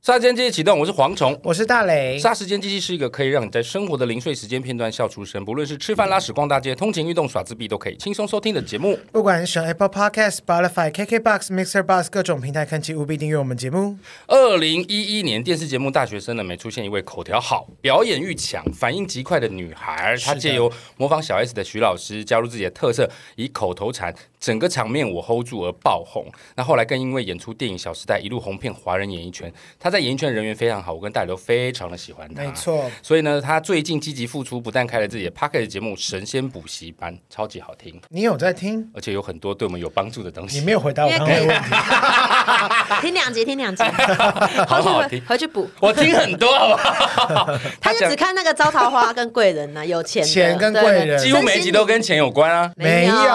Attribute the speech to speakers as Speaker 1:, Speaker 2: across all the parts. Speaker 1: 杀时间机器启动，我是蝗虫。
Speaker 2: 我是大雷，
Speaker 1: 杀时间机器是一啊个可以让你在生活的零碎时间片段笑出声，不论是吃饭、拉屎、逛大街、通勤、运动、耍自闭，都可以轻松收听的节目。
Speaker 2: 不管是使用 Apple Podcast、Spotify、KKBox、Mixer、b o x 各种平台，恳请务必订阅我们节目。
Speaker 1: 二零一一年电视节目《大学生了没》出现一位口条好、表演欲强、反应极快的女孩，她借由模仿小 S 的徐老师，加入自己的特色，以口头禅整个场面我 hold 住而爆红。那后来更因为演出电影《小时代》一路红遍华人演艺圈，她在演艺圈人缘非常好，我跟大刘非常的喜欢她。
Speaker 2: 没错，
Speaker 1: 所以呢，她最近积极付出，不但开了自己的 p o c k e t 节目《神仙补习班》，超级好听，
Speaker 2: 你有在听？
Speaker 1: 而且有很多对我们有帮助的东西。
Speaker 2: 你没有回答我刚刚的问题，
Speaker 3: 听 两集，听两集，
Speaker 1: 好好
Speaker 3: 回去
Speaker 1: 听
Speaker 3: 补，回去补。
Speaker 1: 我听很多，好不好？
Speaker 3: 他就
Speaker 1: 讲
Speaker 3: 只看那个招桃花跟贵人呐、有钱的
Speaker 2: 钱跟
Speaker 3: 对
Speaker 2: 贵
Speaker 3: 对
Speaker 2: 人
Speaker 1: 几乎每一集都跟钱有关啊。
Speaker 2: 没有
Speaker 3: 没有，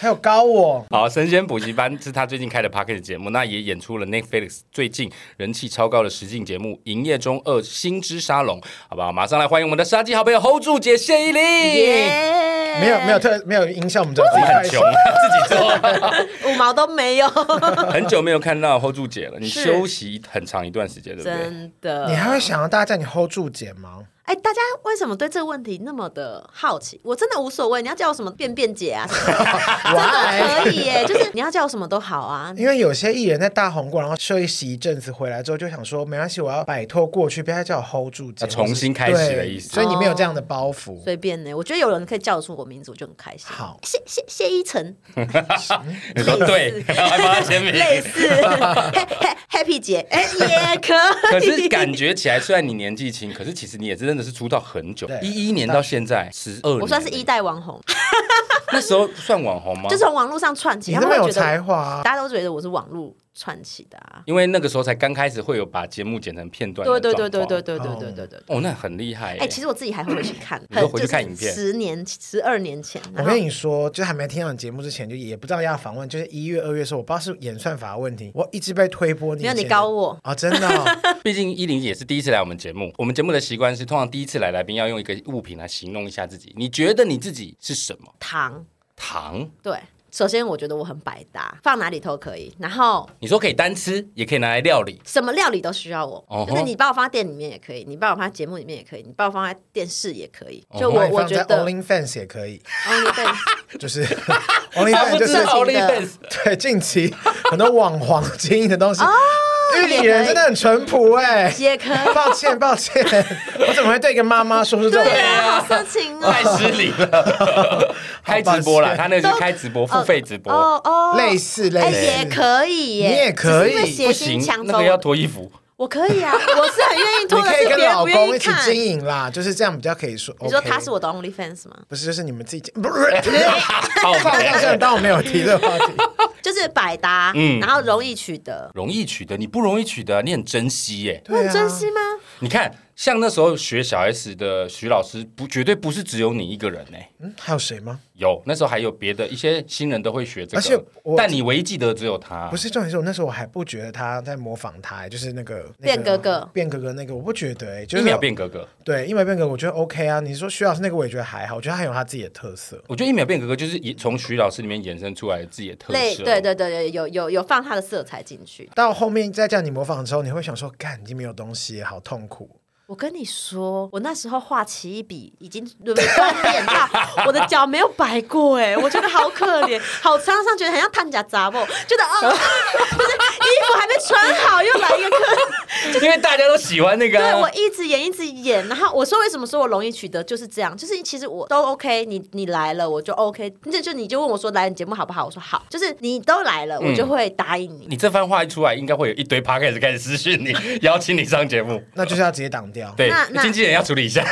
Speaker 2: 还有高我，
Speaker 1: 好，神仙补习班是他最近开的 p o c k e t 节目，那也演出了 Netflix 最近人气超高的实境节目《营业中二星之沙龙》，好不好？马上来欢迎我们的杀鸡好朋友 Hold 住姐谢依霖。
Speaker 3: 耶
Speaker 2: 没有没有特没有影响，我们就自己开
Speaker 1: 很
Speaker 2: 始
Speaker 1: 穷，。自己做。
Speaker 3: 五毛都没有，
Speaker 1: 很久没有看到 Hold 住姐了，你
Speaker 3: 是
Speaker 1: 休息很长一段时间，对不 对？
Speaker 3: 真的。
Speaker 2: 你还会想要大家叫你 hold 住姐吗？
Speaker 3: 哎，大家为什么对这个问题那么的好奇？我真的无所谓，你要叫我什么便便姐 啊，什么的真的可以耶，就是你要叫我什么都好 啊。
Speaker 2: 因为有些艺人在大红过，然后休息一阵子回来之后，就想说没关系，我要摆脱过去，不要再叫我 hold 住姐，
Speaker 1: 要啊重新开始的
Speaker 2: 对
Speaker 1: 意思
Speaker 2: 所以你没有这样的包袱。
Speaker 3: 随便呢，我觉得有人可以叫得出我名字，我就很开心。
Speaker 2: 好
Speaker 3: 谢谢谢依晨，
Speaker 1: 你说哦对，还帮他签名。
Speaker 3: 类似 Happy Happy 姐，哎也可 以。
Speaker 1: 可是感觉起来，虽然你年纪轻，可是其实你也是真的是出道很久
Speaker 2: 对，
Speaker 1: 一一年到现在十二年，
Speaker 3: 我算是一代网红，
Speaker 1: 那时候算网红吗？
Speaker 3: 就从网络上串起，
Speaker 2: 你
Speaker 3: 他
Speaker 2: 那
Speaker 3: 们
Speaker 2: 么
Speaker 3: 会
Speaker 2: 有
Speaker 3: 觉得
Speaker 2: 才华啊、
Speaker 3: 大家都觉得我是网络串起的啊。
Speaker 1: 因为那个时候才刚开始会有把节目剪成片段
Speaker 3: 对
Speaker 1: 的
Speaker 3: 对
Speaker 1: 状
Speaker 3: 对
Speaker 1: 况。
Speaker 3: 对对对对对对对。
Speaker 1: 哦，那很厉害耶。
Speaker 3: 哎，其实我自己还会回去看，
Speaker 1: 你都回去看影片
Speaker 3: 十年、十二年前。
Speaker 2: 我
Speaker 3: 然后
Speaker 2: 跟你说，就是还没听到你节目之前，就也不知道要访问，就是一月、二月的时候，我不知道是演算法的问题，我一直被推播你。
Speaker 3: 没有你高我，
Speaker 2: 啊、真的哦、
Speaker 1: 毕竟依林也是第一次来我们节目，我们节目的习惯是，通常第一次来来宾要用一个物品来形容一下自己。你觉得你自己是什么？
Speaker 3: 糖，
Speaker 1: 糖？
Speaker 3: 对，首先我觉得我很百搭，放哪里都可以，然后
Speaker 1: 你说可以单吃，也可以拿来料 理。
Speaker 3: 什么料理都需要我
Speaker 1: 哦，吼
Speaker 3: 就是你把我放在店里面也可以，你把我放在节目里面也可以，你把我放在电视也可以。
Speaker 1: 哦
Speaker 3: 就
Speaker 2: 把
Speaker 3: 我
Speaker 2: 你
Speaker 3: 我
Speaker 2: 放
Speaker 3: 觉
Speaker 2: 在
Speaker 3: 得
Speaker 2: OnlyFans 也可以，
Speaker 3: Only Fans
Speaker 2: 就是
Speaker 1: 他
Speaker 2: OnlyFans
Speaker 1: 不
Speaker 2: 就
Speaker 1: 知
Speaker 2: 是
Speaker 1: 道
Speaker 3: 色情
Speaker 1: OnlyFans，
Speaker 2: 对近期很多网黄经营的东西。
Speaker 3: 哦
Speaker 2: 玉
Speaker 3: 也
Speaker 2: 里
Speaker 3: 可
Speaker 2: 人
Speaker 3: 以
Speaker 2: 真的很淳朴哎、
Speaker 3: 也 可以。
Speaker 2: 抱歉抱歉，我怎么会对一个妈妈说出这种
Speaker 3: 对
Speaker 2: 话？
Speaker 3: 啊，好色情 哦
Speaker 1: 太，失礼 了，开直播啦，他那个是开直播，付费直播，
Speaker 3: 哦哦，
Speaker 2: 类似类
Speaker 3: 哎
Speaker 2: 似，
Speaker 3: 也可以耶，
Speaker 2: 你也可以
Speaker 3: 只是因为
Speaker 1: 不
Speaker 3: 谐
Speaker 1: 行
Speaker 3: 星抢，
Speaker 1: 那
Speaker 3: 走
Speaker 1: 个
Speaker 3: 我
Speaker 1: 要
Speaker 3: 的
Speaker 1: 脱衣 服。
Speaker 3: 我可以 啊，我是很愿意
Speaker 2: 你
Speaker 3: 脱的，
Speaker 2: 可以
Speaker 3: 是
Speaker 2: 跟
Speaker 3: 别人
Speaker 2: 老
Speaker 3: 不愿
Speaker 2: 公
Speaker 3: 意
Speaker 2: 一起
Speaker 3: 看。
Speaker 2: 经营啦，就是这样比较可以说。
Speaker 3: 你说
Speaker 2: OK
Speaker 3: 他是我的 OnlyFans 吗？
Speaker 2: 不是，就是你们自己 不是，
Speaker 1: 好
Speaker 2: 放放下，当我没有提这个话 题。
Speaker 3: 就是百搭，
Speaker 1: 嗯
Speaker 3: 然后容易取得，
Speaker 1: 容易取得，你不容易取得，你很珍惜耶。
Speaker 3: 我
Speaker 2: 对
Speaker 3: 很
Speaker 2: 啊
Speaker 3: 珍惜吗？
Speaker 1: 你看，像那时候学小 S 的徐老师，不绝对不是只有你一个人呢、
Speaker 2: 嗯，还有谁吗？
Speaker 1: 有那时候还有别的一些新人都会学这
Speaker 2: 而且
Speaker 1: 个
Speaker 2: 我，
Speaker 1: 但你唯一记得的只有他。
Speaker 2: 不是重点是我那时候我还不觉得他在模仿他，哎就是那个
Speaker 3: 变哥哥
Speaker 2: 那个变哥哥那个，我不觉得、欸，就
Speaker 1: 一
Speaker 2: 是
Speaker 1: 秒变格格，
Speaker 2: 对，一秒变哥，我觉得 OK 啊。你说徐老师那个，我也觉得还好，我觉得他很有他自己的特色。
Speaker 1: 我觉得一秒变格格就是以从徐老师里面衍生出来自己的特
Speaker 3: 类
Speaker 1: 色。
Speaker 3: 对对对对，有有有放他的色彩进去。
Speaker 2: 到后面再叫你模仿之后，你会想说，干，已经没有东西，好痛苦。
Speaker 3: 我跟你说，我那时候画起一笔已经轮断变 到我的脚没有摆过哎，我觉得好可怜，好常常觉得很像探假杂货，觉得哦， 就是衣服还没穿好又来一个客人
Speaker 1: 因为大家都喜欢那个、
Speaker 3: 对
Speaker 1: 啊
Speaker 3: 我。一直演一直演，然后我说为什么说我容易取得就是这样，就是其实我都 OK，你你来了我就 OK，那就你就问我说来你节目好不好，我说好，就是你都来了，我就会答应你。
Speaker 1: 你这番话一出来，应该会有一堆 p 开始开始私讯你，邀请你上节目。
Speaker 2: 那就是要直接挡掉。
Speaker 1: 对
Speaker 3: 那，那
Speaker 1: 经纪人要处理一下，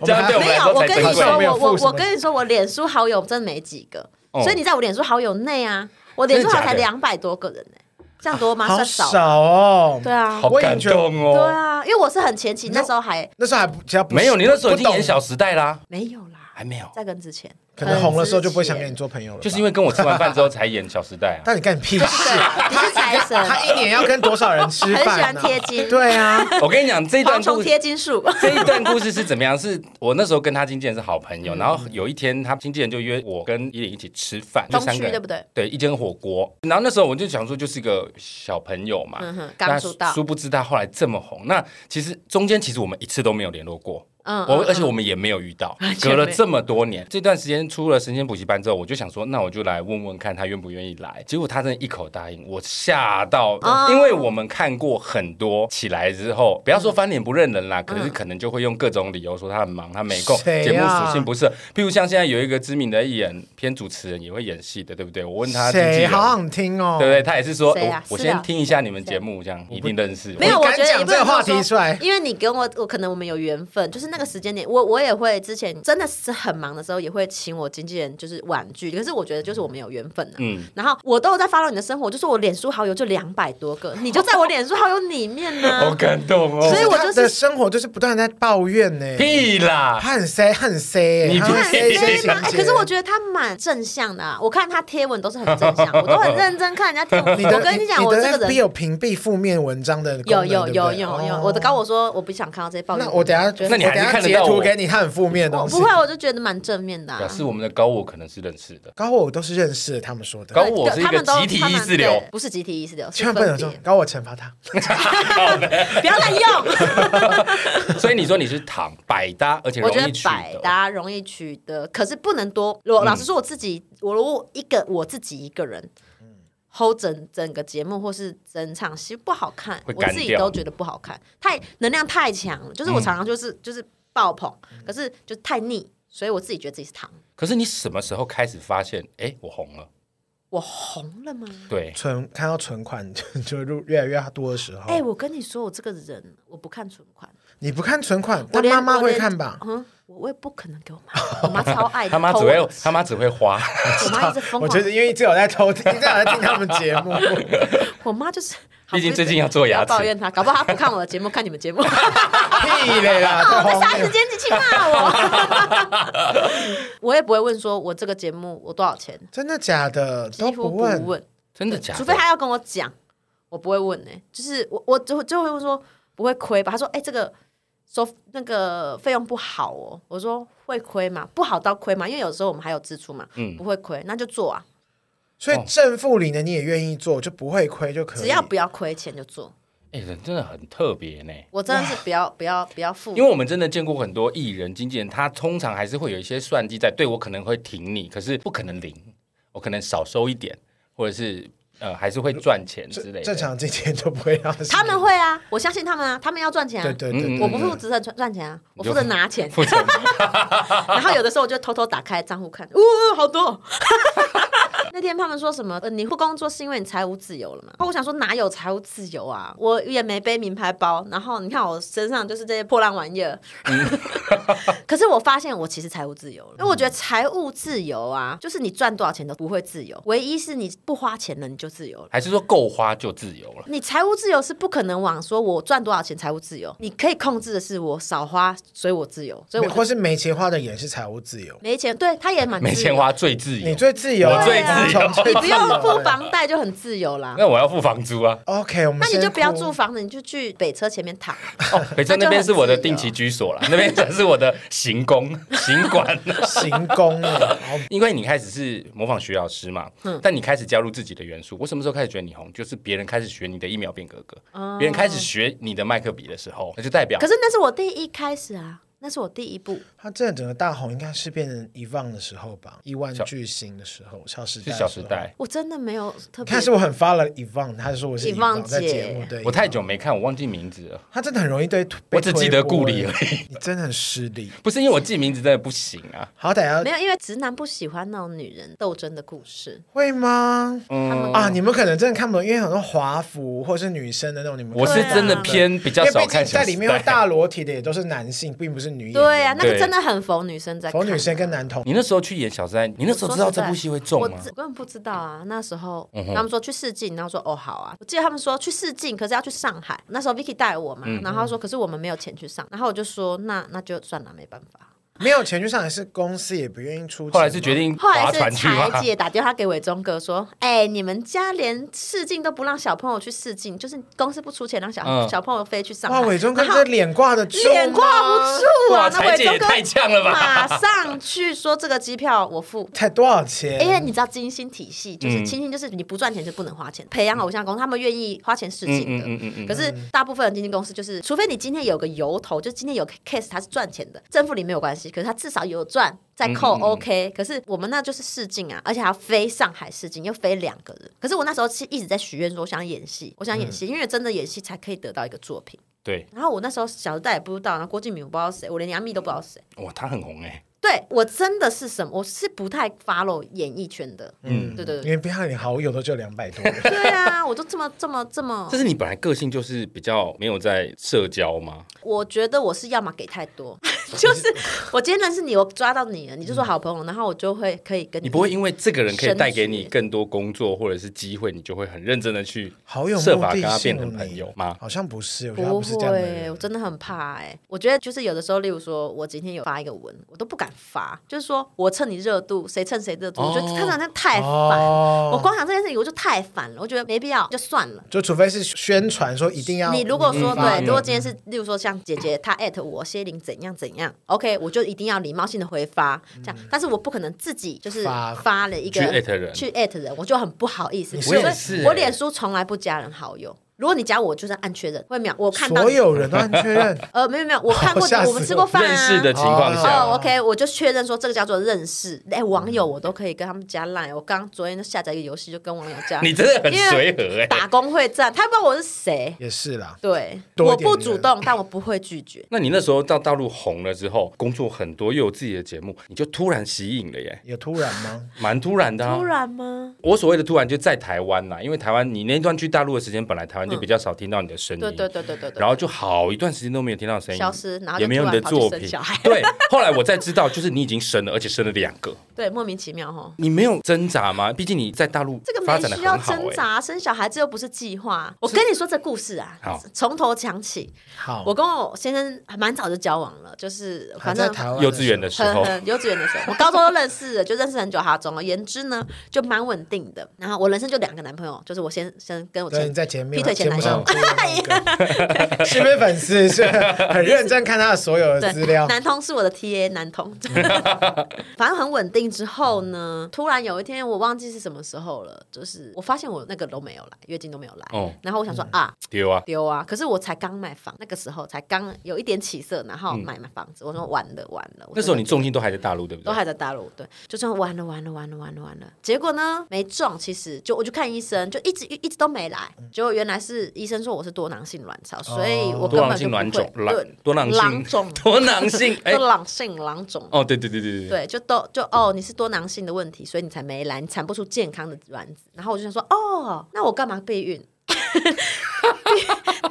Speaker 2: 我
Speaker 1: 这样
Speaker 2: 们还
Speaker 1: 对我们
Speaker 3: 没
Speaker 1: 来说
Speaker 3: 有，我
Speaker 1: 才珍
Speaker 3: 跟你
Speaker 1: 贵
Speaker 3: 说。，
Speaker 2: 没有
Speaker 3: 我
Speaker 2: 付
Speaker 3: 我
Speaker 2: 什么
Speaker 3: 我跟你说，我脸书好友真没几个，
Speaker 1: 哦
Speaker 3: 所以你在我脸书好友内啊，我脸书好友才
Speaker 1: 真的假
Speaker 3: 两百多个人呢、这样多吗？
Speaker 2: 好
Speaker 3: 啊算
Speaker 2: 少
Speaker 3: 少。
Speaker 2: 哦。
Speaker 3: 对啊，
Speaker 1: 好感动
Speaker 3: 对
Speaker 1: 哦。
Speaker 3: 啊，因为我是很前期，
Speaker 2: 你知道
Speaker 3: 那时候还
Speaker 2: 那时候还不只要不
Speaker 1: 没有，你那时候已经
Speaker 2: 不懂
Speaker 1: 演《小时代》啦。
Speaker 3: 没有啦。
Speaker 1: 还没有，
Speaker 3: 在跟之前，
Speaker 2: 可能红的时候就不会想跟
Speaker 3: 跟
Speaker 2: 你。做朋友了吧，
Speaker 1: 就是因为跟我吃完饭之后才演《小时代》 啊。
Speaker 2: 到底干你屁事？
Speaker 3: 对，你是财神，
Speaker 2: 他一年要跟多少人吃饭、啊？
Speaker 3: 很喜欢贴金
Speaker 2: 对啊，
Speaker 1: 我跟你讲，这一段 故
Speaker 3: 蝗虫
Speaker 1: 事
Speaker 3: 贴金术。
Speaker 1: 这一段故事是怎么样？是我那时候跟他经纪人是好朋友，
Speaker 3: 嗯
Speaker 1: 然后有一天他经纪人就约我跟依林一起吃饭，就
Speaker 3: 东
Speaker 1: 三
Speaker 3: 区
Speaker 1: 个人
Speaker 3: 对不对？
Speaker 1: 对，一间火锅。然后那时候我就想说，就是一个小朋友嘛，
Speaker 3: 嗯哼，
Speaker 1: 那
Speaker 3: 刚出道，
Speaker 1: 殊不知他后来这么红。那其实中间其实我们一次都没有联络过，
Speaker 3: 嗯，
Speaker 1: 我
Speaker 3: 嗯
Speaker 1: 而且
Speaker 3: 嗯
Speaker 1: 我们也没有遇 到
Speaker 3: 完，全
Speaker 1: 隔
Speaker 3: 没有
Speaker 1: 了这么多年，这段时间出了神仙补习班之后，我就想说，那我就来问问看他愿不愿意来。结果他真的一口答应，我吓到
Speaker 3: 哦，
Speaker 1: 因为我们看过很多起来之后，不要说翻脸不认人啦，
Speaker 3: 嗯
Speaker 1: 可是可能就会用各种理由说他很忙，他没空，
Speaker 3: 啊
Speaker 2: 谁
Speaker 1: 节目
Speaker 2: 呀
Speaker 1: 属性不适合。譬如像现在有一个知名的艺人，偏主持人也会演戏的，对不对？我问他经纪
Speaker 2: 谁
Speaker 1: 人，
Speaker 2: 好想听哦？
Speaker 1: 对不对？他也是说，哦
Speaker 3: 谁啊
Speaker 1: 我我
Speaker 3: 是啊
Speaker 1: 先听一下你们节目，这样一定认识。
Speaker 3: 没有，
Speaker 2: 你
Speaker 3: 我
Speaker 2: 敢
Speaker 3: 觉得
Speaker 2: 讲
Speaker 3: 也不能
Speaker 2: 这个话题
Speaker 3: 说
Speaker 2: 出来
Speaker 3: 因为你跟我，我可能我们有缘分，就是那个时间点，我我也会之前真的是很忙的时候，也会请我经纪人就是婉拒，可是我觉得就是我们有缘分啊。
Speaker 1: 嗯，
Speaker 3: 然后我都有在 follow 你的生活，就是我脸书好友就两百多个，你就在我脸书好友里面呢、
Speaker 1: 好感动
Speaker 3: 所
Speaker 1: 哦
Speaker 3: 以，我就是
Speaker 2: 他的生活就是不断地在抱怨呢、
Speaker 1: 屁啦！
Speaker 2: 他很塞，他很塞、欸，
Speaker 1: 你
Speaker 2: 他
Speaker 1: 不
Speaker 2: 很
Speaker 3: 看
Speaker 2: 塞一些
Speaker 3: 对
Speaker 2: 情
Speaker 3: 吗？哎
Speaker 2: 节。
Speaker 3: 可是我觉得他蛮正向的、啊，我看他贴文都是很正向，我都很认真看人家贴 文。
Speaker 2: 你的
Speaker 3: 我跟你讲，
Speaker 2: 你
Speaker 3: 我这
Speaker 2: 的
Speaker 3: 个
Speaker 2: FB
Speaker 3: 人
Speaker 2: 有屏蔽负面文章的功
Speaker 3: 有
Speaker 2: 能，
Speaker 3: 有
Speaker 2: 对不
Speaker 3: 有
Speaker 2: 对
Speaker 3: 有
Speaker 2: 哦
Speaker 3: 有，我的高我说我不想看到这些暴力。
Speaker 2: 那我等下，
Speaker 3: 觉得
Speaker 1: 那你
Speaker 2: 我
Speaker 1: 还是
Speaker 2: 等下
Speaker 1: 看得
Speaker 2: 截
Speaker 1: 到
Speaker 2: 图
Speaker 1: 我
Speaker 2: 给你，他很负面的
Speaker 3: 我
Speaker 2: 东西。
Speaker 3: 不会，我就觉得蛮正面的、啊
Speaker 1: 表。示我们的高我可能是认识的。
Speaker 2: 高我我都是认识的，他们说的。
Speaker 1: 高
Speaker 3: 对
Speaker 1: 我是一
Speaker 3: 他
Speaker 1: 个
Speaker 3: 们都
Speaker 1: 集体
Speaker 3: 他
Speaker 1: 意
Speaker 3: 们
Speaker 1: 识流
Speaker 3: 对，不是集体意识流，是
Speaker 2: 千万不能
Speaker 3: 分
Speaker 2: 说
Speaker 3: 别。
Speaker 2: 高我惩罚他，
Speaker 3: 不要 滥用。
Speaker 1: 所以你说你是躺百搭，而且
Speaker 3: 我
Speaker 1: 容
Speaker 3: 觉
Speaker 1: 易
Speaker 3: 得
Speaker 1: 取
Speaker 3: 百
Speaker 1: 得。嗯
Speaker 3: 搭容易取得，可是不能多。我老实说，我自己，我如果一个我自己一个人。
Speaker 2: 嗯
Speaker 3: hold 整整个节目或是整场戏不好看，
Speaker 1: 会
Speaker 3: 我
Speaker 1: 干
Speaker 3: 自己
Speaker 1: 掉嗯
Speaker 3: 都觉得不好看，太能量太强了，就是我常常就是、就是爆棚，
Speaker 2: 嗯
Speaker 3: 可是就太腻，所以我自己觉得自己是糖。
Speaker 1: 可是你什么时候开始发现，哎，我红了？
Speaker 3: 我红了吗？
Speaker 1: 对，
Speaker 2: 存看到存款 就就入越来越多的时候，
Speaker 3: 哎、我跟你说，我这个人我不看存款，
Speaker 2: 你不看存款，
Speaker 3: 我
Speaker 2: 但
Speaker 3: 连
Speaker 2: 妈妈
Speaker 3: 我
Speaker 2: 会
Speaker 3: 连
Speaker 2: 看吧？
Speaker 3: 嗯，我我也不可能给我 妈，我妈超爱
Speaker 1: 他妈只
Speaker 3: 哎偷
Speaker 1: 会
Speaker 3: 我
Speaker 1: 他妈只会花，
Speaker 3: 我妈一直疯
Speaker 2: 我
Speaker 3: 狂
Speaker 2: 觉得因为最好在偷听，最好在听他们节 目。
Speaker 3: 我妈就是，
Speaker 1: 毕竟最近要做牙齿
Speaker 3: 不要抱怨她，搞不好她不看我的节目，看你 们节目，
Speaker 2: 屁嘞 啦，
Speaker 3: 我
Speaker 2: 太
Speaker 3: 在
Speaker 2: 荒
Speaker 3: 杀
Speaker 2: 谬
Speaker 3: 时！间机器骂我。我 也不会问说我这个节目我多少钱，
Speaker 2: 真的假的？
Speaker 3: 几
Speaker 2: 都
Speaker 3: 乎
Speaker 2: 不
Speaker 3: 不
Speaker 2: 问，
Speaker 3: 问，
Speaker 1: 真的假的？
Speaker 3: 除非她要跟我讲，我不会问呢、就是我我就就会问说不会亏吧？她说哎、这个。说那个费用不好哦，我说会亏嘛，不好到亏嘛，因为有时候我们还有支出嘛，
Speaker 1: 嗯
Speaker 3: 不会亏那就做啊，
Speaker 2: 所以正负零的你也愿意做，就不会亏就可以。
Speaker 3: 只要不要亏钱就做，
Speaker 1: 哎，人真的很特别呢。
Speaker 3: 我真的是不要不要不要付，
Speaker 1: 因为我们真的见过很多艺人、经纪人，他通常还是会有一些算计在，对我可能会挺你，可是不可能零，我可能少收一点，或者是呃还是会赚钱之类的。
Speaker 2: 正常今天都不会让
Speaker 3: 他们会啊，我相信他们啊，他们要赚钱啊。
Speaker 2: 对对对对，
Speaker 1: 嗯
Speaker 3: 我不负责赚赚钱啊，我负责拿钱。
Speaker 1: 负责
Speaker 3: 然后有的时候我就偷偷打开账户看，呜，好多。 那天他们说什么？呃，你不工作是因为你财务自由了嘛？我想说哪有财务自由啊？我也没背名牌包，然后你看我身上就是这些破烂玩意儿。 可是我发现我其实财务自由了，因为我觉得财务自由啊，就是你赚多少钱都不会自由，唯一是你不花钱了你就自由了。
Speaker 1: 还是说够花就自由了？
Speaker 3: 你财务自由是不可能往说我赚多少钱财务自由，你可以控制的是我少花，所以我自由，所以我
Speaker 2: 或是没钱花的也是财务自由。
Speaker 3: 没钱，对他也蛮自由
Speaker 1: 没钱，花最自由
Speaker 2: 你。最自由，啊
Speaker 1: 我最
Speaker 2: 自
Speaker 1: 自由
Speaker 3: 你不 用付。房贷就很自由啦。
Speaker 1: 那我要付房租啊！
Speaker 2: OK，我们
Speaker 3: 那你
Speaker 2: 先
Speaker 3: 就不要
Speaker 2: 哭
Speaker 3: 住房子，你就去北车前面躺。啊
Speaker 1: 哦，北车
Speaker 3: 那就
Speaker 1: 那边是
Speaker 3: 很
Speaker 1: 我的
Speaker 3: 自
Speaker 1: 定
Speaker 3: 由
Speaker 1: 期居所了， 那边才是我的行宫 行 馆。
Speaker 2: 行宫了， 好
Speaker 1: 因为你开始是模仿徐老师嘛，
Speaker 3: 嗯
Speaker 1: 但你开始加入自己的元素。我什么时候开始觉得你红？就是别人开始学你的一秒变格格，别人开始学你的麦克笔的时候，那就代表
Speaker 3: 哦可是那是我第一开始啊，那是我第一步。
Speaker 2: 他真的整个大红应该是变成一万的时候吧，一万巨星的时候，小时代
Speaker 1: 是《
Speaker 2: 的时
Speaker 1: 小
Speaker 2: 候
Speaker 1: 时代
Speaker 3: 我真的没有特别
Speaker 2: 看是我很发了 Evan，他说我是
Speaker 3: Yvonne
Speaker 2: Evan 在
Speaker 3: 姐
Speaker 2: 节目，对，》，
Speaker 1: 我太久没看，我忘记名字了。
Speaker 2: 他真的很容易对，被
Speaker 1: 我只记得顾里而
Speaker 2: 推
Speaker 1: 已，
Speaker 2: 波你真的很失礼。
Speaker 1: 不是因为我记名字真的不行啊。
Speaker 2: 好歹要
Speaker 3: 没有，因为直男不喜欢那种女人斗争的故事。
Speaker 2: 会吗？
Speaker 1: 嗯，
Speaker 2: 啊，你们可能真的看不懂，因为很多华服或是女生的那种，你们
Speaker 1: 我是真的偏比较
Speaker 2: 啊因为
Speaker 1: 少
Speaker 2: 毕竟
Speaker 1: 看《小
Speaker 2: 在
Speaker 1: 时
Speaker 2: 里
Speaker 1: 代
Speaker 2: 面会》。大裸体的也都是男性，并不是女演员。
Speaker 3: 对啊，那个
Speaker 1: 对
Speaker 3: 真的很逢女生在看
Speaker 2: 否女生跟男同
Speaker 1: 你那时候去演《小时代》，你那时候知道这部戏会中
Speaker 3: 我
Speaker 1: 吗嗯
Speaker 3: 自？根本不知道啊，那时候他们说去试镜，然后说哦好啊，我记得他们说去试镜，可是要去上海，
Speaker 1: 嗯
Speaker 3: 那时候 Vicky 带我嘛，然后他说可是我们没有钱去上，然后我就说那那就算了，没办法。
Speaker 2: 没有钱去上海是公司也不愿意出钱吗。
Speaker 1: 后来是决定
Speaker 3: 后来
Speaker 1: 划船
Speaker 3: 是
Speaker 1: 去吗
Speaker 3: 柴？姐打电话给伟忠哥说：“哎、你们家连试镜都不让小朋友去试镜，就是公司不出钱让小、
Speaker 1: 嗯
Speaker 3: 小朋友飞去上海。
Speaker 2: 哇，”伟忠哥
Speaker 3: 然
Speaker 2: 这
Speaker 3: 后
Speaker 2: 脸挂得住吗，
Speaker 3: 脸挂不住啊
Speaker 1: 哇，！
Speaker 3: 那
Speaker 1: 柴
Speaker 3: 伟
Speaker 1: 姐也
Speaker 3: 忠哥
Speaker 1: 太呛了 吧！
Speaker 3: 马上去说这个机票我付。
Speaker 2: 才多少钱？
Speaker 3: 因为你知道金星体系，就是
Speaker 1: 嗯
Speaker 3: 金星就是你不赚钱就不能花钱，培养偶像公司他们愿意花钱试
Speaker 1: 嗯
Speaker 3: 镜
Speaker 1: 嗯
Speaker 3: 的。
Speaker 1: 嗯嗯嗯，
Speaker 3: 可是大部分的经纪公司就是，除非你今天有个由头，就今天有 case 它是赚钱的，政府里没有关系，可是它至少有赚，再扣
Speaker 1: 嗯嗯嗯
Speaker 3: OK。可是我们那就是试镜啊，而且还要飞上海试镜，又飞两个人。可是我那时候是一直在许愿说，我想演戏，我想演
Speaker 1: 嗯
Speaker 3: 戏，因为真的演戏才可以得到一个作品。
Speaker 1: 对，
Speaker 3: 然后我那时候小时代也不知道，然后郭敬明我不知道是谁，我连杨幂都不知道是谁。
Speaker 1: 哇，他很红哎，
Speaker 3: 对我真的是什么，我是不太 follow 演艺圈的。
Speaker 1: 嗯
Speaker 3: 对对
Speaker 2: 因
Speaker 3: 对，
Speaker 2: 为边上你好友都只有两 百多，
Speaker 3: 对啊，我都这么这么 这么
Speaker 1: 这，是你本来个性就是比较没有在社交吗？
Speaker 3: 我觉得我是要么给太 多，就是我今天认识你，我抓到你了，你就说好朋友，然后我就会可以跟
Speaker 1: 你不会因为这个人可以
Speaker 3: 深
Speaker 1: 带给你
Speaker 3: 学
Speaker 1: 更多工作或者是机会，你就会很认真的去
Speaker 2: 好有
Speaker 1: 设
Speaker 2: 目
Speaker 1: 法跟
Speaker 2: 的
Speaker 1: 他变
Speaker 2: 性哦
Speaker 1: 成朋
Speaker 2: 你
Speaker 1: 友吗？
Speaker 2: 好像不是，我觉得他
Speaker 3: 不
Speaker 2: 不是这样的
Speaker 3: 会，我
Speaker 2: 人。
Speaker 3: 真的很怕哎、我觉得就是有的时候，例如说我今天有发一个文，我都不敢发，就是说我蹭你热度，谁蹭谁热度，
Speaker 1: 哦
Speaker 3: 我觉得他好像太烦。
Speaker 2: 哦
Speaker 3: 我光想这件事情我就太烦了，我觉得没必要，就算了。
Speaker 2: 就除非是宣传说一定要
Speaker 3: 你如果说
Speaker 1: 嗯发
Speaker 3: 对，
Speaker 1: 嗯
Speaker 3: 如果今天是，例如说像姐姐她艾特我谢玲怎样怎样，OK，我就一定要礼貌性的回发这样，但是我不可能自己就是
Speaker 2: 发
Speaker 3: 发了一个
Speaker 1: 去艾特人
Speaker 3: 去艾特人，我就很不好意思。
Speaker 2: 你
Speaker 3: 所以
Speaker 2: 是
Speaker 1: 是
Speaker 3: 我
Speaker 1: 欸
Speaker 3: 脸书从来不加人好友。如果你加我，我就是按确认，会秒我看到
Speaker 2: 所
Speaker 3: 你
Speaker 2: 有人都按确认，
Speaker 3: 呃没有没有，我看过
Speaker 2: 吓死
Speaker 3: 我们吃过饭啊，
Speaker 1: 认识的啊情况
Speaker 2: 哦
Speaker 1: 下，
Speaker 3: 哦、o k 我就确认说这个叫做认识。哎、网友我都可以跟他们加 line。我刚昨天就下载一个游戏，就跟网友加
Speaker 1: 你真的很随和哎。
Speaker 3: 打工会战，他不知道我是谁。
Speaker 2: 也是啦。
Speaker 3: 对，
Speaker 2: 多一
Speaker 3: 我
Speaker 2: 点
Speaker 3: 不主动，但我不会拒绝。
Speaker 1: 那你那时候到大陆红了之后，工作很多，又有自己的节目，你就突然吸引了耶，
Speaker 2: 有突然吗？
Speaker 1: 蛮突然的、啊。
Speaker 3: 突然吗？
Speaker 1: 我所谓的突然就在台湾啦，因为台湾你那段去大陆的时间，本来台湾就比较少听到你的声音，
Speaker 3: 嗯对对对对对对，
Speaker 1: 嗯然后就好一段时间都没有听到声音，
Speaker 3: 消失然后就
Speaker 1: 也没有你的
Speaker 3: 突然跑
Speaker 1: 作
Speaker 3: 去
Speaker 1: 品
Speaker 3: 生小孩。
Speaker 1: 对，后来我才知道，就是你已经生了，而且生了两个，
Speaker 3: 对莫名其妙哈。
Speaker 1: 你没有挣扎吗？毕竟你在大陆
Speaker 3: 这个
Speaker 1: 发
Speaker 3: 没
Speaker 1: 展的
Speaker 3: 需要
Speaker 1: 很好、
Speaker 3: 挣
Speaker 1: 欸，
Speaker 3: 扎，生小孩这又不是计划。我跟你说这故事啊
Speaker 1: 好，哦
Speaker 3: 从头讲起。
Speaker 2: 好，
Speaker 3: 我跟我先生还蛮早就交往了，就是
Speaker 2: 还
Speaker 3: 反
Speaker 2: 在
Speaker 3: 正
Speaker 2: 台湾
Speaker 1: 哎幼稚园的时
Speaker 3: 很
Speaker 1: 候，
Speaker 3: 很幼稚园的时候，我高中就认识了，就 认识很久哈。总而言之呢，就蛮稳定的。然后我人生就两个男朋友，就是我先生跟我
Speaker 2: 对，你
Speaker 3: 前
Speaker 2: 在前面
Speaker 3: 劈腿前
Speaker 2: 节
Speaker 3: 男
Speaker 2: 目
Speaker 3: 友哎
Speaker 2: 上哭的那个是不是粉丝？是很认真看他的所有的资料。
Speaker 3: 男通是我的 TA 男 通，反正很稳定。之后
Speaker 1: 哦
Speaker 3: 呢，突然有一天我忘记是什么时候了，就是我发现我那个都没有来，月经都没有来。
Speaker 1: 哦
Speaker 3: 然后我想说、啊，
Speaker 1: 丢啊，
Speaker 3: 丢啊！可是我才刚买房，那个时候才刚有一点起色，然后买买房子，我说完了完了。我
Speaker 1: 嗯那时候你重心都还在大陆，对不
Speaker 3: 都
Speaker 1: 对？
Speaker 3: 还在大陆，对，就这样完了完了完了完了完了，结果呢没中，其实就我去看医生，就一直一直都没来，
Speaker 1: 嗯
Speaker 3: 结果原来是医生说我是多囊性卵巢，所以我
Speaker 1: 哦
Speaker 3: 根
Speaker 1: 多
Speaker 3: 本
Speaker 1: 囊
Speaker 3: 就
Speaker 1: 性
Speaker 3: 不
Speaker 1: 卵肿
Speaker 3: 会，
Speaker 1: 卵
Speaker 3: 对，
Speaker 1: 多囊
Speaker 3: 囊
Speaker 1: 性
Speaker 3: 肿，
Speaker 1: 多囊性，哎
Speaker 3: 多，囊性囊肿。
Speaker 1: 哦，对对对对对，
Speaker 3: 对，就都就哦，你是多囊性的问题，所以你才没来，你产不出健康的卵子。然后我就想说，哦，那我干嘛备孕？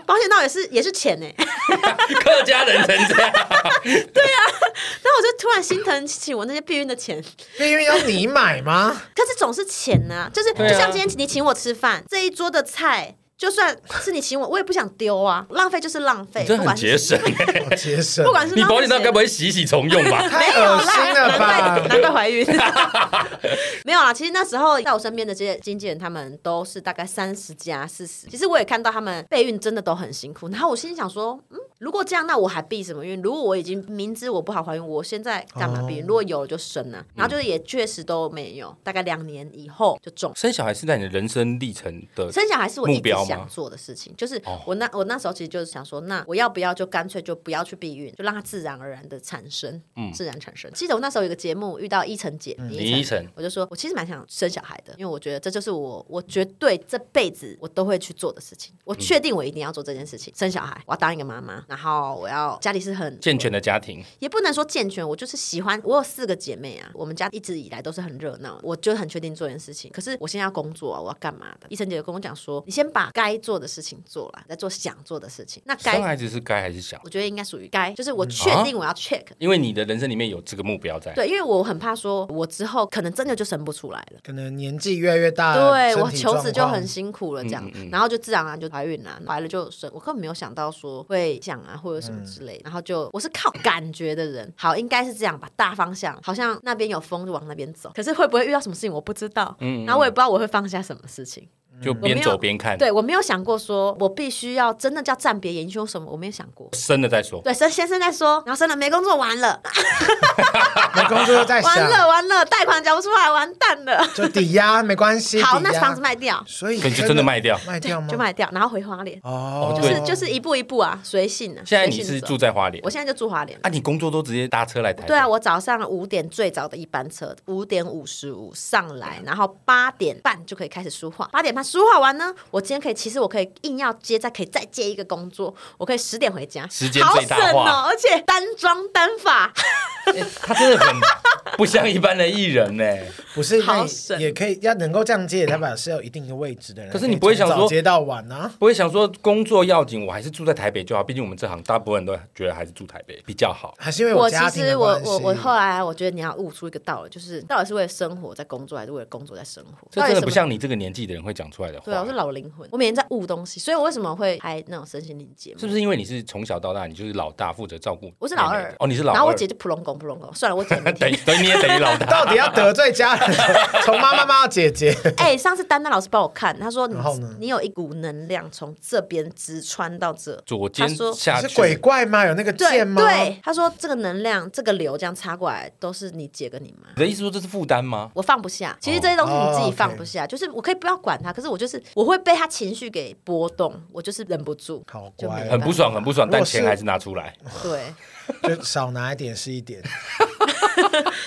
Speaker 3: 保险套也是也是钱欸呢、
Speaker 1: 客家人成这
Speaker 3: 哎
Speaker 1: 样，
Speaker 3: 然后我就突然心疼起我那些避孕的钱，
Speaker 2: 避孕要你买吗？
Speaker 3: 可是总是钱呐、就是
Speaker 1: 对啊
Speaker 3: 就像今天你请我吃饭，这一桌的菜就算是你请我，我也不想丢啊，浪费就是浪费，
Speaker 1: 你真
Speaker 3: 不
Speaker 1: 的很
Speaker 3: 管
Speaker 1: 节
Speaker 3: 是
Speaker 1: 省，哎
Speaker 2: 好节省。
Speaker 3: 不管是
Speaker 1: 你
Speaker 3: 浪费
Speaker 1: 保险套
Speaker 3: 钱
Speaker 1: 该不会洗洗重用吧？
Speaker 2: 太
Speaker 3: 没有
Speaker 2: 恶
Speaker 3: 啦
Speaker 2: 心了吧
Speaker 3: 难怪？难怪怀孕。 没有啦，其实那时候在我身边的这些经纪人，他们都是大概三十加四十。其实我也看到他们备孕真的都很辛苦。然后我心里想说，嗯，如果这样，那我还避什么孕？如果我已经明知我不好怀孕，我现在干嘛避孕？
Speaker 2: 哦
Speaker 3: 如果有了就生了、然后就是也确实都没有，大概两年以后就中。
Speaker 1: 生小孩是在你的人生历程的
Speaker 3: 生小孩是我一
Speaker 1: 目
Speaker 3: 直
Speaker 1: 标吗
Speaker 3: 想做的事情，就是
Speaker 1: 哦
Speaker 3: 我那我那时候其实就是想说，那我要不要就干脆就不要去避孕，就让它自然而然的产生，自然产生。记得我那时候有个节目遇到依晨姐，
Speaker 1: 嗯李依晨，
Speaker 3: 我就说我其实蛮想生小孩的，因为我觉得这就是我我绝对这辈子我都会去做的事情，
Speaker 1: 嗯
Speaker 3: 我确定我一定要做这件事情，生小孩，我要当一个妈妈，然后我要家里是很
Speaker 1: 健全的家庭，
Speaker 3: 也不能说健全，我就是喜欢。我有四个姐妹啊，我们家一直以来都是很热闹，我就很确定做一件事情。可是我现在要工作啊，我要干嘛的？医生姐就跟我讲说，你先把该做的事情做了，再做想做的事情。那
Speaker 1: 生
Speaker 3: 该，
Speaker 1: 孩子是该还是想？
Speaker 3: 我觉得应该属于该，就是我确定我要 check。
Speaker 1: 因为你的人生里面有这个目标在，
Speaker 3: 对，因为我很怕说，我之后可能真的就生不出来了。
Speaker 2: 可能年纪越来越大，
Speaker 3: 对
Speaker 2: 身
Speaker 3: 我
Speaker 2: 体
Speaker 3: 求子就
Speaker 2: 状况嗯
Speaker 3: 啊很辛苦了，这样，然后就自然而然就怀孕了，怀了就生。我根本没有想到说会想向啊，或者什么
Speaker 2: 嗯
Speaker 3: 之类的。然后就我是靠感觉的人，好，应该是这样吧，大方向好像那边有风就往那边走，可是会不会遇到什么事情我不知道，
Speaker 2: 嗯
Speaker 3: 然后我也不知道我会放下什么事情。
Speaker 1: 就边走边看，
Speaker 3: 对我没有想过说我必须要真的叫暂别研究什么，我没有想过。
Speaker 1: 生了再说。
Speaker 3: 对，生先生在说，然后生了没工作，完了，
Speaker 2: 哎没工作就在
Speaker 3: 完
Speaker 2: 想，
Speaker 3: 了，完了，贷款缴不出来，完蛋了。
Speaker 2: 就抵押没关系。
Speaker 3: 好，
Speaker 2: 抵
Speaker 3: 那
Speaker 2: 押嗯
Speaker 3: 房子，卖掉，
Speaker 2: 所以
Speaker 1: 所以就真的卖掉
Speaker 2: 卖
Speaker 3: 对
Speaker 2: 掉，吗？
Speaker 3: 就卖掉，然后回花莲，
Speaker 2: 哦，
Speaker 3: 就是就是一步一步啊，随性啊。
Speaker 1: 现在你
Speaker 3: 随性
Speaker 1: 是
Speaker 3: 走
Speaker 1: 住在花莲
Speaker 3: 我，现在就住花莲。
Speaker 1: 啊，你工作都直接搭车来台北？
Speaker 3: 对啊，我早上五点最早的一班车，五点五十五上来，然后八点半就可以开始书画。八点半书画完呢，我今天可以，其实我可以硬要接，再可以再接一个工作，我可以十点回家，
Speaker 1: 时间
Speaker 3: 好
Speaker 1: 最大
Speaker 3: 省
Speaker 1: 化
Speaker 3: 哦，而且单妆单发，
Speaker 1: 他真的很不像一般的艺人 呢。
Speaker 2: 不是
Speaker 3: 好
Speaker 2: 那
Speaker 3: 省
Speaker 2: 也可以要能够这样接，代表是有一定的位置的人。
Speaker 1: 可是你不会想
Speaker 2: 可以从
Speaker 1: 说
Speaker 2: 早接到晚啊？
Speaker 1: 不会想说工作要紧，我还是住在台北就好。毕竟我们这行大部分人都觉得还是住台北比较好。
Speaker 2: 还是因为
Speaker 3: 我
Speaker 2: 家
Speaker 3: 其
Speaker 2: 庭
Speaker 3: 实
Speaker 2: 的
Speaker 3: 我
Speaker 2: 关系
Speaker 3: 我我后来我觉得你要悟出一个道理，就是到底是为了生活在工作，还是为了工作在生活？
Speaker 1: 这
Speaker 3: 到
Speaker 1: 真
Speaker 3: 底
Speaker 1: 的
Speaker 3: 什
Speaker 1: 不
Speaker 3: 么
Speaker 1: 像你这个年纪的人会讲出来的话。
Speaker 3: 对啊，我是老灵魂，我每天在悟东西，所以我为什么会拍那种身心灵节目？
Speaker 1: 是不是因为你是从小到大你就是老大，负责照顾妹妹的？
Speaker 3: 我是老二
Speaker 1: 哦，你是老二。
Speaker 3: 然后我姐就扑隆拱扑隆拱，算了，我姐没听
Speaker 1: 等于等于你也等于老 大。
Speaker 2: 到底要得罪家人，从妈妈骂到姐姐，
Speaker 3: 哎、上次丹丹老师帮我看，他说你
Speaker 2: 然后呢
Speaker 3: 你有一股能量从这边直穿到这，
Speaker 1: 左肩
Speaker 3: 他说
Speaker 1: 下
Speaker 2: 是
Speaker 1: 去
Speaker 2: 鬼怪吗？有那个
Speaker 3: 对
Speaker 2: 剑吗？
Speaker 3: 对，他说这个能量这个流这样擦过来都是你姐跟你妈。
Speaker 1: 你的意思说这是负担吗？
Speaker 3: 我放不下，其实这些东西
Speaker 2: 哦
Speaker 3: 你自己放不下就是我可以不要管他，可是我就是我会被他情绪给波动，我就是忍不住，
Speaker 2: 好
Speaker 3: 就
Speaker 2: 乖
Speaker 3: 没
Speaker 2: 哦
Speaker 1: 很不爽，很不爽，
Speaker 2: 如果
Speaker 1: 但
Speaker 2: 是
Speaker 1: 钱还是拿出来。
Speaker 3: 对，
Speaker 2: 就少拿一点是一点。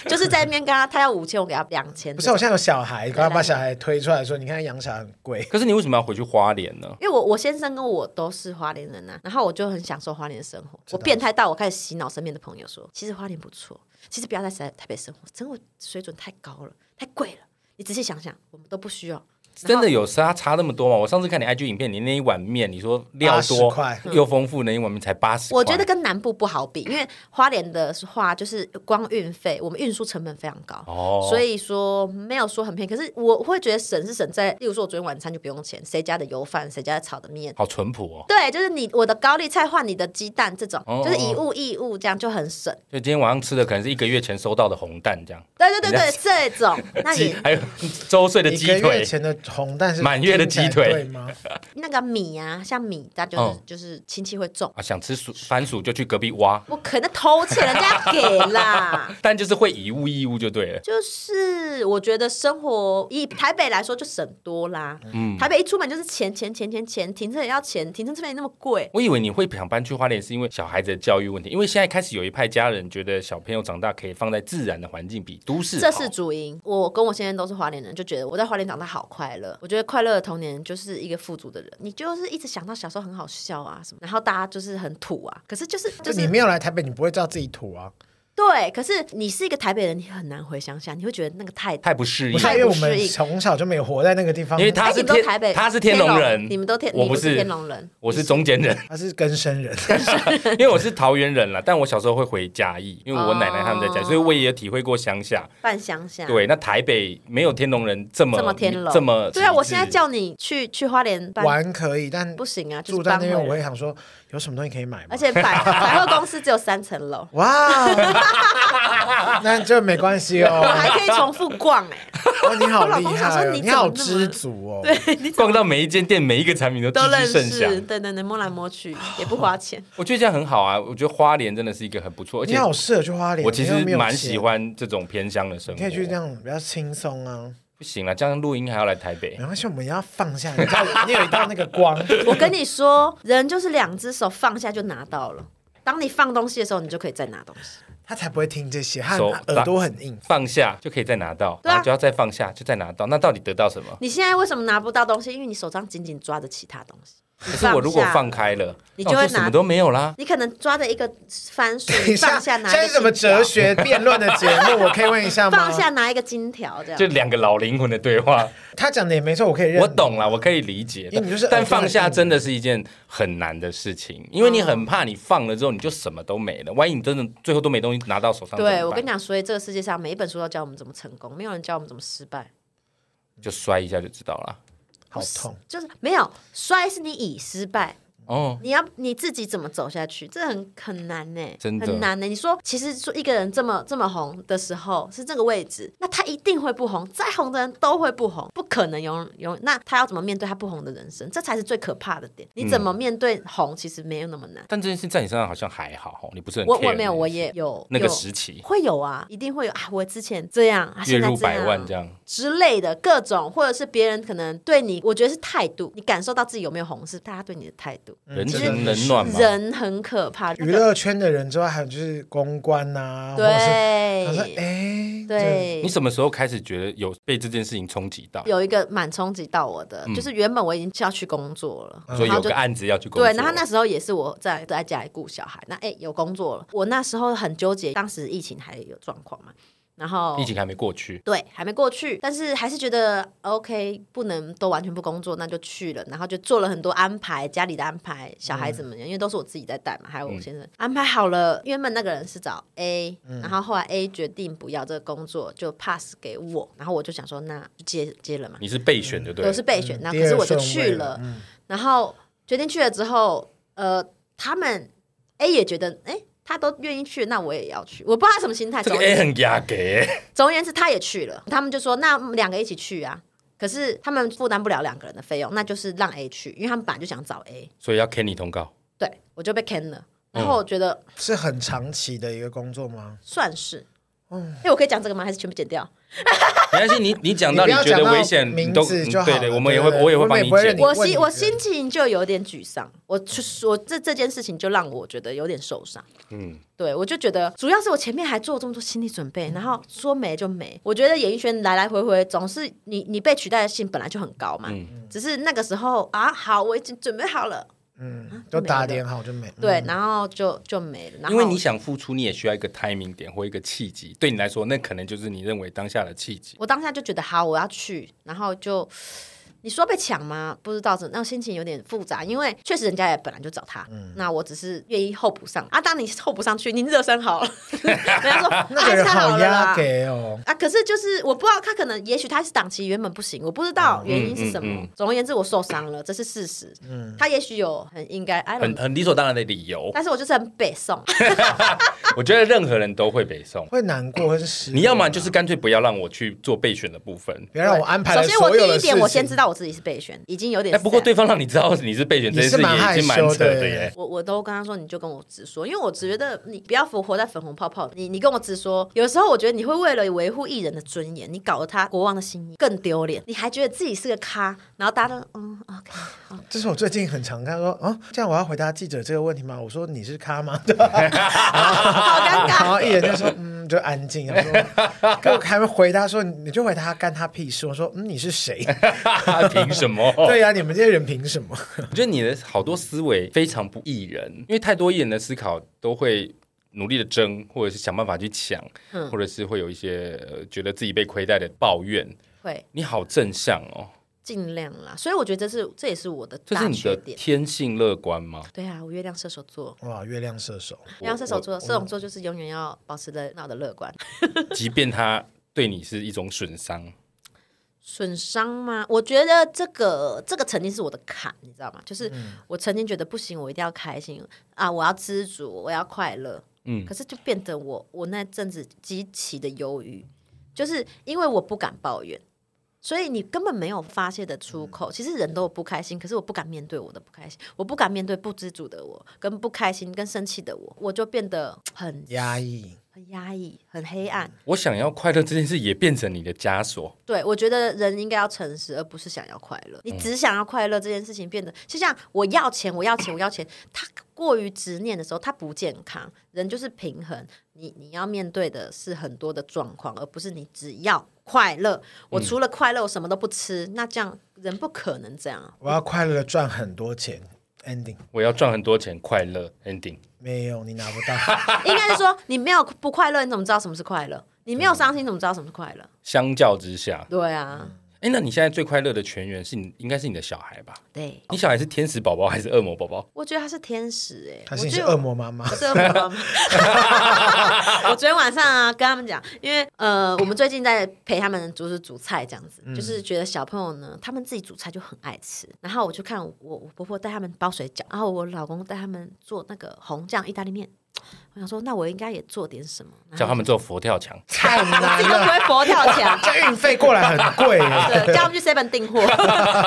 Speaker 3: 就是在那边跟他，他要五千，我给他两千，
Speaker 2: 不是，我啊现在有小孩，赶快把小孩推出来说，你看养小孩很贵。
Speaker 1: 可是你为什么要回去花莲呢？
Speaker 3: 因为我我先生跟我都是花莲人呐、啊然后我就很享受花莲的生活。我变态到我开始洗脑身边的朋友说，其实花莲不错，其实不要在台台北生活，生活水准太高了，太贵了。你仔细想想，我们都不需要。
Speaker 1: 真的有差差那么多吗？我上次看你 IG 影片，你那一碗面，你说料
Speaker 2: 80
Speaker 1: 多
Speaker 2: 块
Speaker 1: 又丰富，那一碗面才八十。
Speaker 3: 我觉得跟南部不好比，因为花莲的话就是光运费，我们运输成本非常高，
Speaker 1: 哦
Speaker 3: 所以说没有说很便宜。可是我会觉得省是省在，例如说我昨天晚餐就不用钱，谁家的油饭，谁家的炒的面，
Speaker 1: 好淳朴哦。
Speaker 3: 对，就是你我的高丽菜换你的鸡蛋这种，
Speaker 1: 哦
Speaker 3: 就是以物易物，这样就很省。
Speaker 1: 就今天晚上吃的可能是一个月前收到的红蛋这样，
Speaker 3: 对对对
Speaker 1: 人
Speaker 3: 对，这种那
Speaker 1: 鸡
Speaker 3: 也
Speaker 1: 还有 周岁的
Speaker 2: 一
Speaker 1: 鸡
Speaker 2: 个月
Speaker 1: 腿，
Speaker 2: 前的红蛋是
Speaker 1: 满月的鸡腿
Speaker 2: 对吗？
Speaker 3: 那个米啊，像米，它就是、
Speaker 1: 哦
Speaker 3: 就是亲戚会种，
Speaker 1: 啊，想吃薯番薯就去隔壁挖，。
Speaker 3: 我可能偷窃人家给啦
Speaker 1: 但就是会以物易物就对了。
Speaker 3: 就是我觉得生活以台北来说就省多啦，台北一出门就是钱钱钱钱钱，停车也要钱，停车费那么贵，
Speaker 1: 我以为你会想搬去花莲，是因为小孩子的教育问题。因为现在开始有一派家人觉得小朋友长大可以放在自然的环境比都市好，
Speaker 3: 这是主因。我跟我先生都是花莲人，就觉得我在花莲长大好快乐。我觉得快乐的童年就是一个富足的人，你就是一直想到小时候很好笑啊什么，然后大家就是很土啊，可是就是就
Speaker 2: 就是你没有来台北，你不会知道自己土啊。
Speaker 3: 对，可是你是一个台北人，你很难回乡下，你会觉得那个太……
Speaker 1: 太不适
Speaker 2: 不
Speaker 1: 应
Speaker 2: 是
Speaker 3: 太
Speaker 2: 因
Speaker 1: 了。
Speaker 2: 为我们
Speaker 3: 不适应
Speaker 2: 从小就没有活在那个地方，
Speaker 1: 因为他
Speaker 3: 哎
Speaker 1: 是
Speaker 3: 你们都
Speaker 1: 天，
Speaker 3: 台北，
Speaker 1: 他是天龙人，
Speaker 3: 你们都天，
Speaker 1: 我
Speaker 3: 你
Speaker 1: 不
Speaker 3: 是天龙人，
Speaker 1: 我是中间人，
Speaker 2: 他是根生人，
Speaker 1: 因为我是桃园人啦。但我小时候会回嘉义，因为我奶奶他们在家，
Speaker 3: 哦
Speaker 1: 所以我也有体会过乡下。
Speaker 3: 半乡下。，
Speaker 1: 对，那台北没有天龙人这么嗯
Speaker 3: 这么天龙，
Speaker 1: 这么
Speaker 3: 对啊！
Speaker 1: 极致
Speaker 3: 我现在叫你去去花莲搬，
Speaker 2: 玩可以，但
Speaker 3: 不行啊，就是
Speaker 2: 住在
Speaker 3: 搬
Speaker 2: 那
Speaker 3: 回
Speaker 2: 边我
Speaker 3: 来。
Speaker 2: 会想说，有什么东西可以买吗
Speaker 3: 而？且百百货公司只有三层楼，
Speaker 2: 哇，那就没关系
Speaker 3: 我 还
Speaker 2: 哦。
Speaker 3: 可以重复逛 哎，
Speaker 2: 哦，你好
Speaker 3: 我老
Speaker 2: 厉
Speaker 3: 公想说
Speaker 2: 害哦，
Speaker 3: 你
Speaker 2: 你好
Speaker 3: 怎么那
Speaker 2: 知
Speaker 3: 么
Speaker 2: 足哦。
Speaker 3: 对你
Speaker 1: 逛到每一间店，每一个产品都
Speaker 3: 都认
Speaker 1: 知之甚
Speaker 3: 识，
Speaker 1: 详。
Speaker 3: 对对对，摸来摸去也不花钱。
Speaker 1: 我觉得这样很好啊，我觉得花莲真的是一个很不错，而
Speaker 2: 你
Speaker 1: 且
Speaker 2: 好适合去花莲，
Speaker 1: 我其
Speaker 2: 你
Speaker 1: 实
Speaker 2: 又没有
Speaker 1: 蛮
Speaker 2: 钱
Speaker 1: 喜，欢这种偏乡的生
Speaker 2: 你
Speaker 1: 活。
Speaker 2: 可以去这样比较轻松啊。
Speaker 1: 不行了，这样录音还要来台北
Speaker 2: 没，关系，我们要放下，你知道，你有一道那个光，
Speaker 3: 我跟你说，人就是两只手放下就拿到了。当你放东西的时候，你就可以再拿东西。
Speaker 2: 他才不会听这些，他
Speaker 1: 手
Speaker 2: 耳朵很硬。
Speaker 1: 放下就可以再拿到，
Speaker 3: 对啊
Speaker 1: 然后就要再放下，就再拿到。那到底得到什么？
Speaker 3: 你现在为什么拿不到东西？因为你手上紧紧抓着其他东西。
Speaker 1: 可
Speaker 3: 可
Speaker 1: 是我如果放，开了，
Speaker 3: 你
Speaker 1: 那
Speaker 3: 就
Speaker 1: 我
Speaker 3: 会
Speaker 1: 什么
Speaker 3: 拿
Speaker 1: 都没有啦。
Speaker 3: 你可能抓着一个番薯，
Speaker 2: 等一
Speaker 3: 你
Speaker 2: 下，
Speaker 3: 放
Speaker 2: 现
Speaker 3: 拿一
Speaker 2: 在
Speaker 3: 个
Speaker 2: 是什么
Speaker 3: 金条
Speaker 2: 哲？学辩论的节目？我可以问一下吗？
Speaker 3: 放下拿一个金条，这
Speaker 1: 就
Speaker 3: 样。
Speaker 1: 两个老灵魂的对话，
Speaker 2: 他讲的也没错，我可以认。
Speaker 1: 我懂了，我可以理解
Speaker 2: 因为你就是。
Speaker 1: 但放下真的是一件很难的事情，因为你很怕你放了之后你就什么都没了，万一你真的最后都没东西拿到手上，
Speaker 3: 对，我跟你
Speaker 1: 你
Speaker 3: 讲，所以这个世界上每一本书都教我们怎么成功，没有人教我们怎么失败。
Speaker 1: 就摔一下就知道了。
Speaker 2: 好痛。
Speaker 3: 就是没有摔是你以失败，
Speaker 1: 哦，
Speaker 3: 你要你自己怎么走下去，这很很难呢、
Speaker 1: 真的
Speaker 3: 很难呢、你说，其实说一个人这么这么红的时候是这个位置，那他一定会不红，再红的人都会不红，不可能永永。那他要怎么面对他不红的人生？这才是最可怕的点。你怎么面对红，其实没有那么难。
Speaker 1: 但这件事在你身上好像还好哦，你不是很
Speaker 3: 我
Speaker 1: care
Speaker 3: 我没有，
Speaker 1: 那
Speaker 3: 我
Speaker 1: 件事
Speaker 3: 也有
Speaker 1: 那个
Speaker 3: 有
Speaker 1: 时期
Speaker 3: 会有啊，一定会有啊！我之前这样，啊、
Speaker 1: 月
Speaker 3: 现在
Speaker 1: 入百万
Speaker 3: 这
Speaker 1: 这
Speaker 3: 样
Speaker 1: 样，
Speaker 3: 之类的各种，或者是别人可能对你，我觉得是态度，你感受到自己有没有红，是大家对你的态度。
Speaker 1: 人
Speaker 2: 嗯真
Speaker 1: 情
Speaker 2: 的
Speaker 1: 冷
Speaker 2: 是
Speaker 1: 暖嘛，
Speaker 3: 人很可怕，那
Speaker 2: 娱
Speaker 3: 个
Speaker 2: 乐圈的人之外，还有就是公关呐、啊，或者是他说
Speaker 3: 对
Speaker 2: 哎，这
Speaker 3: 对
Speaker 1: 你，什么时候开始觉得有被这件事情冲击到？
Speaker 3: 有一个蛮冲击到我的，就是原本我已经就要去工作了，
Speaker 1: 嗯所以
Speaker 3: 然后
Speaker 1: 有
Speaker 3: 就
Speaker 1: 个案子要去工作，
Speaker 3: 对，然后那时候也是我在在家里顾小孩，那哎有工作了，我那时候很纠结，当时疫情还有状况嘛，然后
Speaker 1: 疫情还没过去，
Speaker 3: 对，还没过去，但是还是觉得 OK，不能都完全不工作，那就去了，然后就做了很多安排，家里的安排，小孩怎么样，因为都是我自己在带嘛，还有我先生、安排好了。原本那个人是找 A，、然后后来 A 决定不要这个工作，就 pass 给我，然后我就想说，那就接接了嘛，
Speaker 1: 你是备选的，对
Speaker 3: 我
Speaker 1: 不
Speaker 3: 是
Speaker 1: 对？
Speaker 3: 备选，那、
Speaker 2: 第
Speaker 3: 可是
Speaker 2: 二
Speaker 3: 我
Speaker 2: 顺
Speaker 3: 就
Speaker 2: 位
Speaker 3: 去
Speaker 2: 了
Speaker 3: 了，然后决定去了之后，呃，他们 A 也觉得，哎，他都愿意去，那我也要去，我不知道他什么心态，
Speaker 1: 这个
Speaker 3: 总而言
Speaker 1: A 很压给，
Speaker 3: 总而言之，他也去了，他们就说那两个一起去啊。可是他们负担不了两个人的费用，那就是让 A 去，因为他们本来就想找 A。
Speaker 1: 所以要 Kenny 通告。
Speaker 3: 对我就被坑了，
Speaker 2: 嗯
Speaker 3: 然后我觉得
Speaker 2: 是很长期的一个工作吗？
Speaker 3: 算是，嗯，哎、我可以讲这个吗？还是全部剪掉？
Speaker 1: 没关系，你你讲到
Speaker 2: 你不要
Speaker 1: 觉得
Speaker 2: 讲到
Speaker 1: 危险，
Speaker 2: 名
Speaker 1: 你都
Speaker 2: 字
Speaker 1: 嗯
Speaker 2: 就好
Speaker 1: 对对，
Speaker 2: 了
Speaker 1: 我们也会，
Speaker 2: 对对
Speaker 1: 我也
Speaker 2: 我
Speaker 1: 会
Speaker 2: 们
Speaker 1: 帮
Speaker 2: 也
Speaker 1: 你
Speaker 2: 不会
Speaker 1: 解
Speaker 2: 认你
Speaker 1: 决。
Speaker 3: 我
Speaker 2: 问
Speaker 3: 心我
Speaker 2: 你觉得
Speaker 3: 心情就有点沮丧，我去我这这件事情就让我觉得有点受伤。
Speaker 1: 嗯，
Speaker 3: 对，我就觉得主要是我前面还做了这么多心理准
Speaker 2: 嗯
Speaker 3: 备，然后说没就没。我觉得演艺圈来来回回总是你你被取代的性本来就很高嘛，只是那个时候啊，好，我已经准备好了，啊
Speaker 2: 嗯，都打点好就没。
Speaker 3: 对，然后就就没了。然
Speaker 1: 因
Speaker 3: 后
Speaker 1: 为你想付出，你也需要一个 timing 点或一个契机。对你来说，那可能就是你认为当下的契机。
Speaker 3: 我当下就觉得好，我要去，然后就你说被抢吗？不知道怎，那心情有点复杂，因为确实人家也本来就找他，
Speaker 2: 嗯
Speaker 3: 那我只是愿意候补上啊。当你候补上去，你热身好了， 人家说
Speaker 2: 那个
Speaker 3: 还是
Speaker 2: 人
Speaker 3: 太好
Speaker 2: 好
Speaker 3: 了
Speaker 2: 压
Speaker 3: 啦。
Speaker 2: 给哦，
Speaker 3: 啊，可是就是我不知道他可能，也许他是档期原本不行，我不知道原因是什么。
Speaker 1: 嗯嗯嗯
Speaker 3: 总而言之，我受伤了，这是事实。
Speaker 2: 嗯
Speaker 3: 他也许有很应该，I don't
Speaker 1: 很
Speaker 3: know，
Speaker 1: 很理所当然的理由，
Speaker 3: 但是我就是很北宋。
Speaker 1: 我觉得任何人都会北送。
Speaker 2: 会难过跟失落。
Speaker 1: 你要么就是干脆不要让我去做备选的部分。
Speaker 2: 不要让我安排了
Speaker 3: 首先，我
Speaker 2: 所有
Speaker 3: 第
Speaker 2: 的
Speaker 3: 一
Speaker 2: 事
Speaker 3: 点，
Speaker 2: 情。
Speaker 3: 我先知道我自己是备选，已经有点
Speaker 1: 哎，
Speaker 3: sad。
Speaker 1: 不过对方让你知道你是备选这件事，
Speaker 2: 啊你是蛮
Speaker 1: 也已经蛮
Speaker 2: 害羞的
Speaker 1: 扯的耶。
Speaker 3: 我我都跟他说，你就跟我直说，因为我觉
Speaker 1: 嗯
Speaker 3: 得你不要活活在粉红泡泡，你你跟我直说，有时候我觉得你会为了维护艺人的尊严，你搞得他国王的心意更丢脸，你还觉得自己是个咖，然后大家都嗯 OK，
Speaker 2: 这是我最近很常看说啊，这样我要回答记者这个问题吗？我说你是 咖吗？对吧？
Speaker 3: 好尴
Speaker 2: 然后
Speaker 3: 尬。
Speaker 2: 艺人就说嗯，就安静。然后说，我还没回答说，你就回答他干他屁事。我说嗯，你是谁？
Speaker 1: 凭什么？
Speaker 2: 对呀、你们这些人凭什么？
Speaker 1: 我觉得你的好多思维非常不艺人，因为太多艺人的思考都会努力的争，或者是想办法去抢，
Speaker 3: 嗯
Speaker 1: 或者是会有一些、呃、觉得自己被亏待的抱怨。
Speaker 3: 会
Speaker 1: 你好正向哦，
Speaker 3: 尽量啦，所以我觉得这是这也是我的
Speaker 1: 这是
Speaker 3: 大
Speaker 1: 你
Speaker 3: 缺
Speaker 1: 的
Speaker 3: 点。
Speaker 1: 天性乐观吗？
Speaker 3: 对啊，我月亮射手座，
Speaker 2: 哇，月亮射手，
Speaker 3: 月亮射手座，射手座就是永远要保持的闹的乐观。
Speaker 1: 即便他对你是一种损伤，
Speaker 3: 损伤吗？我觉得这个这个曾经是我的坎，你知道吗？就是我曾经觉得不行，我一定要开心啊，我要知足，我要快乐。
Speaker 1: 嗯
Speaker 3: 可是就变得我我那阵子极其的忧郁，就是因为我不敢抱怨，所以你根本没有发泄的出口。其实人都有不开心，可是我不敢面对我的不开心，我不敢面对不知足的我，跟不开心、跟生气的我，我就变得很
Speaker 2: 压抑。
Speaker 3: 很压抑、很黑暗。
Speaker 1: 我想要快乐这件事也变成你的枷锁。
Speaker 3: 对，我觉得人应该要诚实，而不是想要快乐。你
Speaker 2: 嗯
Speaker 3: 只想要快乐这件事情变得，就像我要钱，我要钱，我要钱，他过于执念的时候，他不健康。人就是平衡，你你要面对的是很多的状况，而不是你只要快乐。
Speaker 2: 嗯
Speaker 3: 我除了快乐，我什么都不吃，那这样人不可能这样啊。
Speaker 2: 我要快乐的赚很多钱。Ending
Speaker 1: 我要赚很多钱，快乐 ending。
Speaker 2: 没有，你拿不到。
Speaker 3: 应该是说，你没有
Speaker 2: 啊
Speaker 3: 不快乐，你怎么知道什么是快乐？你没有伤心，你怎么知道什么是快乐？
Speaker 1: 相较之下，
Speaker 2: 嗯
Speaker 3: 对啊，
Speaker 1: 哎，那你现在最快乐的全员是你，应该是你的小孩吧？
Speaker 3: 对，
Speaker 1: 你小孩是天使宝宝还是恶魔宝宝？
Speaker 3: 我觉得他是天使哎、
Speaker 2: 他
Speaker 3: 我
Speaker 2: 是你是
Speaker 3: 觉得
Speaker 2: 恶魔妈妈
Speaker 3: 我，是恶魔妈妈 我昨天晚上啊，跟他们讲，因为呃，我们最近在陪他们就是煮菜这样子，
Speaker 1: 嗯
Speaker 3: 就是觉得小朋友呢，他们自己煮菜就很爱吃。然后我就看我我婆婆带他们包水饺，然后我老公带他们做那个红酱意大利面。我想说，那我应该也做点什么。然后
Speaker 1: 叫他们做佛跳 墙，
Speaker 2: 太难
Speaker 3: 自己都不
Speaker 2: 了，
Speaker 3: 会佛跳墙，
Speaker 2: 这运费过来很贵耶。
Speaker 3: 对，叫他们去 seven 订货，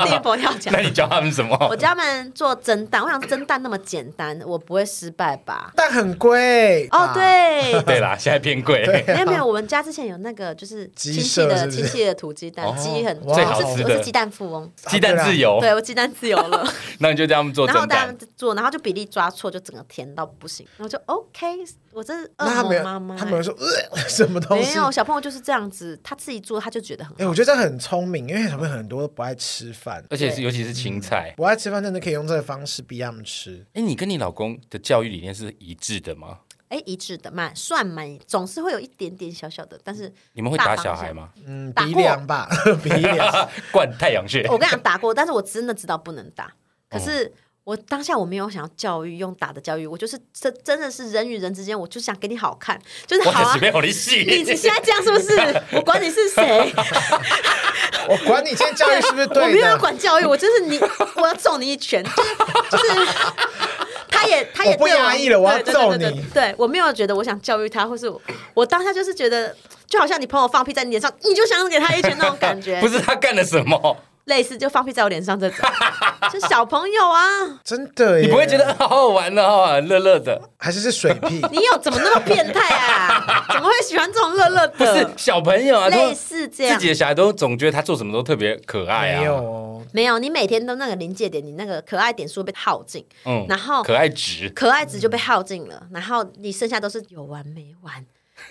Speaker 3: 订佛跳墙
Speaker 1: 那。你教他们什么？
Speaker 3: 我叫他们做蒸蛋，我想蒸蛋那么简单，我不会失败吧？
Speaker 2: 但很贵
Speaker 1: 啊
Speaker 3: 哦，，对，
Speaker 1: 对啦，现在变贵，
Speaker 2: 对
Speaker 3: 没有没有，我们家之前有那个就是
Speaker 2: 鸡
Speaker 3: 亲戚
Speaker 2: 舍是
Speaker 3: 的
Speaker 2: 不是
Speaker 3: 亲戚的土鸡蛋
Speaker 1: 哦，
Speaker 3: 鸡很
Speaker 2: 最好哦
Speaker 3: 我是
Speaker 1: 吃的
Speaker 3: 我是鸡蛋富翁，
Speaker 1: 鸡蛋自由，
Speaker 3: 对我鸡蛋自由 了，
Speaker 1: 那你就叫他们做
Speaker 3: 然后
Speaker 1: 蒸
Speaker 3: 他
Speaker 1: 蛋
Speaker 3: 们。做，然后就比例抓错，就整个甜到不行，然后就 OK，我这是恶
Speaker 2: 那他没
Speaker 3: 魔
Speaker 2: 有
Speaker 3: 妈妈，欸
Speaker 2: 他没有说呃 什么东
Speaker 3: 没
Speaker 2: 西。
Speaker 3: 有小朋友就是这样子，他自己做他就觉得很
Speaker 2: 哎，
Speaker 3: 好
Speaker 2: 我，觉得这很聪明，因为小朋友很多不爱吃饭，
Speaker 1: 而且是尤其是青菜。
Speaker 2: 不爱吃饭真的可以用这个方式逼他们吃。
Speaker 1: 哎，你跟你老公的教育理念是一致的吗？
Speaker 3: 哎，一致的蛮算蛮，总是会有一点点小小的，但是
Speaker 1: 你们会打小孩吗？
Speaker 2: 嗯，
Speaker 3: 打
Speaker 2: 鼻
Speaker 3: 过
Speaker 2: 梁吧， 鼻梁。
Speaker 1: 灌太阳穴，
Speaker 3: 我跟你讲打过，但是我真的知道不能 打，可
Speaker 2: 哦
Speaker 3: 是。我当下我没有想要教育用打的教育，我就是这真的是人与人之间，我就想给你好看，就是
Speaker 1: 我
Speaker 3: 好
Speaker 1: 可
Speaker 3: 啊
Speaker 1: 是，没有你戏。
Speaker 3: 你你现在这样是不是？ 我管你是谁，
Speaker 2: 我管你今天教育是不是
Speaker 3: 我没
Speaker 2: 对
Speaker 3: 有要
Speaker 2: 的，
Speaker 3: 管教育，我就是 你，我要揍你一拳，就是就是。他也，他也
Speaker 2: 我不
Speaker 3: 对啊
Speaker 2: 压抑了我要
Speaker 3: 对对
Speaker 2: 揍
Speaker 3: 对对
Speaker 2: 你
Speaker 3: 对对我没有觉得我想教育他，或是我我当下就是觉得，就好像你朋友放屁在你脸上，你就想给他一拳那种感觉，
Speaker 1: 不是他干了什么，
Speaker 3: 类似就放屁在我脸上这种，就小朋友啊，
Speaker 2: 真的耶。
Speaker 1: 你不会觉得好好玩的哦，乐乐
Speaker 3: 嗯
Speaker 1: 的。
Speaker 2: 还是是水 屁？
Speaker 3: 你有怎么那么变态 啊？怎么会喜欢这种乐乐
Speaker 1: 不是
Speaker 3: 的？
Speaker 1: 小朋友啊，都
Speaker 3: 类似这
Speaker 1: 自
Speaker 3: 样
Speaker 1: 己，的小孩都总觉得他做什么都特别可爱
Speaker 2: 没有
Speaker 1: 啊，
Speaker 2: 哦，
Speaker 3: 没有，你每天都那个临界点，你那个可爱点数被耗尽，
Speaker 1: 嗯
Speaker 3: 然后
Speaker 1: 可爱值。
Speaker 3: 可爱值就被耗尽了，然后你剩下都是有完没完，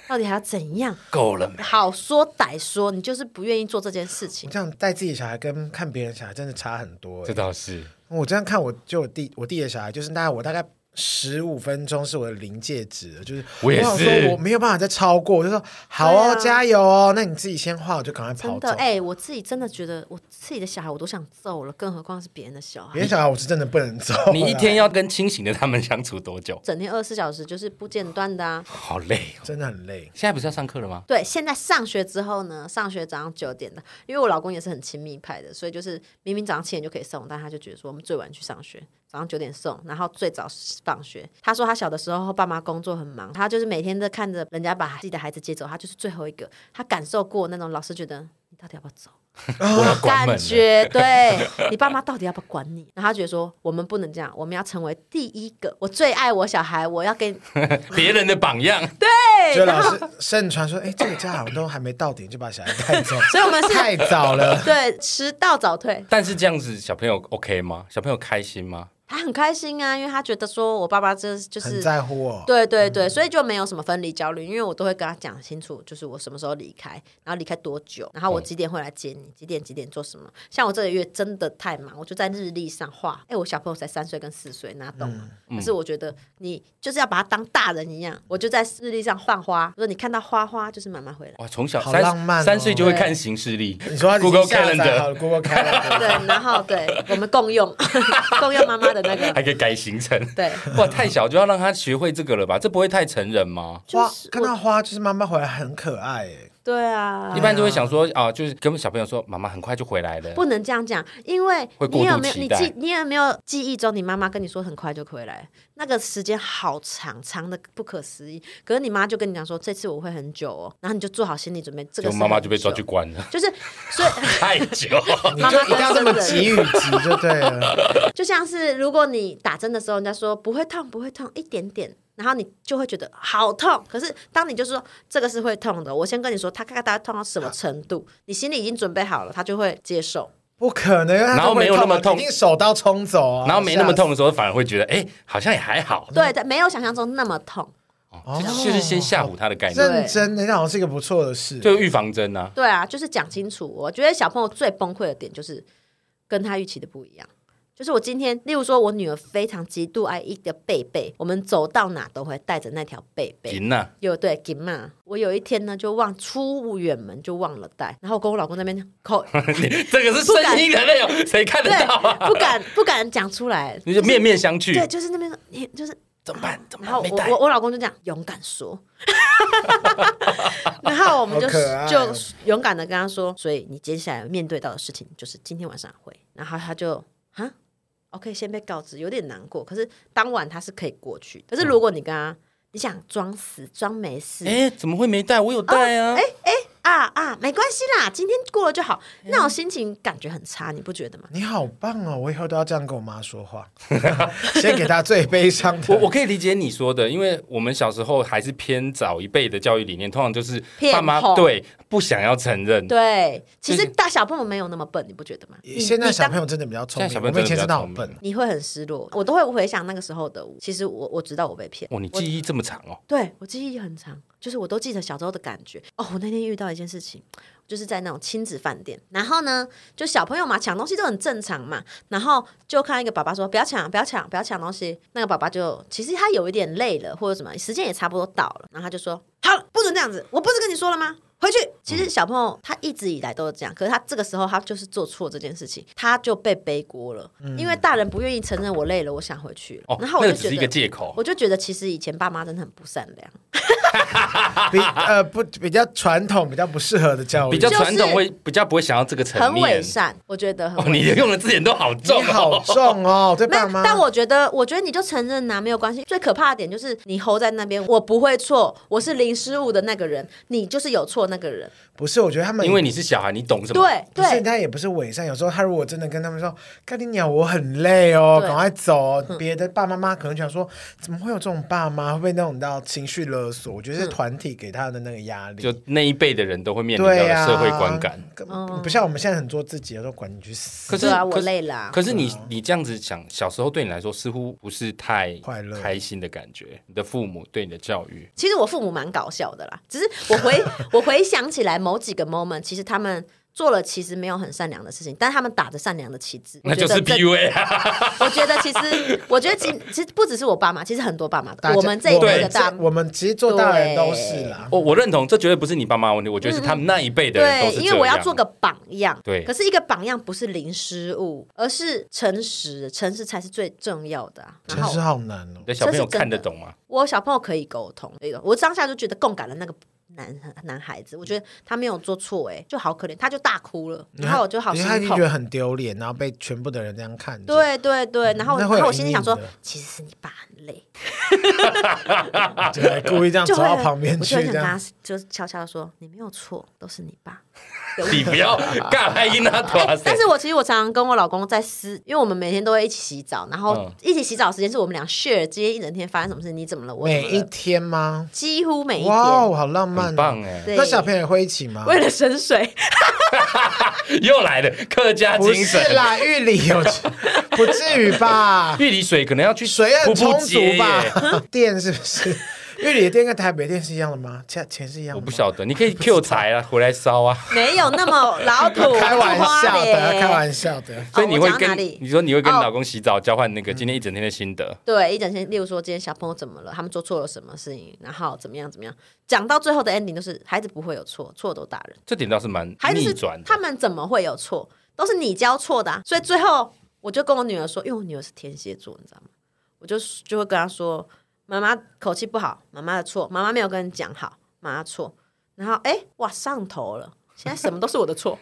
Speaker 3: 到底还要怎样？
Speaker 1: 够了没？
Speaker 3: 好说歹说，你就是不愿意做这件事
Speaker 2: 你
Speaker 3: 情。
Speaker 2: 这样带自己小孩跟看别人小孩真的差很多
Speaker 1: 这
Speaker 2: 耶。
Speaker 1: 倒是，
Speaker 2: 我这样看，我就我弟我弟的小孩，就是大概我大概。十五分钟是我的临界值了，就是
Speaker 1: 我也
Speaker 2: 想
Speaker 1: 是
Speaker 2: 说我没有办法再超过，我就说好哦，
Speaker 3: 对啊
Speaker 2: 加油哦，那你自己先画，我就赶快跑
Speaker 3: 真
Speaker 2: 走
Speaker 3: 的，。哎、我自己真的觉得我自己的小孩我都想揍了，更何况是别人的小
Speaker 2: 别
Speaker 3: 孩。
Speaker 2: 人小孩我是真的不能走，
Speaker 3: 哦
Speaker 1: 你一天要跟清醒的他们相处多久？
Speaker 3: 整天二十四小时就是不间断的啊。
Speaker 1: 好累哦。
Speaker 2: 真的很累。
Speaker 1: 现在不是要上课了吗？
Speaker 3: 对，现在上学之后呢，上学早上九点的，因为我老公也是很亲密派的，所以就是明明早上七点就可以送，但他就觉得说我们最晚去上学，早上九点送，然后最早放学。他说他小的时候爸妈工作很忙，他就是每天都看着人家把自己的孩子接走，他就是最后一个，他感受过那种老师觉得你到底要不要走。啊
Speaker 1: 我要关门
Speaker 3: 感
Speaker 1: 了。
Speaker 3: 觉对你爸妈到底要不要管你？然后他觉得说我们不能这样，我们要成为第一个。我最爱我小孩，我要跟
Speaker 1: 别人的榜样，
Speaker 2: 就老师盛传说，哎，这个家好像都还没到点就把小孩带走，
Speaker 3: 所以我们 是
Speaker 2: 太早了。
Speaker 3: 对迟到早退。
Speaker 1: 但是这样子小朋友 OK 吗？小朋友开心吗？
Speaker 3: 他很开心啊，因为他觉得说我爸爸这就
Speaker 2: 很哦
Speaker 3: 是。
Speaker 2: 在乎我，
Speaker 3: 对对对，所以就没有什么分离焦虑，因为我都会跟他讲清楚，就是我什么时候离开，然后离开多久，然后我几点会来接你，几点几点做什么。像我这个月真的太忙，我就在日历上画。哎，我小朋友才三岁跟四岁，哪懂啊？可是我觉得你就是要把他当大人一样，我就在日历上放花，我说你看到花花就是妈 妈回来。
Speaker 1: 哇，从小
Speaker 2: 好
Speaker 1: 三
Speaker 2: 浪漫哦
Speaker 1: 三岁就会看行事历。
Speaker 2: 你说他已经
Speaker 1: Google
Speaker 2: 下载
Speaker 1: Calendar
Speaker 2: 好了 Google Calendar，
Speaker 3: 对，然后对我们共用 共用妈妈的那个，
Speaker 1: 还可以改行程。
Speaker 3: 对，
Speaker 1: 哇，太小就要让他学会这个了吧？这不会太成人吗？
Speaker 3: 就
Speaker 2: 花
Speaker 3: 是
Speaker 2: 看到花就是妈妈回来很可爱哎，
Speaker 3: 对啊，
Speaker 1: 一般就会想说啊，就是跟小朋友说，妈妈很快就回来了。
Speaker 3: 不能这样讲，因为
Speaker 1: 会过
Speaker 3: 你有
Speaker 1: 度
Speaker 3: 没有
Speaker 1: 期
Speaker 3: 你
Speaker 1: 待
Speaker 3: 记你有没有记忆中你妈妈跟你说很快就回来，那个时间好长，长的不可思议。可是你妈就跟你讲说这次我会很久哦，然后你就做好心理准备，这个
Speaker 1: 就是妈妈
Speaker 3: 很
Speaker 1: 就被抓
Speaker 3: 久
Speaker 1: 去，关了，
Speaker 3: 就是所以。
Speaker 1: 太久。
Speaker 2: 你就一定要这么急与急就对 了。
Speaker 3: 就像是如果你打针的时候，人家说不会痛，不会痛，一点点，然后你就会觉得好痛。可是当你就说这个是会痛的，我先跟你说，他看看他痛到什么程度，你心里已经准备好了，他就会接受。
Speaker 2: 不可能，因为啊他
Speaker 1: 然后
Speaker 2: 会
Speaker 1: 没有那么
Speaker 2: 的
Speaker 1: 痛
Speaker 2: 一定手刀冲走啊，
Speaker 1: 然后没那么痛的时候，反而会觉得，哎，好像也还好。
Speaker 3: 对的，没有想象中那么痛。
Speaker 1: 哦就是就是先吓唬他的概
Speaker 2: 吓死。
Speaker 1: 念，
Speaker 2: 认真欸的，那好像是一个不错的事。
Speaker 1: 就预防针啊。
Speaker 3: 对啊，就是讲清楚。我觉得小朋友最崩溃的点就是跟他预期的不一样。就是我今天，例如说我女儿非常极度爱一个贝贝，我们走到哪都会带着那条贝贝。
Speaker 1: 赢啊了，
Speaker 3: 有对金嘛，我有一天呢就忘出远门就忘了带，然后我跟我老公在那边口
Speaker 1: 这个是声音的内容，谁看得
Speaker 3: 对
Speaker 1: 到啊？
Speaker 3: 不敢不敢讲出来，
Speaker 1: 你就面面相觑
Speaker 3: 对，，就是那边你就是
Speaker 1: 怎么办？怎么
Speaker 3: 然后
Speaker 1: 办？没
Speaker 3: 我
Speaker 1: 带
Speaker 3: 我我老公就这样勇敢 说，然后我们就
Speaker 2: 好可爱哦
Speaker 3: 就勇敢的跟他说，所以你接下来面对到的事情就是今天晚上会，然后他就啊，OK，先被告知，有点难过，可是当晚他是可以过去，
Speaker 2: 嗯
Speaker 3: 可是如果你跟他你想装死装没事，
Speaker 1: 哎，怎么会没带？我有带啊！
Speaker 3: 啊啊，没关系啦，今天过了就好，那种心情感觉很差，你不觉得吗？
Speaker 2: 你好棒哦！我以后都要这样跟我妈说话， 先给她最悲伤的。
Speaker 1: 我我可以理解你说的，因为我们小时候还是偏早一辈的教育理念，通常就是
Speaker 3: 骗
Speaker 1: 爸妈
Speaker 3: 哄
Speaker 1: 对不想要承认，
Speaker 3: 对，其
Speaker 1: 就
Speaker 3: 实
Speaker 1: 是
Speaker 3: 大小朋友没有那么笨，你不觉得吗？你
Speaker 2: 现在
Speaker 3: 你
Speaker 2: 小
Speaker 3: 当
Speaker 2: 朋友真的比较聪
Speaker 1: 现在小
Speaker 2: 明，
Speaker 1: 朋
Speaker 2: 我
Speaker 1: 友真
Speaker 2: 们以
Speaker 1: 的比
Speaker 2: 前
Speaker 1: 较
Speaker 2: 真的好
Speaker 1: 聪明
Speaker 2: 笨。
Speaker 3: 你会很失落，我都会回想那个时候的我。其实我我知道我被骗，
Speaker 1: 哦，你
Speaker 3: 我
Speaker 1: 记忆这么长哦，
Speaker 3: 对我记忆很长，就是我都记得小时候的感觉。哦，我那天遇到一件事情，就是在那种亲子饭店，然后呢，就小朋友嘛，抢东西都很正常嘛，然后就看到一个爸爸说不要抢，不要抢，不要抢东西。那个爸爸就其实他有一点累了，或者什么，时间也差不多到了，然后他就说好了，不准这样子，我不是跟你说了吗？回去，其
Speaker 1: 嗯
Speaker 3: 实小朋友他一直以来都是这样，可是他这个时候他就是做错这件事情，他就被背锅了，因为大人不愿意承认我累了，我想回去了。
Speaker 1: 嗯哦，
Speaker 3: 然后我
Speaker 1: 那
Speaker 3: 就
Speaker 1: 个只
Speaker 3: 觉得
Speaker 1: 是一个借口，
Speaker 3: 我就觉得其实以前爸妈真的很不善良，
Speaker 2: 比呃不比较传统、比较不适合的教育。
Speaker 1: 比较
Speaker 3: 就是
Speaker 1: 传统会比较不会想到这个层
Speaker 3: 很伪
Speaker 1: 面。
Speaker 3: 善，我觉得很
Speaker 1: 哦，
Speaker 3: 伪
Speaker 1: 你用的字眼都好重
Speaker 2: 你
Speaker 1: 哦，
Speaker 2: 好重哦， 对
Speaker 3: 没
Speaker 2: 爸
Speaker 3: 有
Speaker 2: 妈。，
Speaker 3: 但我觉得，我觉得你就承认呐、啊没有关系。最可怕的点就是你 hold 在那边，我不会错，我是零失误的那个人，你就是有错那个人。
Speaker 2: 不是，我觉得他们
Speaker 1: 因为你是小孩，你懂什么？
Speaker 3: 对
Speaker 2: 不是
Speaker 3: 对，
Speaker 2: 他也不是伪善，有时候他如果真的跟他们说“干你鸟，我很累哦，
Speaker 3: 对嗯
Speaker 2: 赶快走哦”， 别的爸爸妈妈可能想说，怎么会有这种爸妈？会被那种到情绪勒索？我觉得
Speaker 3: 嗯
Speaker 2: 是团体给他的那个压力。
Speaker 1: 就那一辈的人都会面临到
Speaker 2: 对
Speaker 1: 的
Speaker 3: 啊
Speaker 2: 呀，
Speaker 1: 社会观感。
Speaker 2: 根
Speaker 3: 哦
Speaker 2: 本不像我们现在很做自己的，都管你去死。
Speaker 1: 可是
Speaker 3: 对啊，
Speaker 1: 可
Speaker 3: 我累啦、
Speaker 1: 可是
Speaker 3: 嗯
Speaker 1: 你你这样子想，小时候对你来说似乎不是太
Speaker 2: 快乐
Speaker 1: 开心的感觉。你的父母对你的教育，
Speaker 3: 其实我父母蛮搞笑的啦，只是我回我回想起来某几个 moment，其实他们。做了其实没有很善良的事情，但他们打着善良的旗帜，
Speaker 1: 那就
Speaker 3: 我
Speaker 1: 是
Speaker 3: 觉得这
Speaker 1: PUA 啊！
Speaker 3: 我觉得 其实，我觉得其其实不只是我爸妈，其实很多爸妈
Speaker 2: 大，家
Speaker 3: 我们这一
Speaker 2: 我
Speaker 3: 辈的
Speaker 2: 这
Speaker 3: 大，
Speaker 2: 我们其实做大人都是啦。
Speaker 1: 我我认同，这绝对不是你爸妈的问题，我觉得是他们那一辈的人都
Speaker 3: 嗯对
Speaker 1: 是，这
Speaker 3: 因为我要
Speaker 1: 样
Speaker 3: 做个榜样。
Speaker 1: 对
Speaker 3: 可是一个榜样不是零失误，而是诚实，诚实才是最重要的、啊。然
Speaker 2: 真是
Speaker 3: 后
Speaker 2: 好难哦
Speaker 1: 你。的小朋友
Speaker 3: 这是真的
Speaker 1: 看得懂吗？
Speaker 3: 我小朋友可以沟通，可以的。我当下就觉得共感了那个男男孩子，我觉得他没有做错，哎，就好可怜，他就大哭了，然后我就好
Speaker 2: 因
Speaker 3: 心
Speaker 2: 为他已经
Speaker 3: 痛
Speaker 2: 觉。得很丢脸，然后被全部的人这样看着。
Speaker 3: 对对对，然后
Speaker 2: 嗯那
Speaker 3: 然
Speaker 2: 会有
Speaker 3: 后我心里
Speaker 2: 阴
Speaker 3: 想说
Speaker 2: 影的，
Speaker 3: 其实是你爸很累，
Speaker 2: 就还故意这样
Speaker 3: 就
Speaker 2: 走
Speaker 3: 会
Speaker 2: 到
Speaker 3: 很
Speaker 2: 旁边
Speaker 3: 我
Speaker 2: 去
Speaker 3: 就很
Speaker 2: 这
Speaker 3: 想跟
Speaker 2: 样
Speaker 3: 他。就是悄悄的说，你没有错，都是你爸。
Speaker 1: 你不 要尬拍音啊！哇塞
Speaker 3: 哎 但是我其实我常常跟我老公在私，因为我们每天都会一起洗澡，然后
Speaker 1: 嗯
Speaker 3: 一起洗澡的时间是我们俩 share 今天一整天发生什么事，你怎么了，我怎
Speaker 2: 每
Speaker 3: 么
Speaker 2: 一
Speaker 3: 了，
Speaker 2: 天吗？
Speaker 3: 几乎每一
Speaker 2: 哇
Speaker 3: 天。
Speaker 2: 哦，好浪漫、
Speaker 1: 很棒！哎，
Speaker 3: 对，
Speaker 2: 那小朋友也会一起吗？
Speaker 3: 为了省水，
Speaker 1: 又来了客家
Speaker 2: 不
Speaker 1: 精神。
Speaker 2: 是 啦，玉里有，不至于吧？
Speaker 1: 玉里水可能要去
Speaker 2: 水
Speaker 1: 瀑
Speaker 2: 很充
Speaker 1: 布
Speaker 2: 足
Speaker 1: 街
Speaker 2: 吧
Speaker 1: 耶？
Speaker 2: 电是不是？玉里的电跟台北电是一样的吗？价钱是一样的
Speaker 1: 我
Speaker 2: 吗？
Speaker 1: 不晓得，你可以 Q 财啊，回来烧啊。
Speaker 3: 没有那么老土。
Speaker 2: 开玩笑的，
Speaker 3: 我住花
Speaker 2: 开
Speaker 3: 莲
Speaker 2: 玩笑的。
Speaker 1: 所以你会
Speaker 3: 哦我讲到
Speaker 1: 跟
Speaker 3: 哪里
Speaker 1: 你说你会跟
Speaker 3: 哦嗯
Speaker 1: 老公洗澡交换那个今天一整天的心得，
Speaker 3: 对，一整天，例如说今天小朋友怎么了，他们做错了什么事情，然后怎么样怎么样，讲到最后的 ending 都是孩子不会有错，错都大人，
Speaker 1: 这点倒是蛮
Speaker 3: 孩子
Speaker 1: 逆
Speaker 3: 是
Speaker 1: 转的
Speaker 3: 他。们怎么会有错，都是你教错的、啊。所以最后我就跟我女儿说，因为我女儿是天蝎座，你知道吗？我就就会跟她说，妈妈口气不好，妈妈的错，妈妈没有跟你讲好，妈妈错。然后哎，哇，上头了。现在什么都是我的错，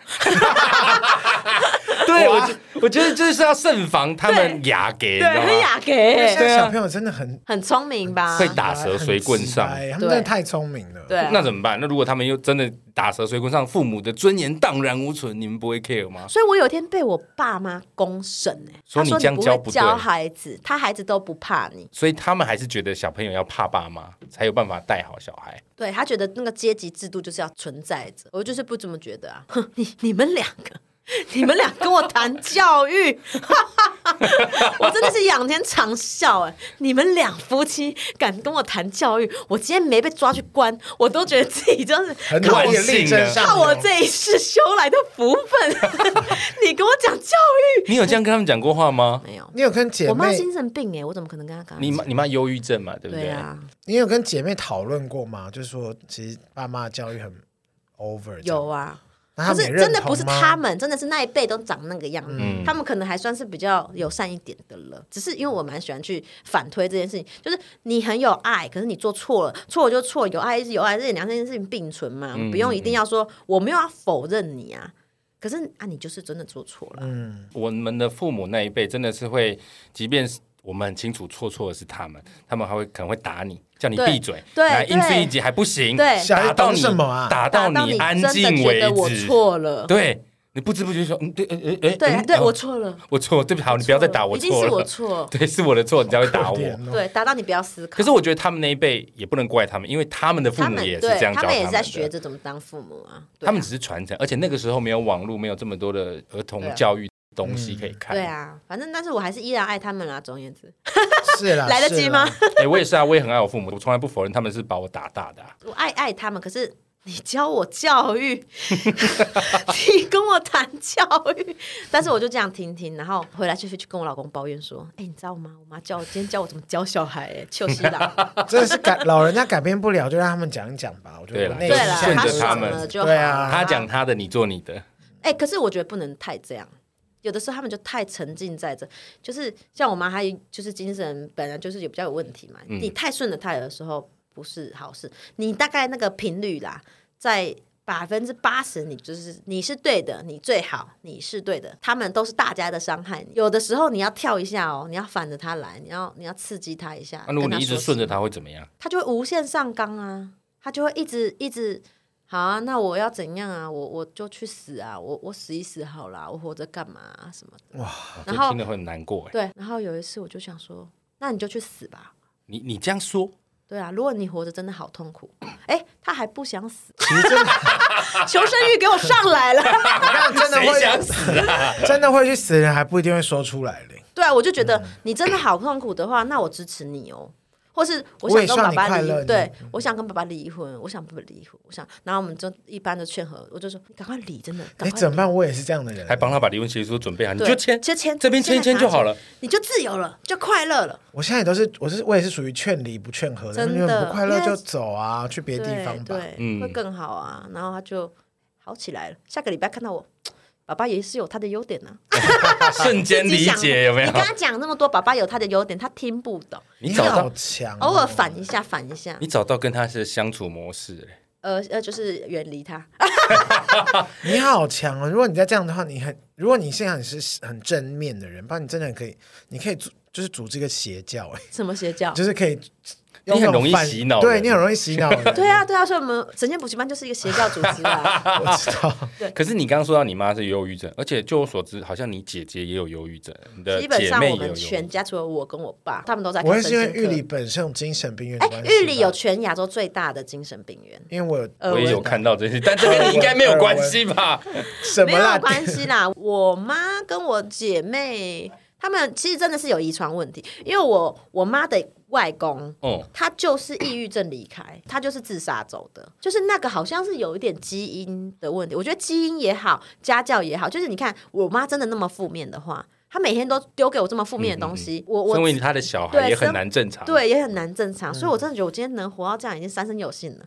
Speaker 1: 对，我觉我觉得就是要慎防他们牙给，你
Speaker 3: 对，
Speaker 1: 知道
Speaker 3: 很
Speaker 1: 吗？
Speaker 3: 雅给
Speaker 2: 现，在
Speaker 1: 对啊
Speaker 2: 小朋友真的很
Speaker 3: 很聪明吧？
Speaker 1: 会打蛇随棍上
Speaker 2: 很直白他们真的太聪明了。
Speaker 3: 对啊，
Speaker 1: 那怎么办？那如果他们又真的打蛇随棍上，父母的尊严荡然无存，你们不会 care 吗？
Speaker 3: 所以我有一天被我爸妈公审哎、
Speaker 1: 说
Speaker 3: 他
Speaker 1: 你
Speaker 3: 说
Speaker 1: 这样
Speaker 3: 你不
Speaker 1: 教
Speaker 3: 会
Speaker 1: 不对
Speaker 3: 教孩子，他孩子都不怕你，
Speaker 1: 所以他们还是觉得小朋友要怕爸妈，才有办法带好小 孩。
Speaker 3: 对他觉得那个阶级制度就是要存在着，我就是不这么觉得啊。哼，你 你们两个，你们俩跟我谈教育，我真的是这两天常笑哎、你们两夫妻敢跟我谈教育，我今天没被抓去关，我都觉得自己就是
Speaker 2: 很
Speaker 3: 靠
Speaker 2: 努
Speaker 1: 万
Speaker 2: 力
Speaker 1: 幸
Speaker 2: 地力争上游。
Speaker 3: 靠我这一世修来的 福分。你跟我讲教育
Speaker 1: 你有这样跟他们讲过话 吗？
Speaker 3: 没有？
Speaker 2: 你有跟姐
Speaker 3: 我妈
Speaker 2: 妹，
Speaker 3: 精神病哎、我怎么可能跟她讲？
Speaker 1: 你妈你妈忧郁症嘛，对不
Speaker 3: 对啊，
Speaker 2: 你有跟姐妹讨论过吗？就是说，其实爸妈的教育很 over 这样。
Speaker 3: 有啊。
Speaker 2: 那
Speaker 3: 可
Speaker 2: 他们
Speaker 3: 是
Speaker 2: 也认
Speaker 3: 真
Speaker 2: 同吗，
Speaker 3: 的不是他们，真的是那一辈都长那个样子。
Speaker 1: 嗯
Speaker 3: 他们可能还算是比较友善一点的了。只是因为我蛮喜欢去反推这件事情，就是你很有爱，可是你做错了，错了就错，有爱是有爱，这两件事情并存嘛，
Speaker 1: 嗯
Speaker 3: 不用一定要说我没有要否认你啊。可是啊，你就是真的做错了啊。
Speaker 2: 嗯，
Speaker 1: 我们的父母那一辈真的是会，即便是我们很清楚错错的是他们，他们还会可能会打你，叫你
Speaker 3: 对
Speaker 1: 闭嘴，
Speaker 3: 对
Speaker 1: 来应
Speaker 3: 对
Speaker 1: 试一级还不行，
Speaker 3: 对
Speaker 2: 小孩
Speaker 1: 打到
Speaker 2: 懂
Speaker 1: 你
Speaker 2: 什么啊？
Speaker 1: 打
Speaker 3: 打
Speaker 1: 到
Speaker 3: 到
Speaker 1: 你
Speaker 3: 你
Speaker 1: 安
Speaker 3: 真的
Speaker 1: 静
Speaker 3: 觉
Speaker 1: 为
Speaker 3: 得我
Speaker 1: 止。
Speaker 3: 错了，
Speaker 1: 对你不知不觉说，嗯，对，哎哎哎，
Speaker 3: 对
Speaker 1: 嗯
Speaker 3: 对，
Speaker 1: 哦
Speaker 3: 我错了，
Speaker 1: 我错，对不起，好，你不要再打我，
Speaker 3: 已经是
Speaker 1: 错
Speaker 3: 我
Speaker 1: 了，
Speaker 3: 错，
Speaker 1: 对，是我的错，你才会 打我。
Speaker 2: 点哦
Speaker 3: 对，达到你不要思考。
Speaker 1: 可是我觉得他们那一辈也不能怪他们，因为他们的父
Speaker 3: 他
Speaker 1: 母
Speaker 3: 们
Speaker 1: 也是
Speaker 3: 对
Speaker 1: 这样教
Speaker 3: 们也
Speaker 1: 们
Speaker 3: 是在学
Speaker 1: 的。
Speaker 3: 着怎么当父母啊。对啊
Speaker 1: 他们只是传承，而且那个时候没有网络，没有这么多的儿
Speaker 3: 对
Speaker 1: 童
Speaker 3: 啊
Speaker 1: 教育东西可以看。
Speaker 3: 对啊，反正但是我还是依然爱他们啦。总而言之，
Speaker 2: 是啦，
Speaker 3: 来得
Speaker 2: 啊是
Speaker 3: 及
Speaker 2: 啦
Speaker 3: 吗？
Speaker 1: 哎、我也是啊，我也很爱我父母，我从来不否认他们是把我打大的、啊。
Speaker 3: 我爱爱他们，可是你教我教育， 你跟我谈教育，但是我就这样听听，然后回来就去去跟我老公抱怨说：“哎、你知道吗？我妈教我今天教我怎么教小孩、哎，邱西郎，
Speaker 2: 真的是改老人家改变不了，就让他们讲一讲吧。我觉
Speaker 1: 对
Speaker 2: 得
Speaker 1: 啦
Speaker 2: 我内
Speaker 3: 对
Speaker 2: 心
Speaker 3: 啦，
Speaker 1: 顺
Speaker 2: 想
Speaker 1: 着
Speaker 3: 他
Speaker 2: 的是
Speaker 1: 他
Speaker 3: 爽
Speaker 1: 们
Speaker 3: 了就好
Speaker 2: 对啊
Speaker 1: 他讲他的，你做你的。
Speaker 3: 哎、可是我觉得不能太这样，有的时候他们就太沉浸在这，就是像我妈，她就是精神本来就是有比较有问题嘛，
Speaker 1: 嗯
Speaker 3: 你太顺着她有的时候不是好事，你大概那个频率啦，在。百分之八十，你就是你是对的，你最好，你是对的，他们都是大家的伤害你。有的时候你要跳一下哦，你要反着他来，你要你要刺激他一下。
Speaker 1: 啊那、如果
Speaker 3: 跟
Speaker 1: 你一
Speaker 3: 他
Speaker 1: 直
Speaker 3: 说
Speaker 1: 顺着他，会怎么样？
Speaker 3: 他就会无限上纲啊，他就会一直一直，好啊，那我要怎样啊？我我就去死啊，我我死一死好啦，我活着干嘛、啊、什么的。
Speaker 1: 啊
Speaker 3: 然
Speaker 1: 这
Speaker 3: 后
Speaker 1: 听了会很难过哎。
Speaker 3: 对，然后有一次我就想说，那你就去死吧。
Speaker 1: 你你这样 说，
Speaker 3: 对啊，如果你活着真的好痛苦，哎，他还不想死，求生欲给我上 来了。
Speaker 2: 那真的
Speaker 1: 谁想
Speaker 2: 会
Speaker 1: 死啊？
Speaker 2: 真的会去死的人，还不一定会说出来嘞。
Speaker 3: 对啊，我就觉
Speaker 2: 嗯
Speaker 3: 得你真的好痛苦的话，那我支持你哦。或是我
Speaker 2: 我也
Speaker 3: 想跟
Speaker 2: 希望你嗯
Speaker 3: 爸爸
Speaker 2: 快
Speaker 3: 离
Speaker 2: 乐，
Speaker 3: 对，我想跟爸爸离婚，我想不离婚，我想，然后我们就一般的劝和，我就说你赶快离，真的，赶
Speaker 2: 你
Speaker 3: 快
Speaker 2: 哎怎么办？我也是这样的人
Speaker 1: 还，帮他把离婚协议书准备好，你
Speaker 3: 对
Speaker 1: 就签，
Speaker 3: 就签
Speaker 1: 这边签一签就好了。
Speaker 3: 你就自由了，就快乐了。
Speaker 2: 我现在也都是，我是我也是属于劝离不劝和的，
Speaker 3: 真的
Speaker 2: 你们不快乐
Speaker 3: 因为
Speaker 2: 就走啊，去别的地方吧。
Speaker 3: 对，
Speaker 1: 嗯
Speaker 3: 对会更好啊。然后他就好起来了。下个礼拜看到我，爸爸也是有他的 优点呢、
Speaker 1: 瞬间理
Speaker 3: 自己想
Speaker 1: 解有没
Speaker 3: 你
Speaker 1: 有
Speaker 3: 跟？他讲那么多，爸爸有他的优点，他听不懂，
Speaker 1: 你找
Speaker 2: 好
Speaker 1: 到
Speaker 2: 强哦，
Speaker 3: 偶尔反一下，反一下
Speaker 1: 你，找到跟他是相处模式哎。
Speaker 3: 呃呃，就是远离他。
Speaker 2: 你好强哦！如果你再这样的话，你很，如果你现在很是很正面的人，不然你真的可以，你可以组就是组织一个邪教，哎，
Speaker 3: 什么邪教？
Speaker 2: 就是可以
Speaker 1: 你
Speaker 2: 用
Speaker 1: 很
Speaker 2: 那种
Speaker 1: 容易
Speaker 2: 反
Speaker 1: 洗脑
Speaker 2: 对
Speaker 1: 人
Speaker 2: 你很容易洗脑人。
Speaker 3: 对啊，对啊，所以我们神仙补习班就是一个邪教组织 啊。
Speaker 2: 我知道，
Speaker 1: 可是你刚刚说到你妈是忧郁症，而且就我所知，好像你姐姐也有忧郁症，你的
Speaker 3: 基本
Speaker 1: 姐
Speaker 3: 上
Speaker 1: 妹
Speaker 3: 我
Speaker 1: 也有
Speaker 3: 们
Speaker 1: 忧郁
Speaker 3: 全
Speaker 1: 症。
Speaker 3: 家除了我跟我爸，他们都在
Speaker 2: 我
Speaker 3: 看
Speaker 2: 也
Speaker 3: 神
Speaker 2: 是因为
Speaker 3: 仙
Speaker 2: 玉里
Speaker 3: 课。
Speaker 2: 本身有精神病院的
Speaker 3: 哎
Speaker 2: 关，系吧，
Speaker 3: 玉里有全亚洲最大的精神病院。
Speaker 2: 因为我有
Speaker 3: 呃
Speaker 1: 我也有看到这些，但这跟你应该没有关系 吧？
Speaker 2: 什
Speaker 3: 没
Speaker 2: 么
Speaker 3: 有啊
Speaker 2: 啦？
Speaker 3: 关 系啦，我妈跟我姐妹她们其实真的是有遗传问题，因为我我妈的外公。
Speaker 1: 哦，
Speaker 3: 他就是抑郁症离开，他就是自杀走的，就是那个好像是有一点基因的问题。我觉得基因也好，家教也好，就是你看我妈真的那么负面的话，她每天都丢给我这么负面的东西，我我
Speaker 2: 嗯
Speaker 1: 身为他的小孩
Speaker 3: 对
Speaker 1: 也很
Speaker 3: 身
Speaker 1: 难正常。，
Speaker 3: 对也很难正常，所以我真的觉得我今天能活到这样已经三生有幸了。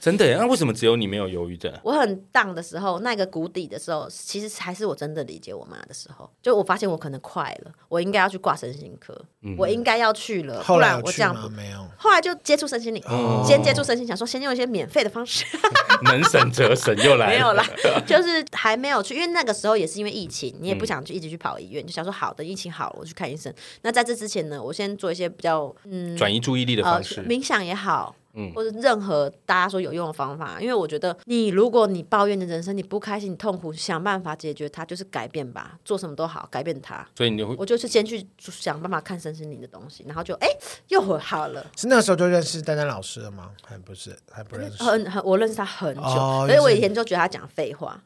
Speaker 1: 真的耶，那为什么只有你没有忧郁症？
Speaker 3: 我很荡的时候，那个谷底的时候，其实才是我真的理解我妈的时候。就我发现我可能快了，我应该要去挂身心科，我应该要去了，不
Speaker 2: 后来
Speaker 3: 然
Speaker 2: 有
Speaker 3: 我这
Speaker 2: 去
Speaker 3: 样
Speaker 2: 吗？
Speaker 3: 不。
Speaker 2: 没有。
Speaker 3: 后来就接触身心灵，
Speaker 1: 哦
Speaker 3: 先接触身心，想说先用一些免费的 方式，
Speaker 1: 能省则省，又来了。
Speaker 3: 没有啦，就是还没有去，因为那个时候也是因为疫情，你也不想去一直去跑医院，就想说好的，疫情好了我去看医生。那在这之前呢，我先做一些比较
Speaker 1: 转移注意力的
Speaker 3: 呃
Speaker 1: 方式。嗯
Speaker 3: 冥想也好，或者任何大家说有用的方法，因为我觉得你如果你抱怨你的人生，你不开心、你痛苦，想办法解决它，就是改变吧，做什么都好，改变它。
Speaker 1: 所以你就会
Speaker 3: 我就是先去想办法看身心灵的东西，然后就哎、又好了。
Speaker 2: 是那时候就认识丹丹老师了吗？还不是，还不认识。
Speaker 3: 很很，我认识他很久，
Speaker 2: 哦
Speaker 3: 所以我以前就觉得他讲废话，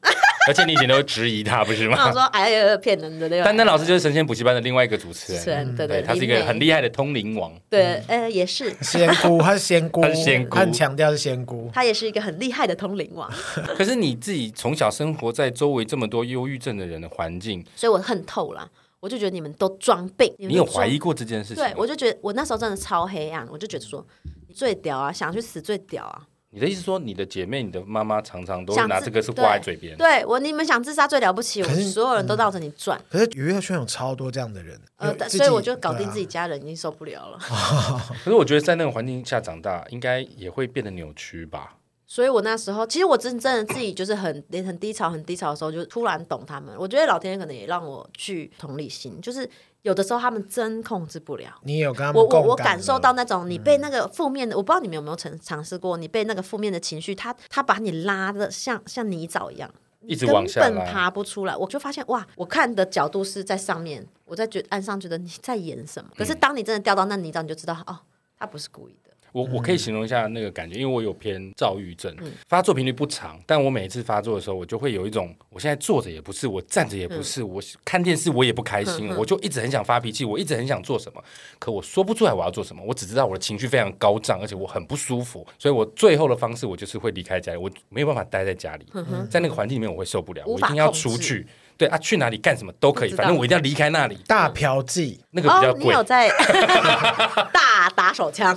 Speaker 1: 而且你以前都质疑他，不是
Speaker 3: 我想
Speaker 1: 吗？
Speaker 3: 说，哎呀，骗人的对吧？
Speaker 1: 丹丹老师就是神仙补习班的另外一个主持
Speaker 3: 是啊
Speaker 1: 人，
Speaker 3: 对
Speaker 1: 对
Speaker 3: 对，
Speaker 1: 他是一
Speaker 3: 林
Speaker 1: 个
Speaker 3: 美
Speaker 1: 很厉嗯害的通灵王。
Speaker 3: 对，呃，也是，
Speaker 2: 仙姑，她是仙姑，
Speaker 1: 她是仙姑
Speaker 2: 她很强调是仙姑。
Speaker 3: 他也是一个很厉害的通灵王，
Speaker 1: 可是你自己从小生活在周围这么多忧郁症的人的环境，
Speaker 3: 所以我恨透了。我就觉得你们都装病，
Speaker 1: 你
Speaker 3: 你们都
Speaker 1: 有怀
Speaker 3: 装
Speaker 1: 疑过这件事情吗？
Speaker 3: 对，我就觉得我那时候真的超黑暗，我就觉得说你最屌啊，想去死最屌啊！
Speaker 1: 你的意思是说，你的姐妹、你的妈妈常常都
Speaker 3: 想
Speaker 1: 拿
Speaker 3: 自
Speaker 1: 这个是挂在嘴边，
Speaker 3: 对我，你们想自杀最了不起，我
Speaker 2: 可是
Speaker 3: 所有人都绕着你转，
Speaker 2: 可是娱乐圈有超多这样的人，
Speaker 3: 呃
Speaker 2: 有，
Speaker 3: 但
Speaker 2: 自己
Speaker 3: 所以我就搞定自己
Speaker 2: 对啊
Speaker 3: 家人已经受不了了，
Speaker 1: 可是我觉得在那个环境下长大，应该也会变得扭曲吧。
Speaker 3: 所以我那时候其实我真正的自己就是很很低潮、很低潮的时候，就突然懂他们。我觉得老天爷可能也让我去同理心，就是有的时候他们真控制不了。
Speaker 2: 你也有跟他们
Speaker 3: 我我
Speaker 2: 共
Speaker 3: 我
Speaker 2: 感嗯
Speaker 3: 感
Speaker 2: 的
Speaker 3: 受到那种你被那个负面的，我不知道你们有没有尝尝试过，你被那个负面的情绪，它它把你拉的像像泥沼一样，
Speaker 1: 一直往下拉
Speaker 3: 根本爬不出来。我就发现哇，我看的角度是在上面，我在觉岸上觉得你在演什么。
Speaker 1: 嗯
Speaker 3: 可是当你真的掉到那泥沼，你就知道哦，他不是故意的。
Speaker 1: 我我可以形容一下那个感觉，因为我有偏躁郁症，
Speaker 3: 嗯
Speaker 1: 发作频率不长，但我每一次发作的时候，我就会有一种，我现在坐着也不是，我站着也
Speaker 3: 嗯
Speaker 1: 不是，我看电视我也不开心，我就一直很想发脾气，我一直很想做什么，可我说不出来我要做什么，我只知道我的情绪非常高涨，而且我很不舒服，所以我最后的方式我就是会离开家里，我没有办法待在家里，在那个环境里面我会受不了，
Speaker 3: 嗯无
Speaker 1: 我一
Speaker 3: 法
Speaker 1: 定要
Speaker 3: 控制
Speaker 1: 出去。对啊，去哪里干什么都可以，
Speaker 3: 不知道
Speaker 1: 反正我一定要离开那里。
Speaker 2: 大嫖妓，
Speaker 1: 那个比较
Speaker 3: 哦，你
Speaker 1: 贵。
Speaker 3: 有在大打 手枪，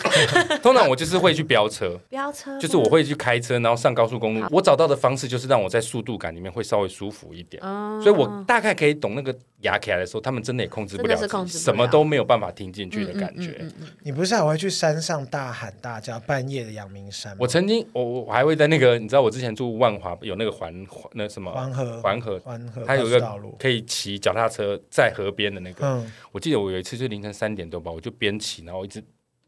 Speaker 1: 通常我就是会去飙车，
Speaker 3: 飙车
Speaker 1: 就是我会去开车，然后上高速公路。我找到的方式就是让我在速度感里面会稍微舒服一点，
Speaker 3: 哦
Speaker 1: 所以我大概可以懂那个压起来的时候，他们真的也控制不了
Speaker 3: 真的是
Speaker 1: 自己，
Speaker 3: 控制不了嗯
Speaker 1: 什么都没有办法听进去的感觉。
Speaker 2: 你不是还会去山上大喊大叫，半夜的阳明山吗？
Speaker 1: 我曾经，我我我还会在那个，你知道我之前住万华有那个环环那什么
Speaker 2: 环河
Speaker 1: 环河，
Speaker 2: 环河
Speaker 1: 它有一
Speaker 2: 高速道
Speaker 1: 个
Speaker 2: 路，
Speaker 1: 可以骑脚踏车在河边的那个。
Speaker 2: 嗯，
Speaker 1: 我记得我有一次就凌晨三点多吧，我就边骑，然后一直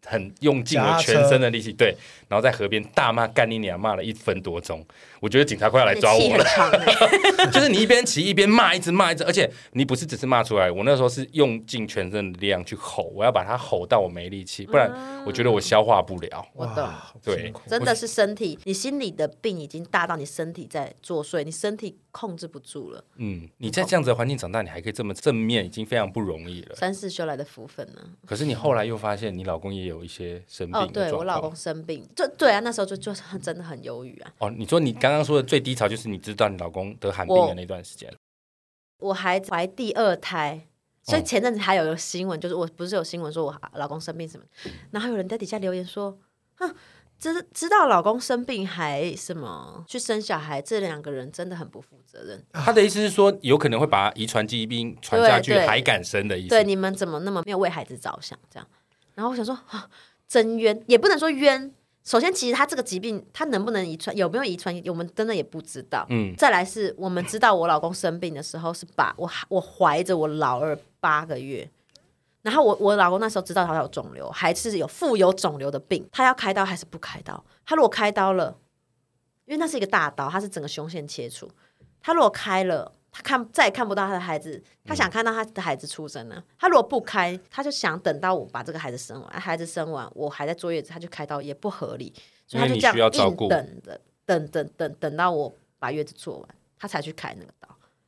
Speaker 1: 很用尽
Speaker 2: 脚
Speaker 1: 我
Speaker 2: 踏
Speaker 1: 全身的力气，对，然后在河边大骂干你娘，骂了一分多钟，我觉得警察快要来抓
Speaker 3: 你
Speaker 1: 我
Speaker 3: 气很
Speaker 1: 了。
Speaker 3: 长 欸
Speaker 1: 就是你一边骑一边骂，一直骂一直，而且你不是只是骂出来，我那时候是用尽全身的力量去吼，我要把它吼到我没力气，不然我觉得我消化不了。
Speaker 3: 我
Speaker 2: 哇
Speaker 3: 懂。
Speaker 2: 好
Speaker 1: 对
Speaker 2: 辛苦
Speaker 3: 真的是身体，你心里的病已经大到你身体在作祟，你身体控制不住了。
Speaker 1: 嗯，你在这样子的环境长大，你还可以这么正面，已经非常不容易了。
Speaker 3: 三世修来的福分呢、
Speaker 1: 可是你后来又发现，你老公也有一些生病
Speaker 3: 哦，
Speaker 1: 的
Speaker 3: 对我
Speaker 1: 状
Speaker 3: 老
Speaker 1: 况。
Speaker 3: 公生病，就对啊，那时候就就很真的很忧郁啊。
Speaker 1: 哦，你说你刚刚说的最低潮就是你知道你老公得罕病的那段时间。
Speaker 3: 我还怀第二胎，所以
Speaker 1: 哦
Speaker 3: 前阵子还有个新闻，就是我不是有新闻说我老公生病什么，然后有人在底下留言说，哼，知知道老公生病还什么去生小孩，这两个人真的很不负责任。
Speaker 1: 他的意思是说，有可能会把遗传疾病传下去，
Speaker 3: 对对
Speaker 1: 还敢生的意思。
Speaker 3: 对，你们怎么那么没有为孩子着想？这样，然后我想说，啊真冤，也不能说冤。首先，其实他这个疾病，他能不能遗传，有没有遗传，我们真的也不知道。
Speaker 1: 嗯，
Speaker 3: 再来是我们知道我老公生病的时候是把我我怀着我老二八个月，然后我我老公那时候知道他有肿瘤，还是有富有肿瘤的病，他要开刀还是不开刀？他如果开刀了，因为那是一个大刀，他是整个胸腺切除，他如果开了。他看再也看不到他的孩子，他
Speaker 1: 嗯
Speaker 3: 想看到他的孩子出生呢、他如果不开，他就想等到我把这个孩子生完，孩子生完我还在坐月子，他就开刀也不合理，所以他
Speaker 1: 因为
Speaker 3: 就
Speaker 1: 你
Speaker 3: 这样
Speaker 1: 需要照
Speaker 3: 硬
Speaker 1: 顾
Speaker 3: 等的，等等等等到我把月子做完，他才去开那个刀。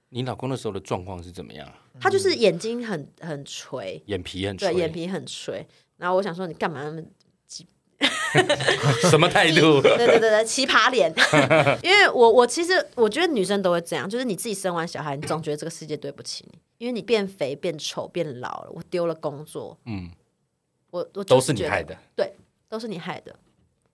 Speaker 1: 你老公那时候的状况是怎么样啊？
Speaker 3: 他就是眼睛很很垂，
Speaker 1: 眼皮很
Speaker 3: 对，
Speaker 1: 垂，
Speaker 3: 眼皮很垂。然后我想说，你干嘛那么？
Speaker 1: 什么态度？
Speaker 3: 对对对对，奇葩 脸。因为我我其实我觉得女生都会这样，就是你自己生完小孩，你总觉得这个世界对不起你，因为你变肥、变丑、变老了，我丢了工作，
Speaker 1: 嗯，
Speaker 3: 我我就
Speaker 1: 都是你
Speaker 3: 觉得
Speaker 1: 害，的。
Speaker 3: 都是你害的。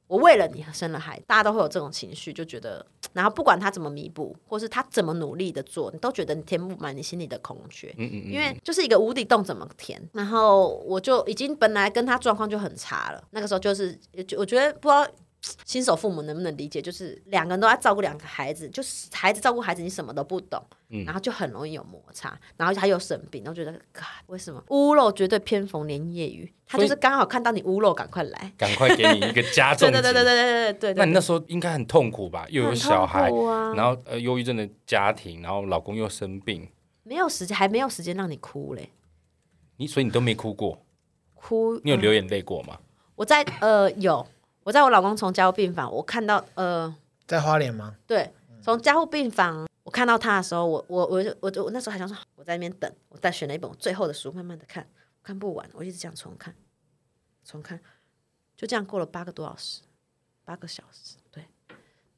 Speaker 3: 我为了你生了孩子，大家都会有这种情绪，就觉得，然后不管他怎么弥补，或是他怎么努力的做，你都觉得你填不满你心里的空缺。
Speaker 1: 嗯嗯嗯。
Speaker 3: 因为就是一个无底洞，怎么填？然后我就已经本来跟他状况就很差了，那个时候就是，就我觉得不知道新手父母能不能理解，就是两个人都在照顾两个孩子，就是孩子照顾孩子，你什么都不懂，然
Speaker 1: 嗯
Speaker 3: 后就很容易有摩擦，然后他又生病，然后觉得，God，为什么屋漏绝对偏逢连夜雨？他就
Speaker 1: 所
Speaker 3: 是刚好看到你屋漏，赶快来。
Speaker 1: 赶快给你一个加重 级。
Speaker 3: 对对对对对对对对
Speaker 1: 那
Speaker 3: 对
Speaker 1: 你那时候应该很痛苦吧？又有
Speaker 3: 很
Speaker 1: 小孩，
Speaker 3: 痛苦啊
Speaker 1: 然后呃，忧郁症的家庭，然后老公又生病，
Speaker 3: 没有时间，还没有时间让你哭嘞，
Speaker 1: 你所以你都没哭过，
Speaker 3: 哭。
Speaker 1: 你有
Speaker 3: 嗯
Speaker 1: 流眼泪过吗？
Speaker 3: 我在呃有，我在我老公从家务病房，我看到呃
Speaker 2: 在花莲吗？
Speaker 3: 对，从加护病房我看到他的时候，我我我就我就我那时候还想说，我在那边等，我再选了一本我最后的书，慢慢的看，看不完，我一直这样重看，重看，就这样过了八个多小时，八个小时，对。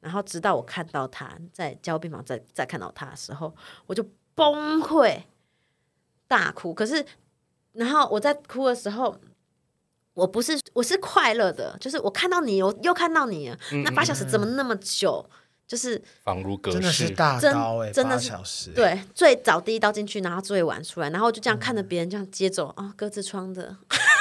Speaker 3: 然后直到我看到他在交病房再再看到他的时候，我就崩溃大哭。可是，然后我在哭的时候，我不是我是快乐的，就是我看到你，我又看到你了。那八小时怎么那么久？就是
Speaker 1: 仿如隔
Speaker 2: 真的是
Speaker 1: 世。
Speaker 2: 大
Speaker 3: 真
Speaker 2: 刀哎，
Speaker 3: 真的
Speaker 2: 八
Speaker 3: 是
Speaker 2: 小时，，
Speaker 3: 对，最早第一刀进去，然后最晚出来，然后我就这样看着别人这样接走啊、各自窗的，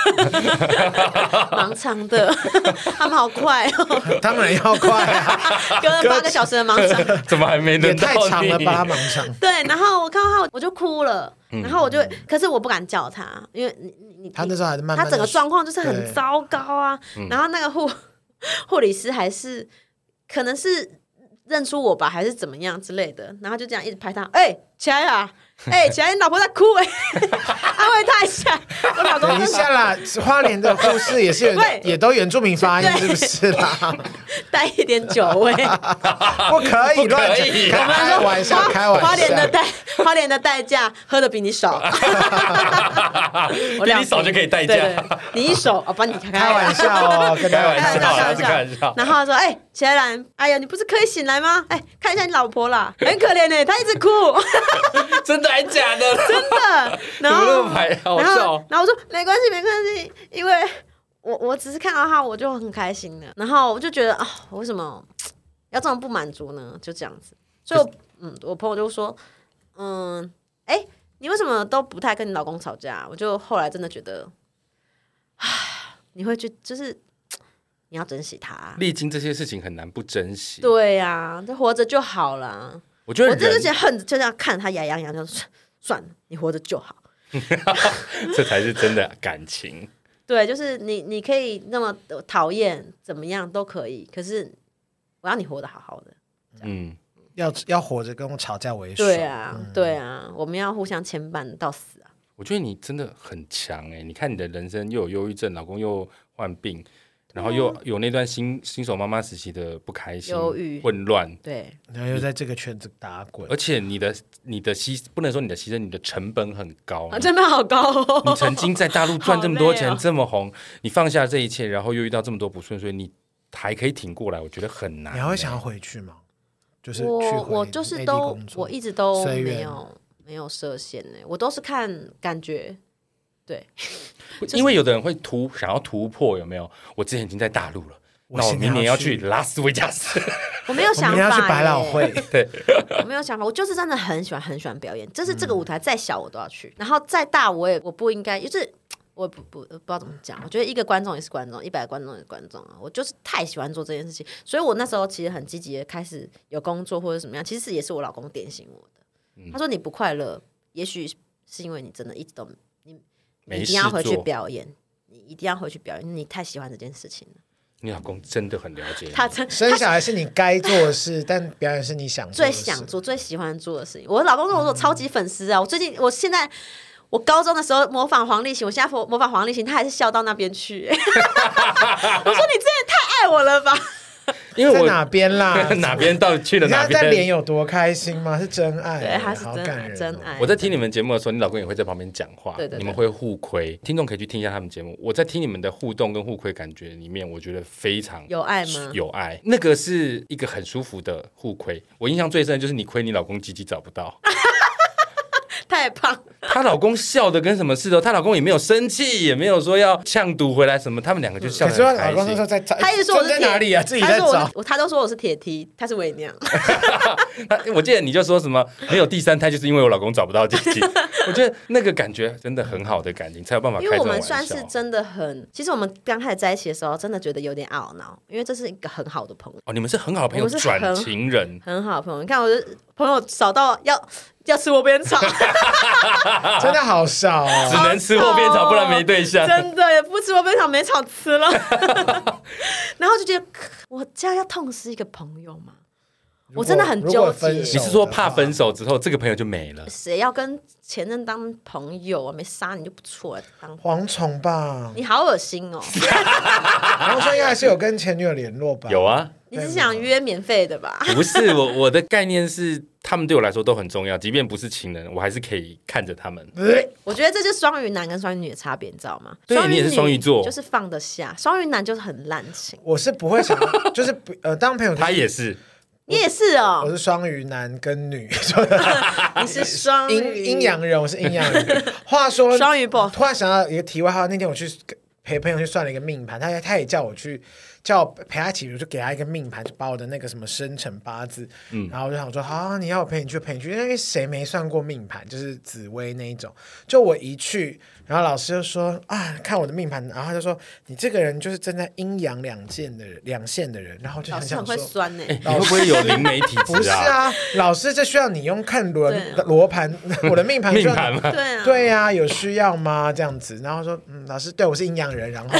Speaker 3: 盲肠的， 他们好快哦，
Speaker 2: 当然要快啊，
Speaker 3: 隔了八个小时的盲 肠，
Speaker 1: 怎么还没
Speaker 2: 也
Speaker 1: 轮到
Speaker 2: 太
Speaker 1: 你？
Speaker 2: 长了 吧，盲肠。
Speaker 3: 对，然后我看到他，我就哭了，然后我就，可是我不敢叫他，因为你你你
Speaker 2: 他那时候还是慢慢
Speaker 3: 他
Speaker 2: 地
Speaker 3: 整个
Speaker 2: 说
Speaker 3: 状况就是
Speaker 2: 对
Speaker 3: 很糟糕啊。
Speaker 2: 嗯
Speaker 3: 然后那个护 护理师还是可能是认出我吧，还是怎么样之类的，然后就这样一直拍他，哎、起来啊！哎、起来！你老婆在哭哎、 安慰她一下。我老公
Speaker 2: 等一
Speaker 3: 真的
Speaker 2: 下啦，花莲的护士也 是有
Speaker 3: 喂
Speaker 2: 也都原住民发音，
Speaker 3: 对
Speaker 2: 是不是 啦？
Speaker 3: 嗯带一点酒 味。
Speaker 2: 不可以
Speaker 1: 不可
Speaker 2: 乱讲
Speaker 1: 以，啊
Speaker 2: 开玩笑，
Speaker 3: 花
Speaker 2: 开玩笑。
Speaker 3: 花莲的代花莲的代价喝的比 你少，我
Speaker 1: 比
Speaker 3: 两
Speaker 1: 你少就可以代
Speaker 3: 对
Speaker 1: 驾
Speaker 3: 对。对你一手，我帮你开
Speaker 2: 开玩笑哦，跟大
Speaker 1: 开
Speaker 2: 家
Speaker 1: 玩笑
Speaker 2: 玩笑。
Speaker 1: 啦，是开玩笑。
Speaker 3: 然后他说：“哎、起来啦！哎呀，你不是可以醒来吗？哎，看一下你老婆啦，很可怜呢、欸她一直哭，
Speaker 1: 真的还假的？
Speaker 3: 真 的。”然
Speaker 1: 怎么那
Speaker 3: 后
Speaker 1: 么白好
Speaker 3: 然
Speaker 1: 笑
Speaker 3: 后，然后我说：“没关系，没关系，因为我我只是看到他，我就很开心了。然后我就觉得啊、我为什么要这么不满足呢？就这样子。所以我，嗯，我朋友就说：“嗯，哎、你为什么都不太跟你老公吵架？”我就后来真的觉得，唉，你会去就是。你要珍惜他、
Speaker 1: 历经这些事情很难不珍惜。
Speaker 3: 对呀、这活着就好了。
Speaker 1: 我觉得
Speaker 3: 我真的
Speaker 1: 人
Speaker 3: 是恨，就这样看他牙痒痒，就算算了，你活着就好。
Speaker 1: 这才是真的感情。
Speaker 3: 对，就是你，你可以那么讨厌，怎么样都可以，可是我要你活得好好的。
Speaker 1: 嗯，
Speaker 2: 要要活着跟我吵架为爽。
Speaker 3: 对啊，
Speaker 2: 嗯
Speaker 3: 对啊，我们要互相牵绊到死啊！
Speaker 1: 我觉得你真的很强哎、你看你的人生又有忧郁症，老公又患病，然后又有那段新新手妈妈时期的不开心、
Speaker 3: 啊忧郁
Speaker 1: 混乱，
Speaker 3: 对，
Speaker 2: 然后又在这个圈子打滚
Speaker 1: 而，且你的你的牺不能说你的牺牲，你的成本很高。
Speaker 3: 啊，真的好高哦。
Speaker 1: 你曾经在大陆赚这么多钱，
Speaker 3: 好累哦
Speaker 1: 这么红，你放下这一切，然后又遇到这么多不顺遂，你还可以挺过来，我觉得很难欸、
Speaker 2: 你还会想要回去吗？就是去
Speaker 3: 我
Speaker 2: 回
Speaker 3: 我就是
Speaker 2: 内地
Speaker 3: 都
Speaker 2: 工作
Speaker 3: 我一直都
Speaker 2: 随
Speaker 3: 没
Speaker 2: 缘
Speaker 3: 有没有设限呢、我都是看感觉。对，
Speaker 1: 因为有的人会突想要突破，有没有？我之前已经在大陆了，
Speaker 2: 我
Speaker 1: 那我
Speaker 2: 现在
Speaker 1: 明年
Speaker 2: 要
Speaker 1: 要
Speaker 2: 去
Speaker 1: 去拉斯维加斯。
Speaker 3: 我没有
Speaker 2: 我
Speaker 3: 想
Speaker 2: 们
Speaker 3: 法、欸
Speaker 2: 要去百老汇，
Speaker 3: 我没有想法，我就是真的很喜欢很喜欢表演，就是这
Speaker 1: 嗯
Speaker 3: 个舞台再小我都要去，然后再大我也我不应该，就是我不不不知道怎么讲，我觉得一个观众也是观众，一百个观众也是观众啊，我就是太喜欢做这件事情，所以我那时候其实很积极的开始有工作或者怎么样，其实也是我老公点醒我
Speaker 1: 嗯
Speaker 3: 的，他说你不快乐，也许是因为你真的一直都你
Speaker 1: 没
Speaker 3: 一
Speaker 1: 事
Speaker 3: 定要回去
Speaker 1: 做，
Speaker 3: 表演。你一定要回去表演，你太喜欢这件事情了。
Speaker 1: 你老公真的很了解你。
Speaker 3: 他真
Speaker 2: 生小孩是你该做的事，但表演是嗯你想做
Speaker 3: 最
Speaker 2: 的事
Speaker 3: 想做、最喜欢做的事情。我老公跟我说，我超级粉丝啊！我最近，我现在，我高中的时候模仿黄立行，我现在模模仿黄立行，他还是笑到那边去、 我说你真的太爱我了吧？
Speaker 1: 因为
Speaker 2: 在
Speaker 1: 我
Speaker 2: 哪边啦？
Speaker 1: 哪边到底去了
Speaker 2: 你
Speaker 1: 哪
Speaker 2: 看在脸
Speaker 1: 边？
Speaker 2: 有多开心吗？是真爱耶，
Speaker 3: 对，他
Speaker 2: 哎
Speaker 3: 是
Speaker 2: 好
Speaker 3: 真
Speaker 2: 感
Speaker 3: 爱，
Speaker 2: 人哦
Speaker 3: 真爱。
Speaker 1: 我在听你们节目的时候，你老公也会在旁边讲话，
Speaker 3: 对对对
Speaker 1: 你们会互亏。听众可以去听一下他们节目。我在听你们的互动跟互亏感觉里面，我觉得非常
Speaker 3: 有爱吗？
Speaker 1: 有爱，那个是一个很舒服的互亏。我印象最深的就是你亏你老公鸡鸡找不 到，
Speaker 3: 太胖，
Speaker 1: 她老公笑的跟什么似的，她老公也没有生气，也没有说要呛赌回来什么，他们两个就笑
Speaker 2: 可
Speaker 1: 得
Speaker 2: 是我
Speaker 1: 很
Speaker 2: 老
Speaker 1: 开
Speaker 2: 公那时
Speaker 1: 心。
Speaker 2: 候在找，
Speaker 3: 他一直说我是
Speaker 2: 在
Speaker 3: 铁
Speaker 2: 哪里啊？自己
Speaker 3: 他
Speaker 2: 在
Speaker 3: 说我
Speaker 2: 找
Speaker 3: 是，我他都说我是铁梯，他是伪娘。
Speaker 1: 他 我记得你就说什么没有第三胎，就是因为我老公找不到鸡 鸡。我觉得那个感觉真的很好的感情，才有办法开
Speaker 3: 因
Speaker 1: 这
Speaker 3: 为我
Speaker 1: 种
Speaker 3: 们
Speaker 1: 玩
Speaker 3: 算是
Speaker 1: 笑。
Speaker 3: 真的很，其实我们刚开始在一起的时候，真的觉得有点懊恼，因为这是一个很好的朋友。
Speaker 1: 哦，你们是很好的朋友
Speaker 3: 我们是很
Speaker 1: 转情 人，
Speaker 3: 很好的朋友，你看我的朋友少到要要吃窝边草，
Speaker 2: 真的好少
Speaker 1: 只
Speaker 2: 哦。
Speaker 1: 能吃后边草，不然没对象。
Speaker 3: 啊真的也不吃窝边草，没 草吃了。然后就觉得我这样要痛失一个朋友吗？我真的很
Speaker 2: 如果
Speaker 3: 纠结
Speaker 2: 分手
Speaker 1: 你是说
Speaker 2: 的
Speaker 1: 怕
Speaker 2: 话
Speaker 1: 分手之后这个朋友就没 了？
Speaker 3: 谁要跟前任当朋友啊？没杀你就不错了，当
Speaker 2: 蝗虫 吧？
Speaker 3: 你好恶心 哦！
Speaker 2: 蝗虫应该还是有跟前女友联络吧？
Speaker 1: 有啊，
Speaker 3: 你只是想约免费的吧？
Speaker 1: 不是我我的概念是，他们对我来说都很重要，即便不是情人，我还是可以看着他
Speaker 3: 嗯
Speaker 1: 们。
Speaker 2: 呃。
Speaker 3: 我觉得这就是双鱼男跟双鱼女的差别，你知道吗？
Speaker 1: 对
Speaker 3: 双鱼女
Speaker 1: 你也是双鱼座
Speaker 3: 就是放得下；双鱼男就是很滥情。
Speaker 2: 我是不会想，就是不呃，当朋友就是
Speaker 1: 他也是，
Speaker 3: 你也是
Speaker 2: 我
Speaker 3: 哦，
Speaker 2: 是双鱼男跟 女，
Speaker 1: 哎
Speaker 3: 你是双
Speaker 2: 阴
Speaker 3: 鱼
Speaker 2: 阴阳人，我是阴阳人。话说，
Speaker 3: 双鱼 boss
Speaker 2: 突然想到一个题外话，那天我去陪朋友去算了一个命盘，他他也叫我去叫我陪他一起，我就给他一个命盘，就把我的那个什么生辰八字，然后我就想说，好、啊，你要我陪你去陪你去，因为谁没算过命盘，就是紫薇那一种。就我一去，然后老师就说啊，看我的命盘，然后他就说你这个人就是站在阴阳两线的人，两线的人，然后我就
Speaker 3: 老
Speaker 2: 很
Speaker 3: 师
Speaker 2: 想说
Speaker 3: 很会。酸欸呢、
Speaker 1: 你会不会有灵媒体
Speaker 2: 不
Speaker 1: 质
Speaker 2: 是啊，老师，这需要你用看轮
Speaker 3: 对啊
Speaker 2: 罗盘， 我的命盘需
Speaker 1: 命
Speaker 2: 要你
Speaker 1: 盘吗？
Speaker 3: 对啊，
Speaker 2: 对呀、有需要吗？这样子，然后说，嗯，老师，对我是阴阳人，然后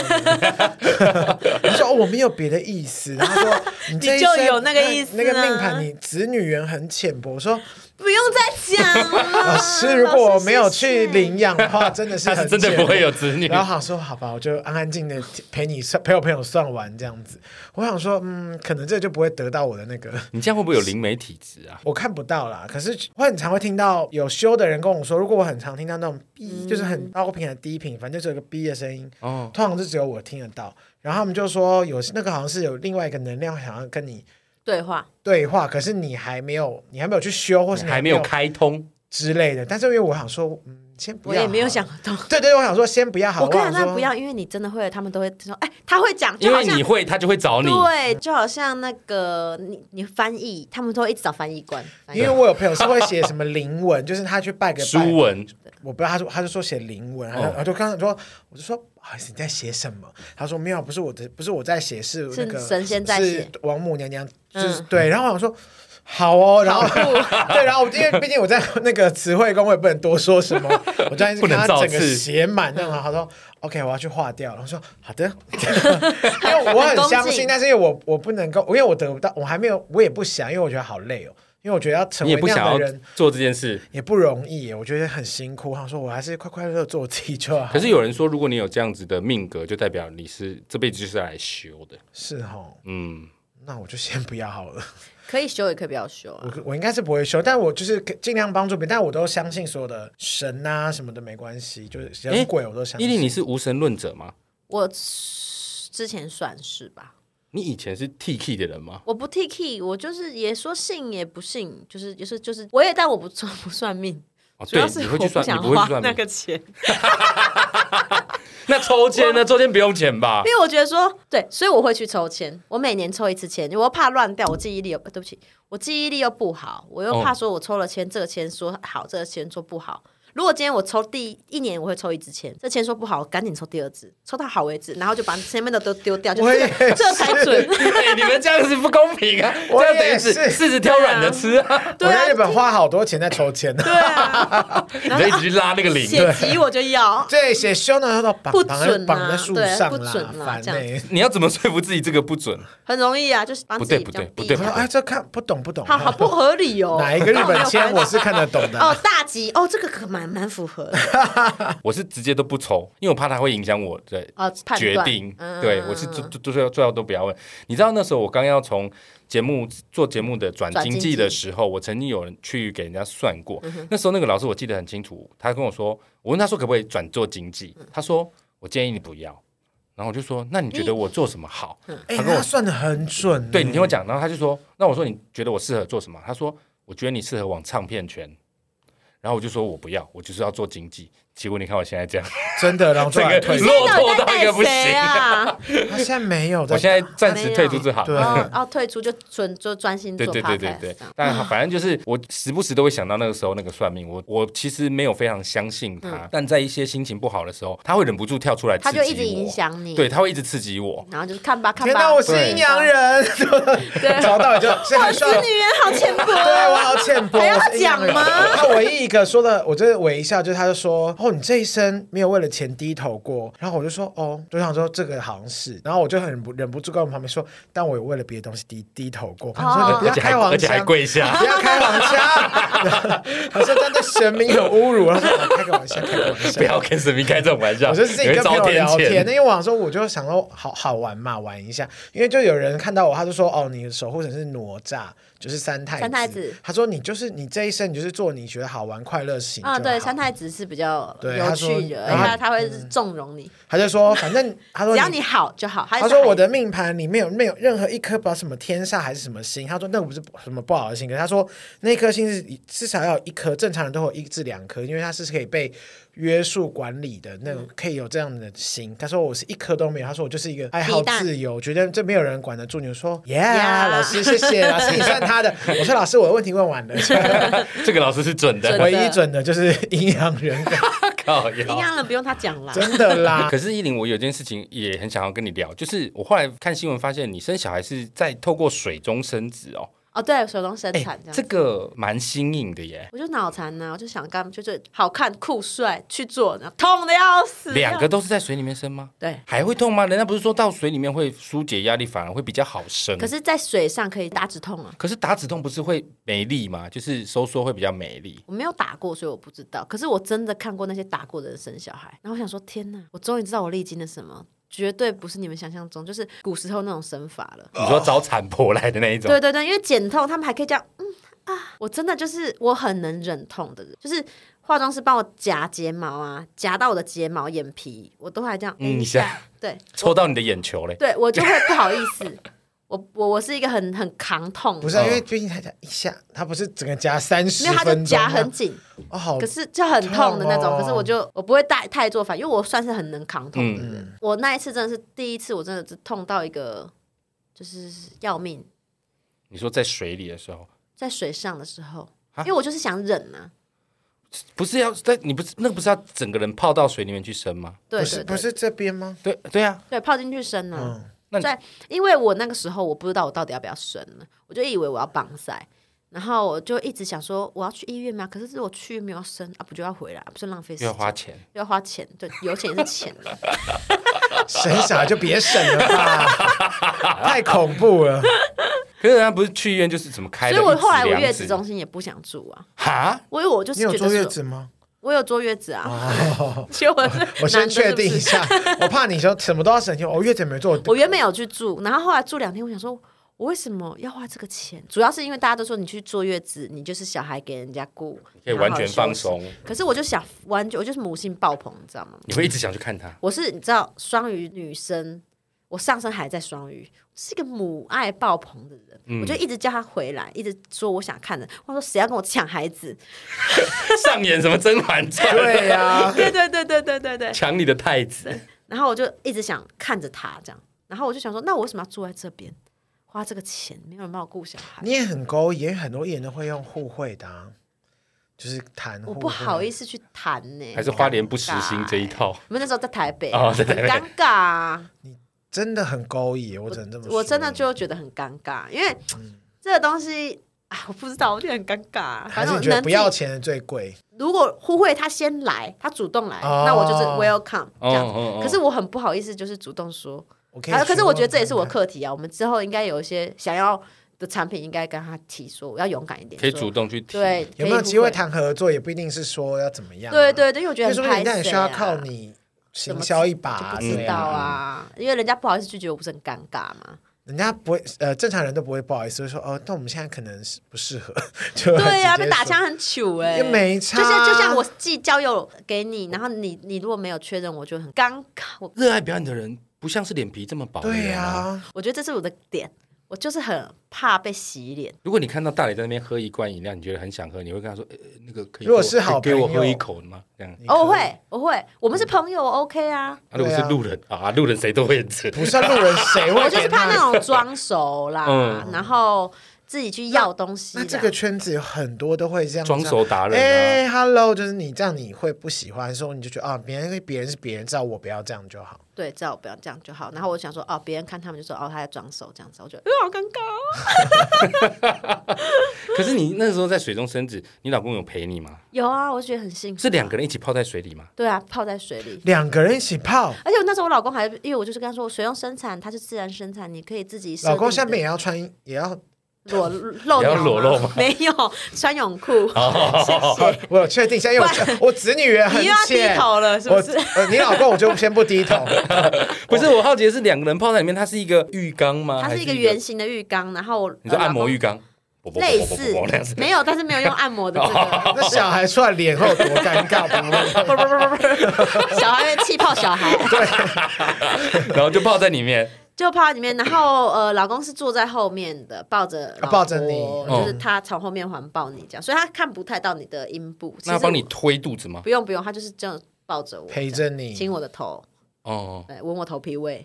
Speaker 2: 他说、哦、我没有别的意思，然后说你这一
Speaker 3: 就
Speaker 2: 生哎
Speaker 3: 有那个意思
Speaker 2: 那个命
Speaker 3: 啊
Speaker 2: 盘你子女缘很浅薄，我说
Speaker 3: 不用再讲了。
Speaker 2: 老师，如果我没有
Speaker 3: 谢
Speaker 2: 去
Speaker 3: 谢
Speaker 2: 领养的话，真的是
Speaker 1: 他是
Speaker 2: 很
Speaker 1: 真的
Speaker 2: 浅
Speaker 1: 不会
Speaker 2: 薄
Speaker 1: 有子女。
Speaker 2: 然后他说好吧，我就安安静的陪你算，陪我朋友算完这样子。我想说，嗯，可能这就不会得到我的那个。
Speaker 1: 你这样会不会有灵媒体质啊？
Speaker 2: 我看不到啦，可是我很常会听到有修的人跟我说，如果我很常听到那种 B，、就是很高频的低频，反正就是有个 B 的声音，
Speaker 1: 嗯哦，
Speaker 2: 通常就只有我听得到。然后他们就说有那个好像是有另外一个能量想要跟你
Speaker 3: 对话，
Speaker 2: 对话，可是你还没有，你还没有去修，或是你
Speaker 1: 还没
Speaker 2: 没
Speaker 1: 有开通，
Speaker 2: 之类的。但是因为我想说，嗯，先不
Speaker 3: 我
Speaker 2: 要，
Speaker 3: 也没有想，到。
Speaker 2: 对对，我想说先不要好，
Speaker 3: 我跟你
Speaker 2: 想
Speaker 3: 讲，
Speaker 2: 说
Speaker 3: 不要，，因为你真的会，他们都会说，哎、他会讲，就
Speaker 1: 因
Speaker 3: 好
Speaker 1: 为
Speaker 3: 像
Speaker 1: 你会，他就会找你。
Speaker 3: 对，就好像那个你你翻译，他们都会一直找翻译官，翻译
Speaker 2: 因为我有朋友是会写什么灵文， 就是他去拜个拜
Speaker 1: 书文，
Speaker 2: 我不知道，他说他就说写灵文，然后
Speaker 1: 哦
Speaker 2: 我就刚才说，我就说不好意思，你在写什么？他说没有，不是我的，不是我在写，是那个
Speaker 3: 神仙在写
Speaker 2: 是王母娘娘，就是、
Speaker 3: 嗯
Speaker 2: 对。然后我想说好哦，然后
Speaker 3: 酷
Speaker 2: 对，然后我因为毕竟我在那个词汇宫，我也不能多说 什么，我就一直
Speaker 1: 不
Speaker 2: 跟
Speaker 1: 能
Speaker 2: 他
Speaker 1: 造
Speaker 2: 整
Speaker 1: 次
Speaker 2: 个写满那样，他说 OK，我要去划掉，然后说 好的，因为我很相
Speaker 3: 很恭
Speaker 2: 信
Speaker 3: 敬，
Speaker 2: 但是因为我我不能够，因为我得不到，我还没有，我也不想，因为我觉得好累哦。因为我觉得要成
Speaker 1: 你
Speaker 2: 为
Speaker 1: 也不
Speaker 2: 那
Speaker 1: 想
Speaker 2: 样的
Speaker 1: 要
Speaker 2: 人，
Speaker 1: 做这件事。
Speaker 2: 也不容易耶，我觉得很辛苦。我想说，我还是快快乐乐做我自己就好。
Speaker 1: 可是有人说，如果你有这样子的命格，就代表你是这辈子就是来修的。
Speaker 2: 是吼，
Speaker 1: 嗯，
Speaker 2: 那我就先不要好了。
Speaker 3: 可以修也可以不要修啊。
Speaker 2: 我我应该是不会修，但我就是尽量帮助别人。但我都相信所有的神啊什么的没关系，就是
Speaker 1: 诶
Speaker 2: 人鬼我都相
Speaker 1: 伊利，
Speaker 2: 信。
Speaker 1: 你是无神论者吗？
Speaker 3: 我之前算是吧，
Speaker 1: 你以前是 T K 的人吗？
Speaker 3: 我不 T K，我就是也说信也不信，就是也是就是，我也但我不算不算命，
Speaker 1: 哦，
Speaker 3: 主
Speaker 1: 对
Speaker 3: 要，是
Speaker 1: 你
Speaker 3: 我
Speaker 1: 会去算，你
Speaker 3: 想
Speaker 1: 不会
Speaker 3: 花
Speaker 1: 去算
Speaker 3: 那
Speaker 1: 命。
Speaker 3: 个钱，
Speaker 1: 那抽签呢？抽签不用钱 吧？
Speaker 3: 因为我觉得说对，所以我会去抽签，我每年抽一次签，我又怕乱掉，我记忆力又呃对不起，我记忆力又不好，我
Speaker 1: 哦
Speaker 3: 又怕说我抽了签，这个签说好，这个签说不好。如果今天我抽第一年，我会抽一支签，这签说不好，我赶紧抽第二支，抽到好为止，然后就把前面的都丢掉，就
Speaker 2: 我
Speaker 3: 这
Speaker 2: 也
Speaker 3: 个这才 准。
Speaker 1: 哎，你们这样子不公平啊！这
Speaker 2: 我
Speaker 1: 样等于
Speaker 2: 也
Speaker 1: 只
Speaker 2: 是
Speaker 1: 柿子挑软的吃啊！
Speaker 2: 我
Speaker 3: 对啊
Speaker 2: 在日本花好多钱在抽签呢。
Speaker 3: 对啊，
Speaker 1: 你就一直去拉那个铃。
Speaker 3: 写集我就要。
Speaker 2: 对，写修呢，都绑
Speaker 3: 不
Speaker 2: 绑在
Speaker 3: 准啊
Speaker 2: 绑在树上
Speaker 3: 对不准啊
Speaker 2: 烦
Speaker 3: 这
Speaker 2: 呢
Speaker 3: 样。
Speaker 1: 你要怎么说服自己这个不准？
Speaker 3: 很容易啊，就是帮
Speaker 1: 不
Speaker 3: 自
Speaker 1: 对
Speaker 3: 己
Speaker 1: 不
Speaker 3: 比较
Speaker 1: 对不
Speaker 3: 低
Speaker 1: 对
Speaker 2: 我说，哎，这看不懂不懂。
Speaker 3: 好好不合理哦。
Speaker 2: 哪一个日 本签我是看得懂的？
Speaker 3: 哦，大吉哦，这个可蛮蛮符合的
Speaker 1: 啊我是直接都不抽，因为我怕它会影响我的
Speaker 3: 哦，判
Speaker 1: 决
Speaker 3: 断
Speaker 1: 定。
Speaker 3: 嗯
Speaker 1: 对我是最最最后最后都不要问。你知道那时候我刚要从节目做节目的转
Speaker 3: 转
Speaker 1: 经
Speaker 3: 经
Speaker 1: 济
Speaker 3: 济嗯
Speaker 1: 的时候，我曾经有人去给人家算过。那时候那个老师我记得很清楚，他跟我说，我问他说可不可以转做经济，
Speaker 3: 嗯
Speaker 1: 他说我建议你不要。然后我就说，那你觉得我做什么好？
Speaker 3: 嗯
Speaker 2: 哎，
Speaker 1: 他跟我
Speaker 2: 他算的很准呢。
Speaker 1: 对你听我讲，然后哦他就说，那我说你觉得我适合做什么？他说，我觉得你适合往唱片圈。然后我就说我不要，我就是要做经济。结果你看我现在这样，
Speaker 2: 真的，然后 最
Speaker 1: 整个
Speaker 2: 后来退出。
Speaker 1: 落
Speaker 3: 到底
Speaker 1: 魄
Speaker 3: 在
Speaker 1: 到一
Speaker 3: 带
Speaker 1: 个不
Speaker 3: 谁
Speaker 1: 行。
Speaker 3: 啊？
Speaker 2: 他现在没有在
Speaker 1: 我
Speaker 2: 打，
Speaker 1: 现在暂时退出这行。
Speaker 2: 对
Speaker 3: 哦哦，退出就专就专心
Speaker 1: 对
Speaker 3: 做
Speaker 1: 对对对
Speaker 3: podcast
Speaker 1: 对
Speaker 3: 这样，
Speaker 1: 但反正就是我时不时都会想到那个时候那个算命，我我其实没有非常相信他，但在一些心情不好的时候，他会忍不住跳出来，
Speaker 3: 他就一直影，响你，
Speaker 1: 对，他会一直刺激我。
Speaker 3: 然后就是看吧看
Speaker 2: 天
Speaker 3: 吧，
Speaker 2: 哪，我是阴阳人， 找到就是很
Speaker 3: 子
Speaker 2: 帅。
Speaker 3: 女人好浅 薄
Speaker 2: 对，我好浅薄，啊
Speaker 3: 还要
Speaker 2: 我是阴阳人
Speaker 3: 讲吗
Speaker 2: 他唯一一个说的，我就是微笑，就是他就说，哦后你这一生没有为了钱低头过。”然后我就说：“哦，就想说这个好像是。”然后我就很不忍不住跟我旁边说：“但我有为了别的东西低低头过。”他说：“
Speaker 3: 哦
Speaker 2: 你不
Speaker 1: 而
Speaker 2: 哦要
Speaker 1: 且还
Speaker 2: 开黄
Speaker 1: 而且还
Speaker 2: 腔。”
Speaker 1: 跪下，
Speaker 2: 不要开玩笑，好像 他对神明有侮辱。我说啊开个玩笑，开个玩笑，
Speaker 1: 不要跟神明开这种玩笑，
Speaker 2: 我就是自己
Speaker 1: 你会
Speaker 2: 跟朋
Speaker 1: 遭
Speaker 2: 友
Speaker 1: 天
Speaker 2: 聊天，
Speaker 1: 谴。
Speaker 2: 那因为我想说，我就想说好好玩嘛，玩一下。因为就有人看到我，他就说：“哦，你的守护神是哪吒，就是三太
Speaker 3: 三太子
Speaker 2: 他说：“你就是你这一生，你就是做你觉得好玩、快乐的事情。”
Speaker 3: 啊，对，三。太子是比较
Speaker 2: 对
Speaker 3: 有
Speaker 2: 他说
Speaker 3: 趣的，而且
Speaker 2: 然后
Speaker 3: 他他会纵容你，
Speaker 2: 他就说：“反正他说
Speaker 3: 只要你好就好。他
Speaker 2: 他
Speaker 3: 是
Speaker 2: 说
Speaker 3: 海
Speaker 2: 我的命盘里面有没有任何一颗不知道什么天煞还是什么星？他说那不是什么不好的星，可是他说那颗星是至少要有一颗，正常人都会有一至两颗，因为它是可以被约束管理的那
Speaker 3: 嗯
Speaker 2: 种，可以有这样的星。他说我是一颗都没有，他说我就是一个爱好
Speaker 3: 皮蛋
Speaker 2: 自由，觉得这没有人管得住你。我说
Speaker 3: Yeah
Speaker 2: 耶，老师谢谢，老师你算他的。我说老师我的问题问完 了，
Speaker 1: 这个老师是准
Speaker 3: 真
Speaker 1: 的，
Speaker 2: 唯一准的就是阴阳人格，
Speaker 1: 靠
Speaker 3: 哎阴
Speaker 1: 腰。
Speaker 3: 阳人不用他讲啦，
Speaker 2: 真的 啦。
Speaker 1: 可是依林，我有件事情也很想要跟你聊，就是我后来看新闻发现，你生小孩是在透过水中生子哦，
Speaker 3: 哦，对，手动生
Speaker 1: 哎
Speaker 3: 产这样
Speaker 1: 这。个蛮新颖的耶。
Speaker 3: 我就脑残啊呐、我就想干，就是好看、酷、帅去做，然后痛的要死。
Speaker 1: 两个都是在水里面生吗？
Speaker 3: 对，
Speaker 1: 还会痛吗？人家不是说到水里面会疏解压力，反而会比较好生。
Speaker 3: 可是，在水上可以打止痛啊。
Speaker 1: 可是打止痛不是会美丽吗？就是收缩会比较美丽。
Speaker 3: 我没有打过，所以我不知道。可是我真的看过那些打过的人生小孩，然后我想说，天哪！我终于知道我历经了什么，绝对不是你们想象中，就是古时候那种生法了。
Speaker 1: 你说找产婆来的那一种，
Speaker 3: 对对对，因为减痛，他们还可以这样，嗯啊，我真的就是我很能忍痛的人，就是化妆师帮我夹睫毛啊，夹到我的睫毛、眼皮，我都还这样，
Speaker 1: 嗯
Speaker 3: 嗯
Speaker 1: 一
Speaker 3: 一
Speaker 1: 下
Speaker 2: 啊
Speaker 3: 下，对
Speaker 1: 抽到你的眼球嘞。
Speaker 3: 对，我就会不好意思， 我我我是一个很很扛痛的，
Speaker 2: 不是、因为最近他讲一下，他不是整个夹三十
Speaker 3: 因为他就
Speaker 2: 分钟
Speaker 3: 夹
Speaker 2: 吗，
Speaker 3: 很紧，
Speaker 2: 哦，好
Speaker 3: 可是就很痛的那种，
Speaker 2: 痛哦
Speaker 3: 可是我就我不会太太做反，因为我算是很能扛痛的人。
Speaker 1: 嗯
Speaker 3: 我那一次真的是第一次，我真的是痛到一个就是要命，
Speaker 1: 你说在水里的时候，
Speaker 3: 在水上的时候，因为我就是想忍啊，
Speaker 1: 不是要在你不是那个不是要整个人泡到水里面去生吗？
Speaker 3: 对
Speaker 2: 不
Speaker 3: 对
Speaker 2: 是嗯
Speaker 3: 对
Speaker 2: 不是这边吗？
Speaker 1: 对对啊，
Speaker 3: 对，泡进去生啊。
Speaker 1: 那
Speaker 3: 对，
Speaker 1: 你
Speaker 3: 因为我那个时候我不知道我到底要不要生了，我就以为我要绑塞，然后我就一直想说我要去医院吗？可是如果去没有生啊，不就要回来，不是浪费时
Speaker 1: 又要
Speaker 3: 间，
Speaker 1: 花钱。
Speaker 3: 又要花钱，对，有钱也是钱 啊
Speaker 2: 省小孩就别省了 吧，太恐怖了。
Speaker 1: 可是人家不是去医院就是怎么开的？
Speaker 3: 所以我后来
Speaker 1: 一指
Speaker 3: 我月
Speaker 1: 两
Speaker 3: 子
Speaker 1: 指
Speaker 3: 中心也不想住啊，
Speaker 1: 哈，
Speaker 3: 我因为我就是
Speaker 2: 你有
Speaker 3: 觉得
Speaker 2: 坐月
Speaker 3: 说
Speaker 2: 子吗？
Speaker 3: 我有坐月子啊， 其实我是
Speaker 2: 我先
Speaker 3: 男的是
Speaker 2: 确
Speaker 3: 不
Speaker 2: 定一
Speaker 3: 是
Speaker 2: 下，我怕你说什么都要省钱。哦我月子没做，
Speaker 3: 我原本有去住，然后后来住两天，我想说。我为什么要花这个钱？主要是因为大家都说你去坐月子，你就是小孩给人家顾，
Speaker 1: 可以
Speaker 3: 好好
Speaker 1: 完全
Speaker 3: 休
Speaker 1: 放
Speaker 3: 息。
Speaker 1: 松，
Speaker 3: 可是我就想完全，我就是母性爆棚，你知道吗？
Speaker 1: 你会一直想去看它。
Speaker 3: 我是你知道双鱼女生，我上身还在双鱼，是一个母爱爆棚的人，
Speaker 1: 嗯
Speaker 3: 我就一直叫她回来，一直说我想看的。我说谁要跟我抢 孩子？
Speaker 1: 上演什么《甄嬛传》？
Speaker 2: 对呀、
Speaker 3: 对对对对对对对。
Speaker 1: 抢你的太子，
Speaker 3: 然后我就一直想看着他这样，然后我就想说，那我为什么要住在这边，花这个钱，没有人帮我顾小孩？
Speaker 2: 你也很勾引，因为很多艺人都会用互惠的、啊，就是谈互
Speaker 3: 我
Speaker 2: 惠。
Speaker 3: 不好意思去谈呢、
Speaker 1: 还是花莲不实行这一套？
Speaker 3: 我们那时候在台北，
Speaker 1: 哦在
Speaker 3: 很
Speaker 1: 台北
Speaker 3: 尴尬啊、
Speaker 2: 真的很勾引，我只能这么说。
Speaker 3: 我真的就觉得很尴尬，因为这个东西啊，我不知道，我就很尴尬、
Speaker 2: 还是
Speaker 3: 反正我
Speaker 2: 你觉得
Speaker 3: 能
Speaker 2: 不
Speaker 3: 自己
Speaker 2: 要钱的最贵，
Speaker 3: 如果互惠他先来，他主动来，
Speaker 2: 哦
Speaker 3: 那我就是 welcome 这样子。
Speaker 1: 哦哦哦
Speaker 3: 可是我很不好意思，就是主动说，
Speaker 2: 我可以
Speaker 3: 啊，可
Speaker 2: 询
Speaker 3: 是我觉得
Speaker 2: 问
Speaker 3: 这也是我
Speaker 2: 看看
Speaker 3: 课题啊。我们之后应该有一些想要的产品，应该跟他提说，我要勇敢一点，
Speaker 1: 可以
Speaker 3: 说
Speaker 1: 主动去提。
Speaker 3: 对，
Speaker 2: 有
Speaker 3: 可以
Speaker 2: 没有
Speaker 3: 互
Speaker 2: 机会
Speaker 3: 惠？
Speaker 2: 谈合作，也不一定是说要怎么样啊、
Speaker 3: 对对对，因为我觉
Speaker 2: 因
Speaker 3: 得
Speaker 2: 为说
Speaker 3: 很
Speaker 2: 不定
Speaker 3: 拍
Speaker 2: 人家也
Speaker 3: 谁
Speaker 2: 需
Speaker 3: 啊
Speaker 2: 要靠你行销一把、
Speaker 3: 就
Speaker 2: 啊，
Speaker 3: 不
Speaker 2: 对
Speaker 3: 知道
Speaker 2: 啊
Speaker 3: 啊，因为人家不好意思拒绝，我不是很尴尬吗？
Speaker 2: 人家不会，呃，正常人都不会不好意思，就说哦，但我们现在可能是不适合， 就会
Speaker 3: 对啊，
Speaker 2: 直接
Speaker 3: 被打
Speaker 2: 说
Speaker 3: 枪很糗哎、
Speaker 2: 也没差
Speaker 3: 就像就像我寄交友给你，然后你你如果没有确认，我就很尴尬。我
Speaker 1: 热爱表演的人不像是脸皮这么薄的
Speaker 2: 对
Speaker 1: 人
Speaker 2: 呀、
Speaker 1: 啊。
Speaker 3: 我觉得这是我的点，我就是很怕被洗脸。
Speaker 1: 如果你看到大磊在那边喝一罐饮料，你觉得很想喝，你会跟他说：“呃，那个可以给我，
Speaker 2: 如果是好
Speaker 1: 给我
Speaker 2: 朋友
Speaker 1: 喝一口吗？”这样。
Speaker 2: 你
Speaker 3: 哦，我
Speaker 2: 可以
Speaker 3: 会我会，我们是朋友，OK 啊。
Speaker 1: 啊，如果
Speaker 2: 对
Speaker 1: 是
Speaker 2: 啊
Speaker 1: 路人啊，路人谁都会吃。
Speaker 2: 不是路人，谁会？
Speaker 3: 我就是怕那，种装熟啦，
Speaker 1: 嗯
Speaker 3: 然后自己去要东西
Speaker 2: 那
Speaker 3: 的。
Speaker 2: 这个圈子有很多都会这样
Speaker 1: 装熟达人啊，
Speaker 2: 哎、h e l l o 就是你这样你会不喜欢，说你就觉得啊，别人别人是别人，知道我不要这样就好。
Speaker 3: 对，最好不要这样就好。然后我想说，哦，别人看他们就说，哦，他在装熟这样子，我觉得，嗯，好尴尬哦。
Speaker 1: 可是你那时候在水中生子，你老公有陪你吗？
Speaker 3: 有啊，我觉得很幸福。
Speaker 1: 是两个人一起泡在水里吗？
Speaker 3: 对啊，泡在水里。
Speaker 2: 两个人一起泡，
Speaker 3: 而且我那时候我老公还，因为我就是跟他说，我水用生产，它是自然生产，你可以自己设定
Speaker 2: 老公
Speaker 3: 的
Speaker 2: 下面也要穿，也要。
Speaker 3: 裸露
Speaker 1: 也要
Speaker 3: 屌
Speaker 1: 裸
Speaker 3: 吗
Speaker 1: 露吗
Speaker 3: 没有，穿泳裤。
Speaker 2: 哦我有确定一下，因为我我子女也很
Speaker 3: 你又要低
Speaker 2: 浅。
Speaker 3: 头了，是
Speaker 2: 我
Speaker 3: 不是？
Speaker 2: 呃，你老公我就先不低头。
Speaker 1: 不是，我好奇的是两个人泡在里面，它是一个浴缸吗？
Speaker 3: 它
Speaker 1: 哦还
Speaker 3: 是一个圆，形的浴缸，然后我
Speaker 1: 你说按摩浴
Speaker 3: 呃
Speaker 1: 缸，
Speaker 3: 老公类
Speaker 1: 啵啵啵啵
Speaker 3: 似
Speaker 1: 啵啵那样子，
Speaker 3: 没有，但是没有用按摩的这个。
Speaker 2: 那小孩出来脸会有多尴尬？不会
Speaker 3: 不不不 不不，小孩气泡小孩，
Speaker 1: 然后就泡在里面。
Speaker 3: 就泡在里面，然后呃，老公是坐在后面的，抱着老婆
Speaker 2: 啊抱着你
Speaker 1: 哦
Speaker 3: 就是他从后面环抱你这样，所以他看不太到你的阴部。其
Speaker 1: 那
Speaker 3: 实
Speaker 1: 他帮你推肚子吗？
Speaker 3: 不用不用，他就是这样抱着我，
Speaker 2: 陪着
Speaker 3: 这样亲
Speaker 2: 你，
Speaker 3: 我的头，
Speaker 1: 哦，
Speaker 3: 对，闻我头皮味。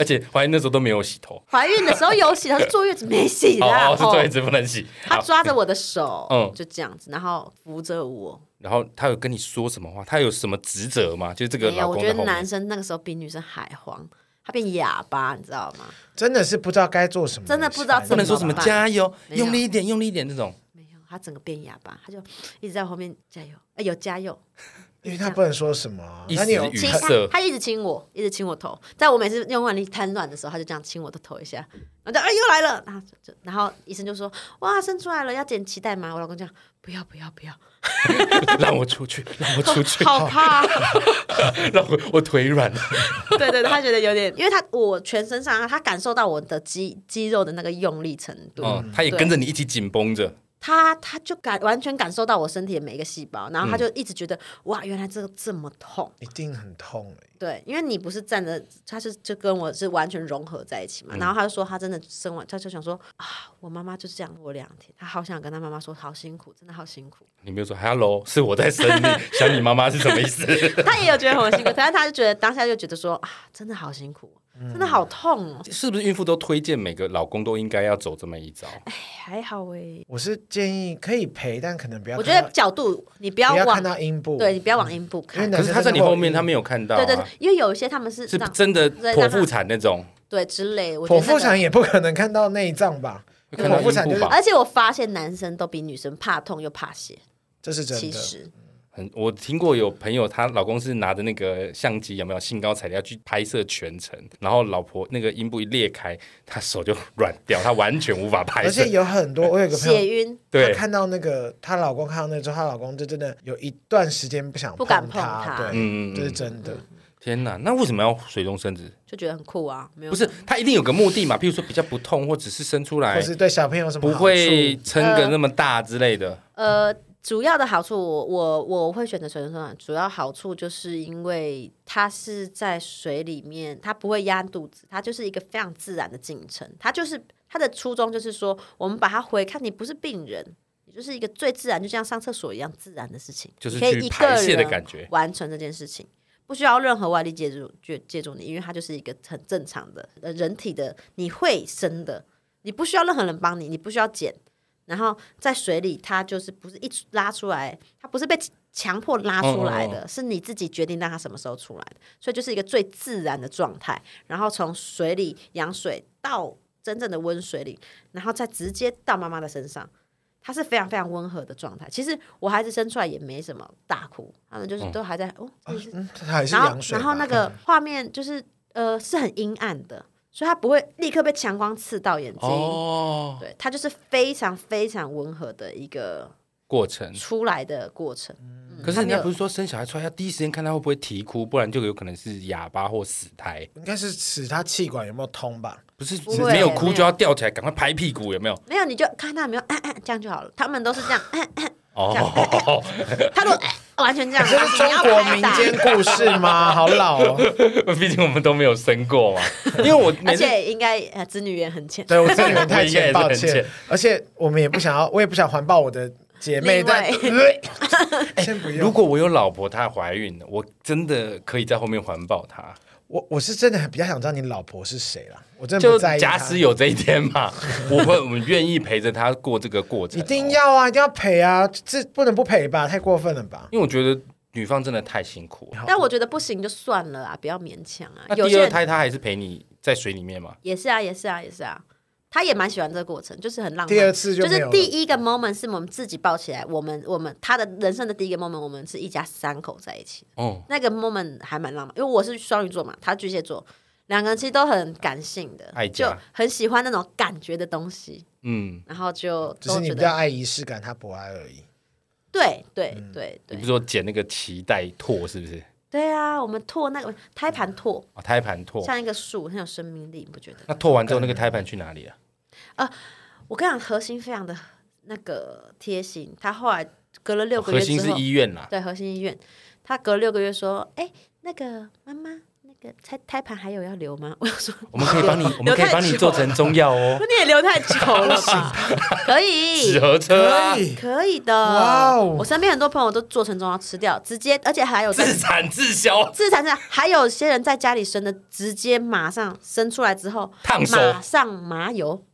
Speaker 1: 而且怀孕那时候都没有洗头，
Speaker 3: 怀孕的时候有洗，他是坐月子没洗
Speaker 1: 哦
Speaker 3: 啦。
Speaker 1: 哦，是坐月子不能洗。
Speaker 3: 他
Speaker 1: 好
Speaker 3: 抓着我的手，
Speaker 1: 嗯
Speaker 3: 就这样子，然后扶着我。
Speaker 1: 然后他有跟你说什么话？他有什么职责吗？就是这个
Speaker 3: 没有，
Speaker 1: 老
Speaker 3: 我
Speaker 1: 公
Speaker 3: 觉
Speaker 1: 的
Speaker 3: 得
Speaker 1: 后
Speaker 3: 男
Speaker 1: 面。
Speaker 3: 生那个时候比女生还慌，他变哑巴，你知道吗？
Speaker 2: 真的是不知道该做什么，
Speaker 3: 真的不知道
Speaker 1: 不
Speaker 3: 怎
Speaker 1: 能说
Speaker 3: 怎
Speaker 1: 什
Speaker 3: 么
Speaker 1: 么
Speaker 3: 办
Speaker 1: 加油，
Speaker 3: 没有
Speaker 1: 用力一点，用力一点这种。
Speaker 3: 没有，他整个变哑巴，他就一直在我后面加油，哎、有加油，
Speaker 2: 因为他不能说什么啊。
Speaker 1: 一
Speaker 2: 那你有
Speaker 1: 时语
Speaker 3: 亲
Speaker 1: 塞
Speaker 3: 他，他一直亲我，一直亲我头，在我每次用完力瘫软的时候，他就这样亲我的头一下，然后就哎又来了，然后就就然后医生就说哇生出来了要剪脐带吗？我老公讲不要不要不要，
Speaker 1: 让我出去，让我出去，
Speaker 3: 好怕，
Speaker 1: 让我我腿软。
Speaker 3: 对对对，他觉得有点，因为他我全身上下他感受到我的肌肌肉的那个用力程度，
Speaker 1: 嗯，他也
Speaker 3: 对
Speaker 1: 跟着你一起紧绷着。
Speaker 3: 他他就感完全感受到我身体的每一个细胞，然后
Speaker 1: 嗯
Speaker 3: 他就一直觉得、哇原来这个这么痛。
Speaker 2: 一定很痛欸
Speaker 3: 对，因为你不是站着，他是就跟我是完全融合在一起
Speaker 2: 嗯
Speaker 3: 嘛。然后他就说，他真的生完，他就想说啊，我妈妈就是这样我两天，他好想跟他妈妈说，好辛苦，真的好辛苦。
Speaker 1: 你没有说 “hello”，是我在生你，想你妈妈是什么意思？
Speaker 3: 他也有觉得很辛苦，但是他就觉得当下就觉得说啊，真的好辛苦，真的好
Speaker 2: 嗯
Speaker 3: 痛哦。
Speaker 1: 是不是孕妇都推荐每个老公都应该要走这么一招？
Speaker 3: 哎还好哎、
Speaker 2: 我是建议可以陪，但可能不要
Speaker 3: 我
Speaker 2: 看
Speaker 3: 觉
Speaker 2: 到。
Speaker 3: 得角度你不要
Speaker 2: 不要
Speaker 3: 往
Speaker 2: 看，到阴部。
Speaker 3: 对你不要往阴部
Speaker 2: 因为
Speaker 3: 看。
Speaker 2: 男
Speaker 1: 可
Speaker 2: 生
Speaker 1: 是他在你后面，他没有看到、啊，
Speaker 3: 对对对，因为有一些他们是
Speaker 1: 是
Speaker 3: 让
Speaker 1: 真的剖腹产那种，
Speaker 3: 对之类的，我觉
Speaker 2: 剖
Speaker 3: 得那
Speaker 2: 腹
Speaker 3: 个
Speaker 2: 产也不可能看到内脏吧？
Speaker 1: 会看到
Speaker 2: 剖腹产
Speaker 1: 阴
Speaker 2: 就
Speaker 1: 部吧？
Speaker 2: 是
Speaker 3: 而且我发现男生都比女生怕痛又怕血，
Speaker 2: 这是真
Speaker 3: 其
Speaker 2: 的。
Speaker 3: 实
Speaker 1: 很，我听过有朋友，她老公是拿着那个相机，有没有兴高采烈要去拍摄全程，然后老婆那个阴部一裂开，他手就软掉，他完全无法拍
Speaker 2: 而
Speaker 1: 摄
Speaker 2: 且。有很多，我有个朋
Speaker 3: 血
Speaker 2: 友，
Speaker 3: 晕。
Speaker 1: 对
Speaker 2: 她，看到那个她老公看到那之后，她老公就真的有一段时间不想
Speaker 3: 不敢碰
Speaker 2: 她，
Speaker 3: 她
Speaker 2: 对，
Speaker 1: 嗯嗯嗯
Speaker 2: 这是真的。
Speaker 1: 天哪，那为什么要水中生子？
Speaker 3: 就觉得很酷啊，没有
Speaker 1: 不是，他一定有个目的嘛，譬如说比较不痛，或只是生出来
Speaker 2: 或是对小朋友有什
Speaker 1: 哎
Speaker 2: 么
Speaker 1: 不
Speaker 2: 好处
Speaker 1: 会撑个那么大之类的。
Speaker 3: 呃，主要的好处我我我会选择水中生产，主要好处就是因为它是在水里面，它不会压肚子，它就是一个非常自然的进程，它就是它的初衷就是说，我们把它回看，你不是病人。你就是一个最自然，就像上厕所一样自然的事情，
Speaker 1: 就是
Speaker 3: 你可以
Speaker 1: 去
Speaker 3: 一
Speaker 1: 排
Speaker 3: 个
Speaker 1: 泄的
Speaker 3: 人
Speaker 1: 感觉
Speaker 3: 完成这件事情，不需要任何外力介入介介入你，因为它就是一个很正常的呃人体的，你会生的，你不需要任何人帮你，你不需要剪，然后在水里，它就是不是一出拉出来，它不是被强迫拉出来的，是你自己决定让它什么时候出来的，所以就是一个最自然的状态。然后从水里羊水到真正的温水里，然后再直接到妈妈的身上，它是非常非常温和的状态。其实我孩子生出来也没什么大哭，他们就是都还在、哦，这是
Speaker 2: 嗯，她还是
Speaker 3: 然后
Speaker 2: 羊水
Speaker 3: 然
Speaker 2: 吧
Speaker 3: 后那个画面就是呃是很阴暗的，所以它不会立刻被强光刺到眼睛。
Speaker 1: 哦，
Speaker 3: 对，它就是非常非常温和的一个
Speaker 1: 过程。
Speaker 3: 出来的过程。嗯
Speaker 1: 可是
Speaker 3: 它
Speaker 1: 人
Speaker 3: 没
Speaker 1: 家
Speaker 3: 有
Speaker 1: 不是说生小孩出来要第一时间看他会不会啼哭，不然就有可能是哑巴或死胎，
Speaker 2: 应该是使她气管有没有通吧？
Speaker 1: 不是
Speaker 3: 不会
Speaker 1: 没有哭
Speaker 3: 没有
Speaker 1: 就要吊起来，赶快拍屁股，有没有？
Speaker 3: 没有，你就看他有没有咳咳这样就好了。他们都是 这样，咳这样
Speaker 1: 哦，
Speaker 3: 他如果咳完全这样，
Speaker 2: 这是中
Speaker 3: 你要
Speaker 2: 国
Speaker 3: 拍
Speaker 2: 民
Speaker 3: 打
Speaker 2: 间故事 吗？好老哦。
Speaker 1: 毕竟我们都没有生过嘛。 因为我每
Speaker 3: 而
Speaker 1: 次
Speaker 3: 且应该呃子女缘很浅。
Speaker 2: 对我这里面太
Speaker 1: 我应该也
Speaker 2: 浅，
Speaker 1: 是
Speaker 2: 抱
Speaker 1: 很
Speaker 2: 歉
Speaker 1: 浅。
Speaker 2: 而且我们也不想要，我也不想环抱我的姐妹，哎
Speaker 3: 另
Speaker 2: 但
Speaker 3: 外
Speaker 2: 先不用。
Speaker 1: 如果我有老婆她怀孕了，我真的可以在后面环抱她。
Speaker 2: 我我是真的很比较想知道你老婆是谁啦，我真的
Speaker 1: 就
Speaker 2: 不在意
Speaker 1: 假
Speaker 2: 她
Speaker 1: 使有这一天 嘛，我会我们愿意陪着他过这个过程、
Speaker 2: 一定，要啊，一定要陪啊，这不能不陪吧？太过分了吧？
Speaker 1: 因为我觉得女方真的太辛苦了。
Speaker 3: 但我觉得不行就算了啊，不要勉强啊。
Speaker 1: 那
Speaker 3: 有
Speaker 1: 第
Speaker 3: 些
Speaker 1: 二
Speaker 3: 人
Speaker 1: 胎他还是陪你在水里面嘛？
Speaker 3: 也是啊，也是啊，也是啊。他也蛮喜欢这个过程，就是很浪漫。
Speaker 2: 第二次就
Speaker 3: 就
Speaker 2: 没
Speaker 3: 是
Speaker 2: 有
Speaker 3: 第
Speaker 2: 了
Speaker 3: 一个 moment 是我们自己抱起来，我们我们他的人生的第一个 moment，我们是一家三口在一起的，
Speaker 1: 哦，
Speaker 3: 那个 moment 还蛮浪漫，因为我是双鱼座嘛，他巨蟹座，两个人其实都很感性的
Speaker 1: 爱，
Speaker 3: 就
Speaker 1: 家
Speaker 3: 很喜欢那种感觉的东西，
Speaker 1: 嗯，
Speaker 3: 然后就
Speaker 2: 只是
Speaker 3: 都
Speaker 2: 你
Speaker 3: 觉
Speaker 2: 比较嗯
Speaker 3: 得
Speaker 2: 爱仪式感，他不爱而已。
Speaker 3: 对对对
Speaker 1: 你
Speaker 3: 对
Speaker 1: 不是说剪那个脐带拓是不是？
Speaker 3: 对啊，我们拓那个胎盘拓，
Speaker 1: 哦，胎盘拓。
Speaker 3: 像一个树，很有生命力，你不觉得？
Speaker 1: 那拓完之后，那个胎盘去哪里啊？
Speaker 3: 我跟你讲，核心非常的那个贴心，他后来隔了六个
Speaker 1: 核
Speaker 3: 月
Speaker 1: 心
Speaker 3: 之
Speaker 1: 是
Speaker 3: 后，
Speaker 1: 医院啦，
Speaker 3: 对核心医院，他隔了六个月说，哎，那个妈妈，那个胎胎盘还有要留吗？ 我想说，
Speaker 1: 我们可 以帮你，我们可以帮你做成中药哦，
Speaker 3: 你也留太久 了
Speaker 1: 啊
Speaker 3: 吧？可以
Speaker 1: 纸。盒车啊，
Speaker 2: 以，
Speaker 3: 可以的，
Speaker 2: 哇哦
Speaker 3: 我身边很多朋友都做成中药吃掉，直接，而且还有在
Speaker 1: 自产自销，啊
Speaker 3: 自产自产，还有些人在家里生的，直接马上生出来之后，
Speaker 1: 烫手
Speaker 3: 马上麻油，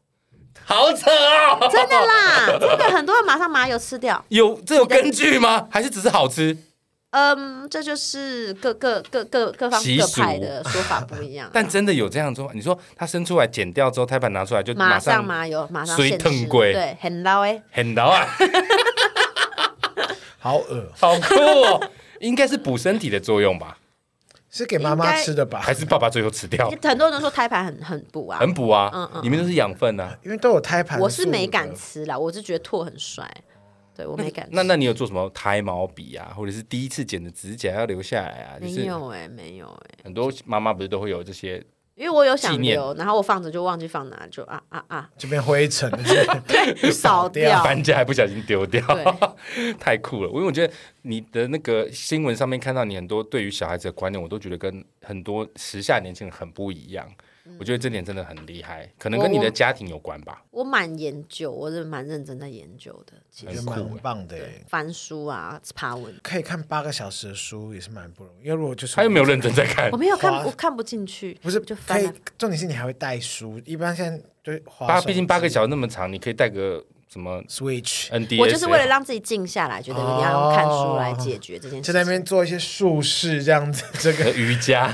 Speaker 1: 好扯哦！
Speaker 3: 真的 啦，真的很多人马上麻油吃掉。
Speaker 1: 有这有根据吗？还是只是好吃？
Speaker 3: 嗯，这就是各各各各各方
Speaker 1: 习
Speaker 3: 各
Speaker 1: 俗。
Speaker 3: 派的说法不一样
Speaker 1: 但真的有这样做法？你说他生出来剪掉之后，胎盘拿出来就
Speaker 3: 马上
Speaker 1: 上
Speaker 3: 麻油，马上
Speaker 1: 水
Speaker 3: 现
Speaker 1: 烫
Speaker 3: 吃，
Speaker 1: 过
Speaker 3: 对，很捞哎。
Speaker 1: 很牢啊，
Speaker 2: 好恶，
Speaker 1: 好酷哦！应该是补身体的作用吧？
Speaker 2: 是给妈妈吃的吧
Speaker 1: 还？是爸爸最后吃 掉？
Speaker 3: 很多人说胎盘很很补啊，
Speaker 1: 很补啊，
Speaker 3: 嗯嗯
Speaker 1: 里面都是养分啊。
Speaker 2: 因为都有胎盘素的，
Speaker 3: 我是没敢吃啦，我是觉得拓很帅，对我没敢吃。
Speaker 1: 那那你有做什么胎毛笔啊，或者是第一次剪的指甲要留下来啊？就
Speaker 3: 没
Speaker 1: 是
Speaker 3: 有哎，没有哎，
Speaker 1: 很多妈妈不是都会有这些
Speaker 3: 因为我有
Speaker 1: 纪
Speaker 3: 想
Speaker 1: 念
Speaker 3: 留，然后我放着就忘记放哪，就啊啊啊，
Speaker 2: 这边灰尘，
Speaker 3: 扫掉。
Speaker 1: 搬家还不小心丢掉，
Speaker 3: 对
Speaker 1: 太酷了！因为我觉得你的那个新闻上面看到你很多对于小孩子的观念，我都觉得跟很多时下年轻人很不一样。我觉得这点真的很厉害，可能跟
Speaker 3: 我
Speaker 1: 你
Speaker 3: 我
Speaker 1: 的家庭有关吧。
Speaker 3: 我蛮研究，我是蛮认真在研究的，其
Speaker 2: 也
Speaker 3: 实
Speaker 2: 蛮棒 的耶。欸
Speaker 3: 对翻书啊、爬文，
Speaker 2: 可以看八个小时的书也是蛮不容易，因为如果就是
Speaker 1: 他又没有认真在看
Speaker 3: 我，没有看，
Speaker 2: 滑
Speaker 3: 我看不进去，
Speaker 2: 不是
Speaker 3: 就
Speaker 2: 可
Speaker 3: 翻
Speaker 2: 以
Speaker 3: 啊。，
Speaker 2: 重点是你还会带书，一般现在就是
Speaker 1: 八
Speaker 2: 花，
Speaker 1: 毕竟八个小时那么长，你可以带个什么
Speaker 2: Switch
Speaker 1: NDS？
Speaker 3: 我就是为了让自己静下来，觉得一定要用看书来解决这件
Speaker 2: 哦就
Speaker 3: 事
Speaker 2: 在那
Speaker 3: 情。
Speaker 2: 边做一些术式这样子， 这个
Speaker 1: 呃瑜伽。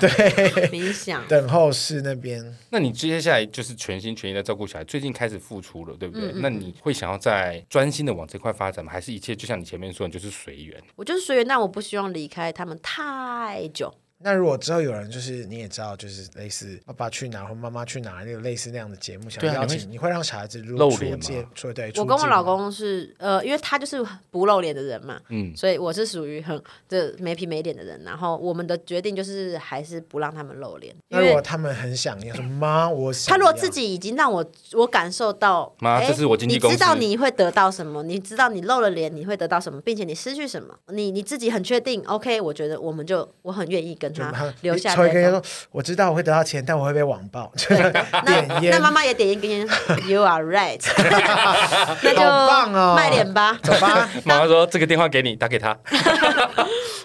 Speaker 3: 冥想，
Speaker 2: 等候室那边。
Speaker 1: 那你接下来就是全心全意的照顾小孩，最近开始付出了，对不
Speaker 3: 嗯
Speaker 1: 对？那你会想要再专心的往这块发展吗？还是一切就像你前面说，你就是随缘？
Speaker 3: 我就是随缘，但我不希望离开他们太久。
Speaker 2: 那如果之后有人就是你也知道，就是类似《爸爸去哪儿》或《妈妈去哪儿》那种类似那样的节目，想
Speaker 1: 对啊
Speaker 2: 邀
Speaker 1: 你会
Speaker 2: 请，你会让小孩子如
Speaker 1: 露
Speaker 2: 出
Speaker 1: 脸吗
Speaker 2: 界出对，
Speaker 3: 我
Speaker 2: 出
Speaker 3: 跟我
Speaker 2: 镜
Speaker 3: 老公是呃，因为他就是不露脸的人嘛，
Speaker 1: 嗯
Speaker 3: 所以我是属于很这没皮没脸的人。然后我们的决定就是还是不让他们露脸，因
Speaker 2: 那如果
Speaker 3: 为
Speaker 2: 他们很想要说 妈，我想
Speaker 3: 他如果
Speaker 2: 要
Speaker 3: 自己已经让我我感受到，
Speaker 1: 妈
Speaker 3: 诶
Speaker 1: 这是我经纪公司
Speaker 3: 你知道你会得到什么，你知道你露了脸你会得到什么，并且你失去什么，你你自己很确定。OK，我觉得我们就我很愿意跟
Speaker 2: 就
Speaker 3: 他留下
Speaker 2: 抽一
Speaker 3: 来。
Speaker 2: 根烟说，我知道我会得到钱，但我会被网暴，就是
Speaker 3: 那
Speaker 2: 点
Speaker 3: 那
Speaker 2: 烟
Speaker 3: 妈，妈也点一根烟，You are right，那 就
Speaker 2: 好棒哦
Speaker 3: 卖脸吧。
Speaker 2: 走 吧，
Speaker 1: 妈妈说这个电话给你，打给他。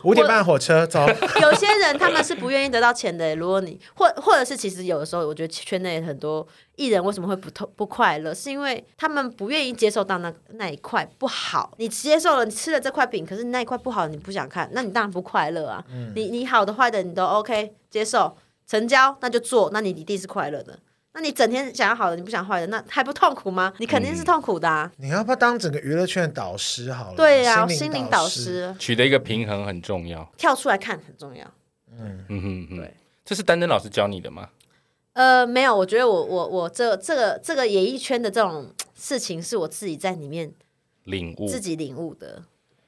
Speaker 2: 五点半的火车 走。
Speaker 3: 有些人他们是不愿意得到钱的。如果你或或者是其实有的时候，我觉得圈内很多艺人为什么会不痛不快乐，是因为他们不愿意接受到那那一块不好。你接受了，你吃了这块饼，可是那一块不好，你不想看，那你当然不快乐啊。你你好的坏的你都 OK 接受成交，那就做，那你一定是快乐的。那你整天想要好的，你不想坏的，那还不痛苦吗？你肯定是痛苦的啊。
Speaker 2: 你要不要当整个娱乐圈的导师好了？
Speaker 3: 对啊呀、心
Speaker 2: 心
Speaker 3: 灵导
Speaker 2: 导师。
Speaker 3: 师
Speaker 1: 取得一个平衡很重要。
Speaker 3: 跳出来看很重要。
Speaker 1: 嗯哼哼，
Speaker 3: 对，
Speaker 1: 这是丹丹老师教你的吗？
Speaker 3: 呃，没有，我觉得我我我这这个这个演艺圈的这种事情是我自己在里面
Speaker 1: 领悟
Speaker 3: 自己领悟的。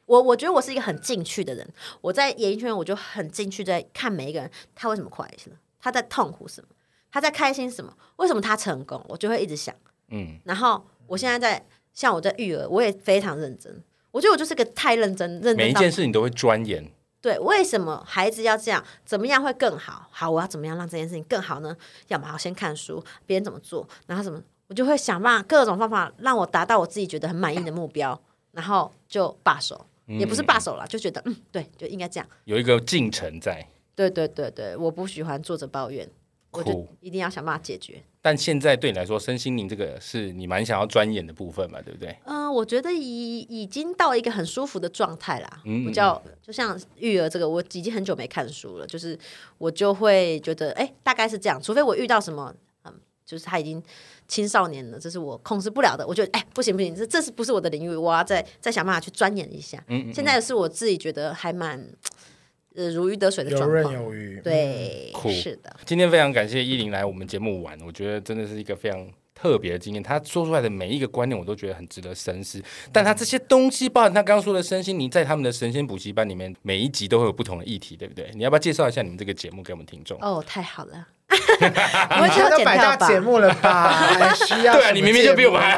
Speaker 3: 我我觉得我是一个很进去的人，我在演艺圈我就很进去，在看每一个人他为什么快乐，他在痛苦什么，他在开心什么，为什么他成功，我就会一直想。
Speaker 1: 嗯，
Speaker 3: 然后我现在在像我在育儿，我也非常认真，我觉得我就是个太认真，认
Speaker 1: 每
Speaker 3: 真
Speaker 1: 一
Speaker 3: 到
Speaker 1: 件事你都会钻研，
Speaker 3: 对，为什么孩子要这样？怎么样会更好？好，我要怎么样让这件事情更好呢？要么我先看书，别人怎么做，然后怎么，我就会想办法各种方法让我达到我自己觉得很满意的目标，然嗯后就罢手，也不是罢手了，就觉得嗯，对，就应该这样。
Speaker 1: 有一个进程在。
Speaker 3: 对对对对，我不喜欢坐着抱怨，我就
Speaker 1: 酷
Speaker 3: 一定要想办法解决。
Speaker 1: 但现在对你来说，身心灵这个是你蛮想要钻研的部分嘛，对不对？
Speaker 3: 嗯、我觉得已已经到一个很舒服的状态啦。
Speaker 1: 嗯嗯
Speaker 3: 比较就像育儿这个，我已经很久没看书了，就是我就会觉得，哎，大概是这样。除非我遇到什么，嗯，就是他已经青少年了，这是我控制不了的。我觉得，哎，不行不行，这这是不是我的领域？我要再再想办法去钻研一下。
Speaker 1: 嗯嗯嗯
Speaker 3: 现在是我自己觉得还蛮呃如鱼得水的
Speaker 2: 游
Speaker 3: 状
Speaker 2: 刃
Speaker 3: 况。
Speaker 2: 有余。
Speaker 3: 对
Speaker 1: 嗯酷，
Speaker 3: 是的，
Speaker 1: 今天非常感谢依林来我们节目玩，我觉得真的是一个非常特别的经验。他说出来的每一个观念，我都觉得很值得深思。但他这些东西，包含他刚刚说的身心灵，在他们的神仙补习班里面，每一集都会有不同的议题，对不对？你要不要介绍一下你们这个节目给我们听众？
Speaker 3: 哦，太 好了，不会
Speaker 2: 你看
Speaker 3: 是要
Speaker 2: 到
Speaker 3: 剪
Speaker 2: 百
Speaker 3: 掉
Speaker 2: 大
Speaker 3: 吧？
Speaker 2: 节目了 吧？还需要
Speaker 1: 对啊，
Speaker 2: 什么
Speaker 1: 你明明就比我们还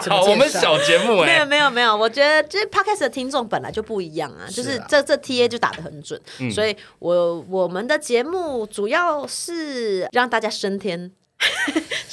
Speaker 2: 节
Speaker 1: 好，
Speaker 2: 目
Speaker 1: 我们小节目
Speaker 3: 没
Speaker 1: 哎、
Speaker 3: 有没有没有，我觉得就是 podcast 的听众本来就不一样啊，嗯就是
Speaker 2: 是啊
Speaker 3: 这这 TA 就打得很准，所以我我们的节目主要是让大家升天。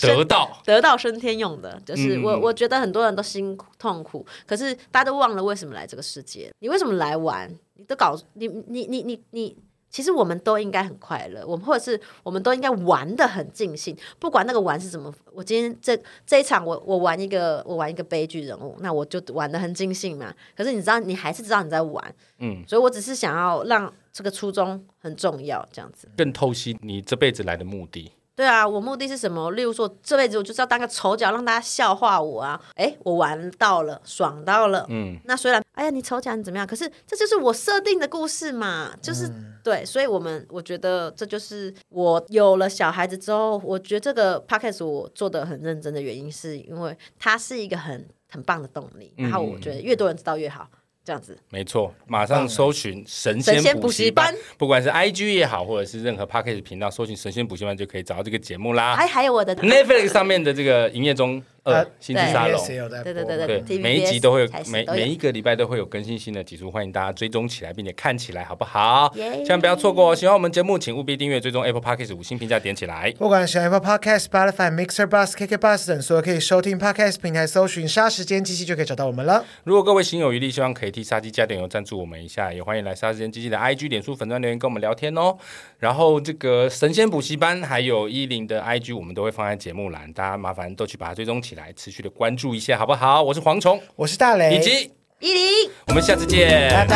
Speaker 1: 得到
Speaker 3: 得到升天用的，就是
Speaker 1: 嗯嗯
Speaker 3: 我，
Speaker 1: 嗯
Speaker 3: 我觉得很多人都辛苦痛苦，可是大家都忘了为什么来这个世界，你为什么来玩？你都搞你你你你你，其实我们都应该很快乐，我们或者是我们都应该玩的很尽兴，不管那个玩是怎么。我今天这这一场我，我玩一个我玩一个悲剧人物，那我就玩的很尽兴嘛。可是你知道，你还是知道你在玩，
Speaker 1: 嗯，
Speaker 3: 所以我只是想要让这个初衷很重要，这样子。
Speaker 1: 更透析你这辈子来的目的。
Speaker 3: 对啊，我目的是什么？例如说，这辈子我就是要当个丑角，让大家笑话我啊！哎，我玩到了，爽到了。
Speaker 1: 嗯，
Speaker 3: 那虽然，哎呀，你丑角你怎么样？可是这就是我设定的故事嘛，就是、对，所以我们我觉得这就是我有了小孩子之后，我觉得这个 podcast 我做的很认真的原因，是因为它是一个很很棒的动力，
Speaker 1: 嗯
Speaker 3: 然后我觉得越多人知道越好，这样子。
Speaker 1: 没错，马上搜寻神
Speaker 3: 嗯神
Speaker 1: 仙
Speaker 3: 仙
Speaker 1: 补
Speaker 3: 补
Speaker 1: 习
Speaker 3: 习
Speaker 1: 班
Speaker 3: 班，
Speaker 1: 不管是 IG 也好，或者是任何 p a c k a g e 频道搜寻神仙补习班，就可以找到这个节目啦。
Speaker 3: 还哎还有我的
Speaker 1: Netflix 上面的这个营业中呃
Speaker 2: 呃
Speaker 1: 星之沙
Speaker 2: 对
Speaker 1: 龙
Speaker 2: TBS 也有在播
Speaker 3: 对对对
Speaker 2: 嘛
Speaker 1: 对，
Speaker 3: TVBS
Speaker 1: 每一集都会有
Speaker 3: 台视
Speaker 1: 每
Speaker 3: 都有
Speaker 1: 每一个礼拜都会有更新新的集数，欢迎大家追踪起来，并且看起来好不好？
Speaker 3: 耶
Speaker 1: 千万不要错过哦！喜欢我们节目，请务必订阅、追踪 Apple Podcast 五星评价点起来。
Speaker 2: 不管是 Apple Podcast、Spotify、Mixer、Bus、KK Bus 等所有可以收听 Podcast 平台，搜寻“杀时间机器”就可以找到我们了。
Speaker 1: 如果各位心有余力，希望可以替杀鸡加点油赞助我们一下，也欢迎来杀时间机器的 IG、脸书粉专留言跟我们聊天哦。然后这个神仙补习班还有依林的 IG，我们都会放在节目栏，大家麻烦都去把它追踪起来，持续的关注一下，好不好？我是蝗虫，
Speaker 2: 我是大雷，
Speaker 1: 以及
Speaker 3: 依林，
Speaker 1: 我们下次见，
Speaker 2: 拜
Speaker 3: 拜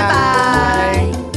Speaker 3: 拜。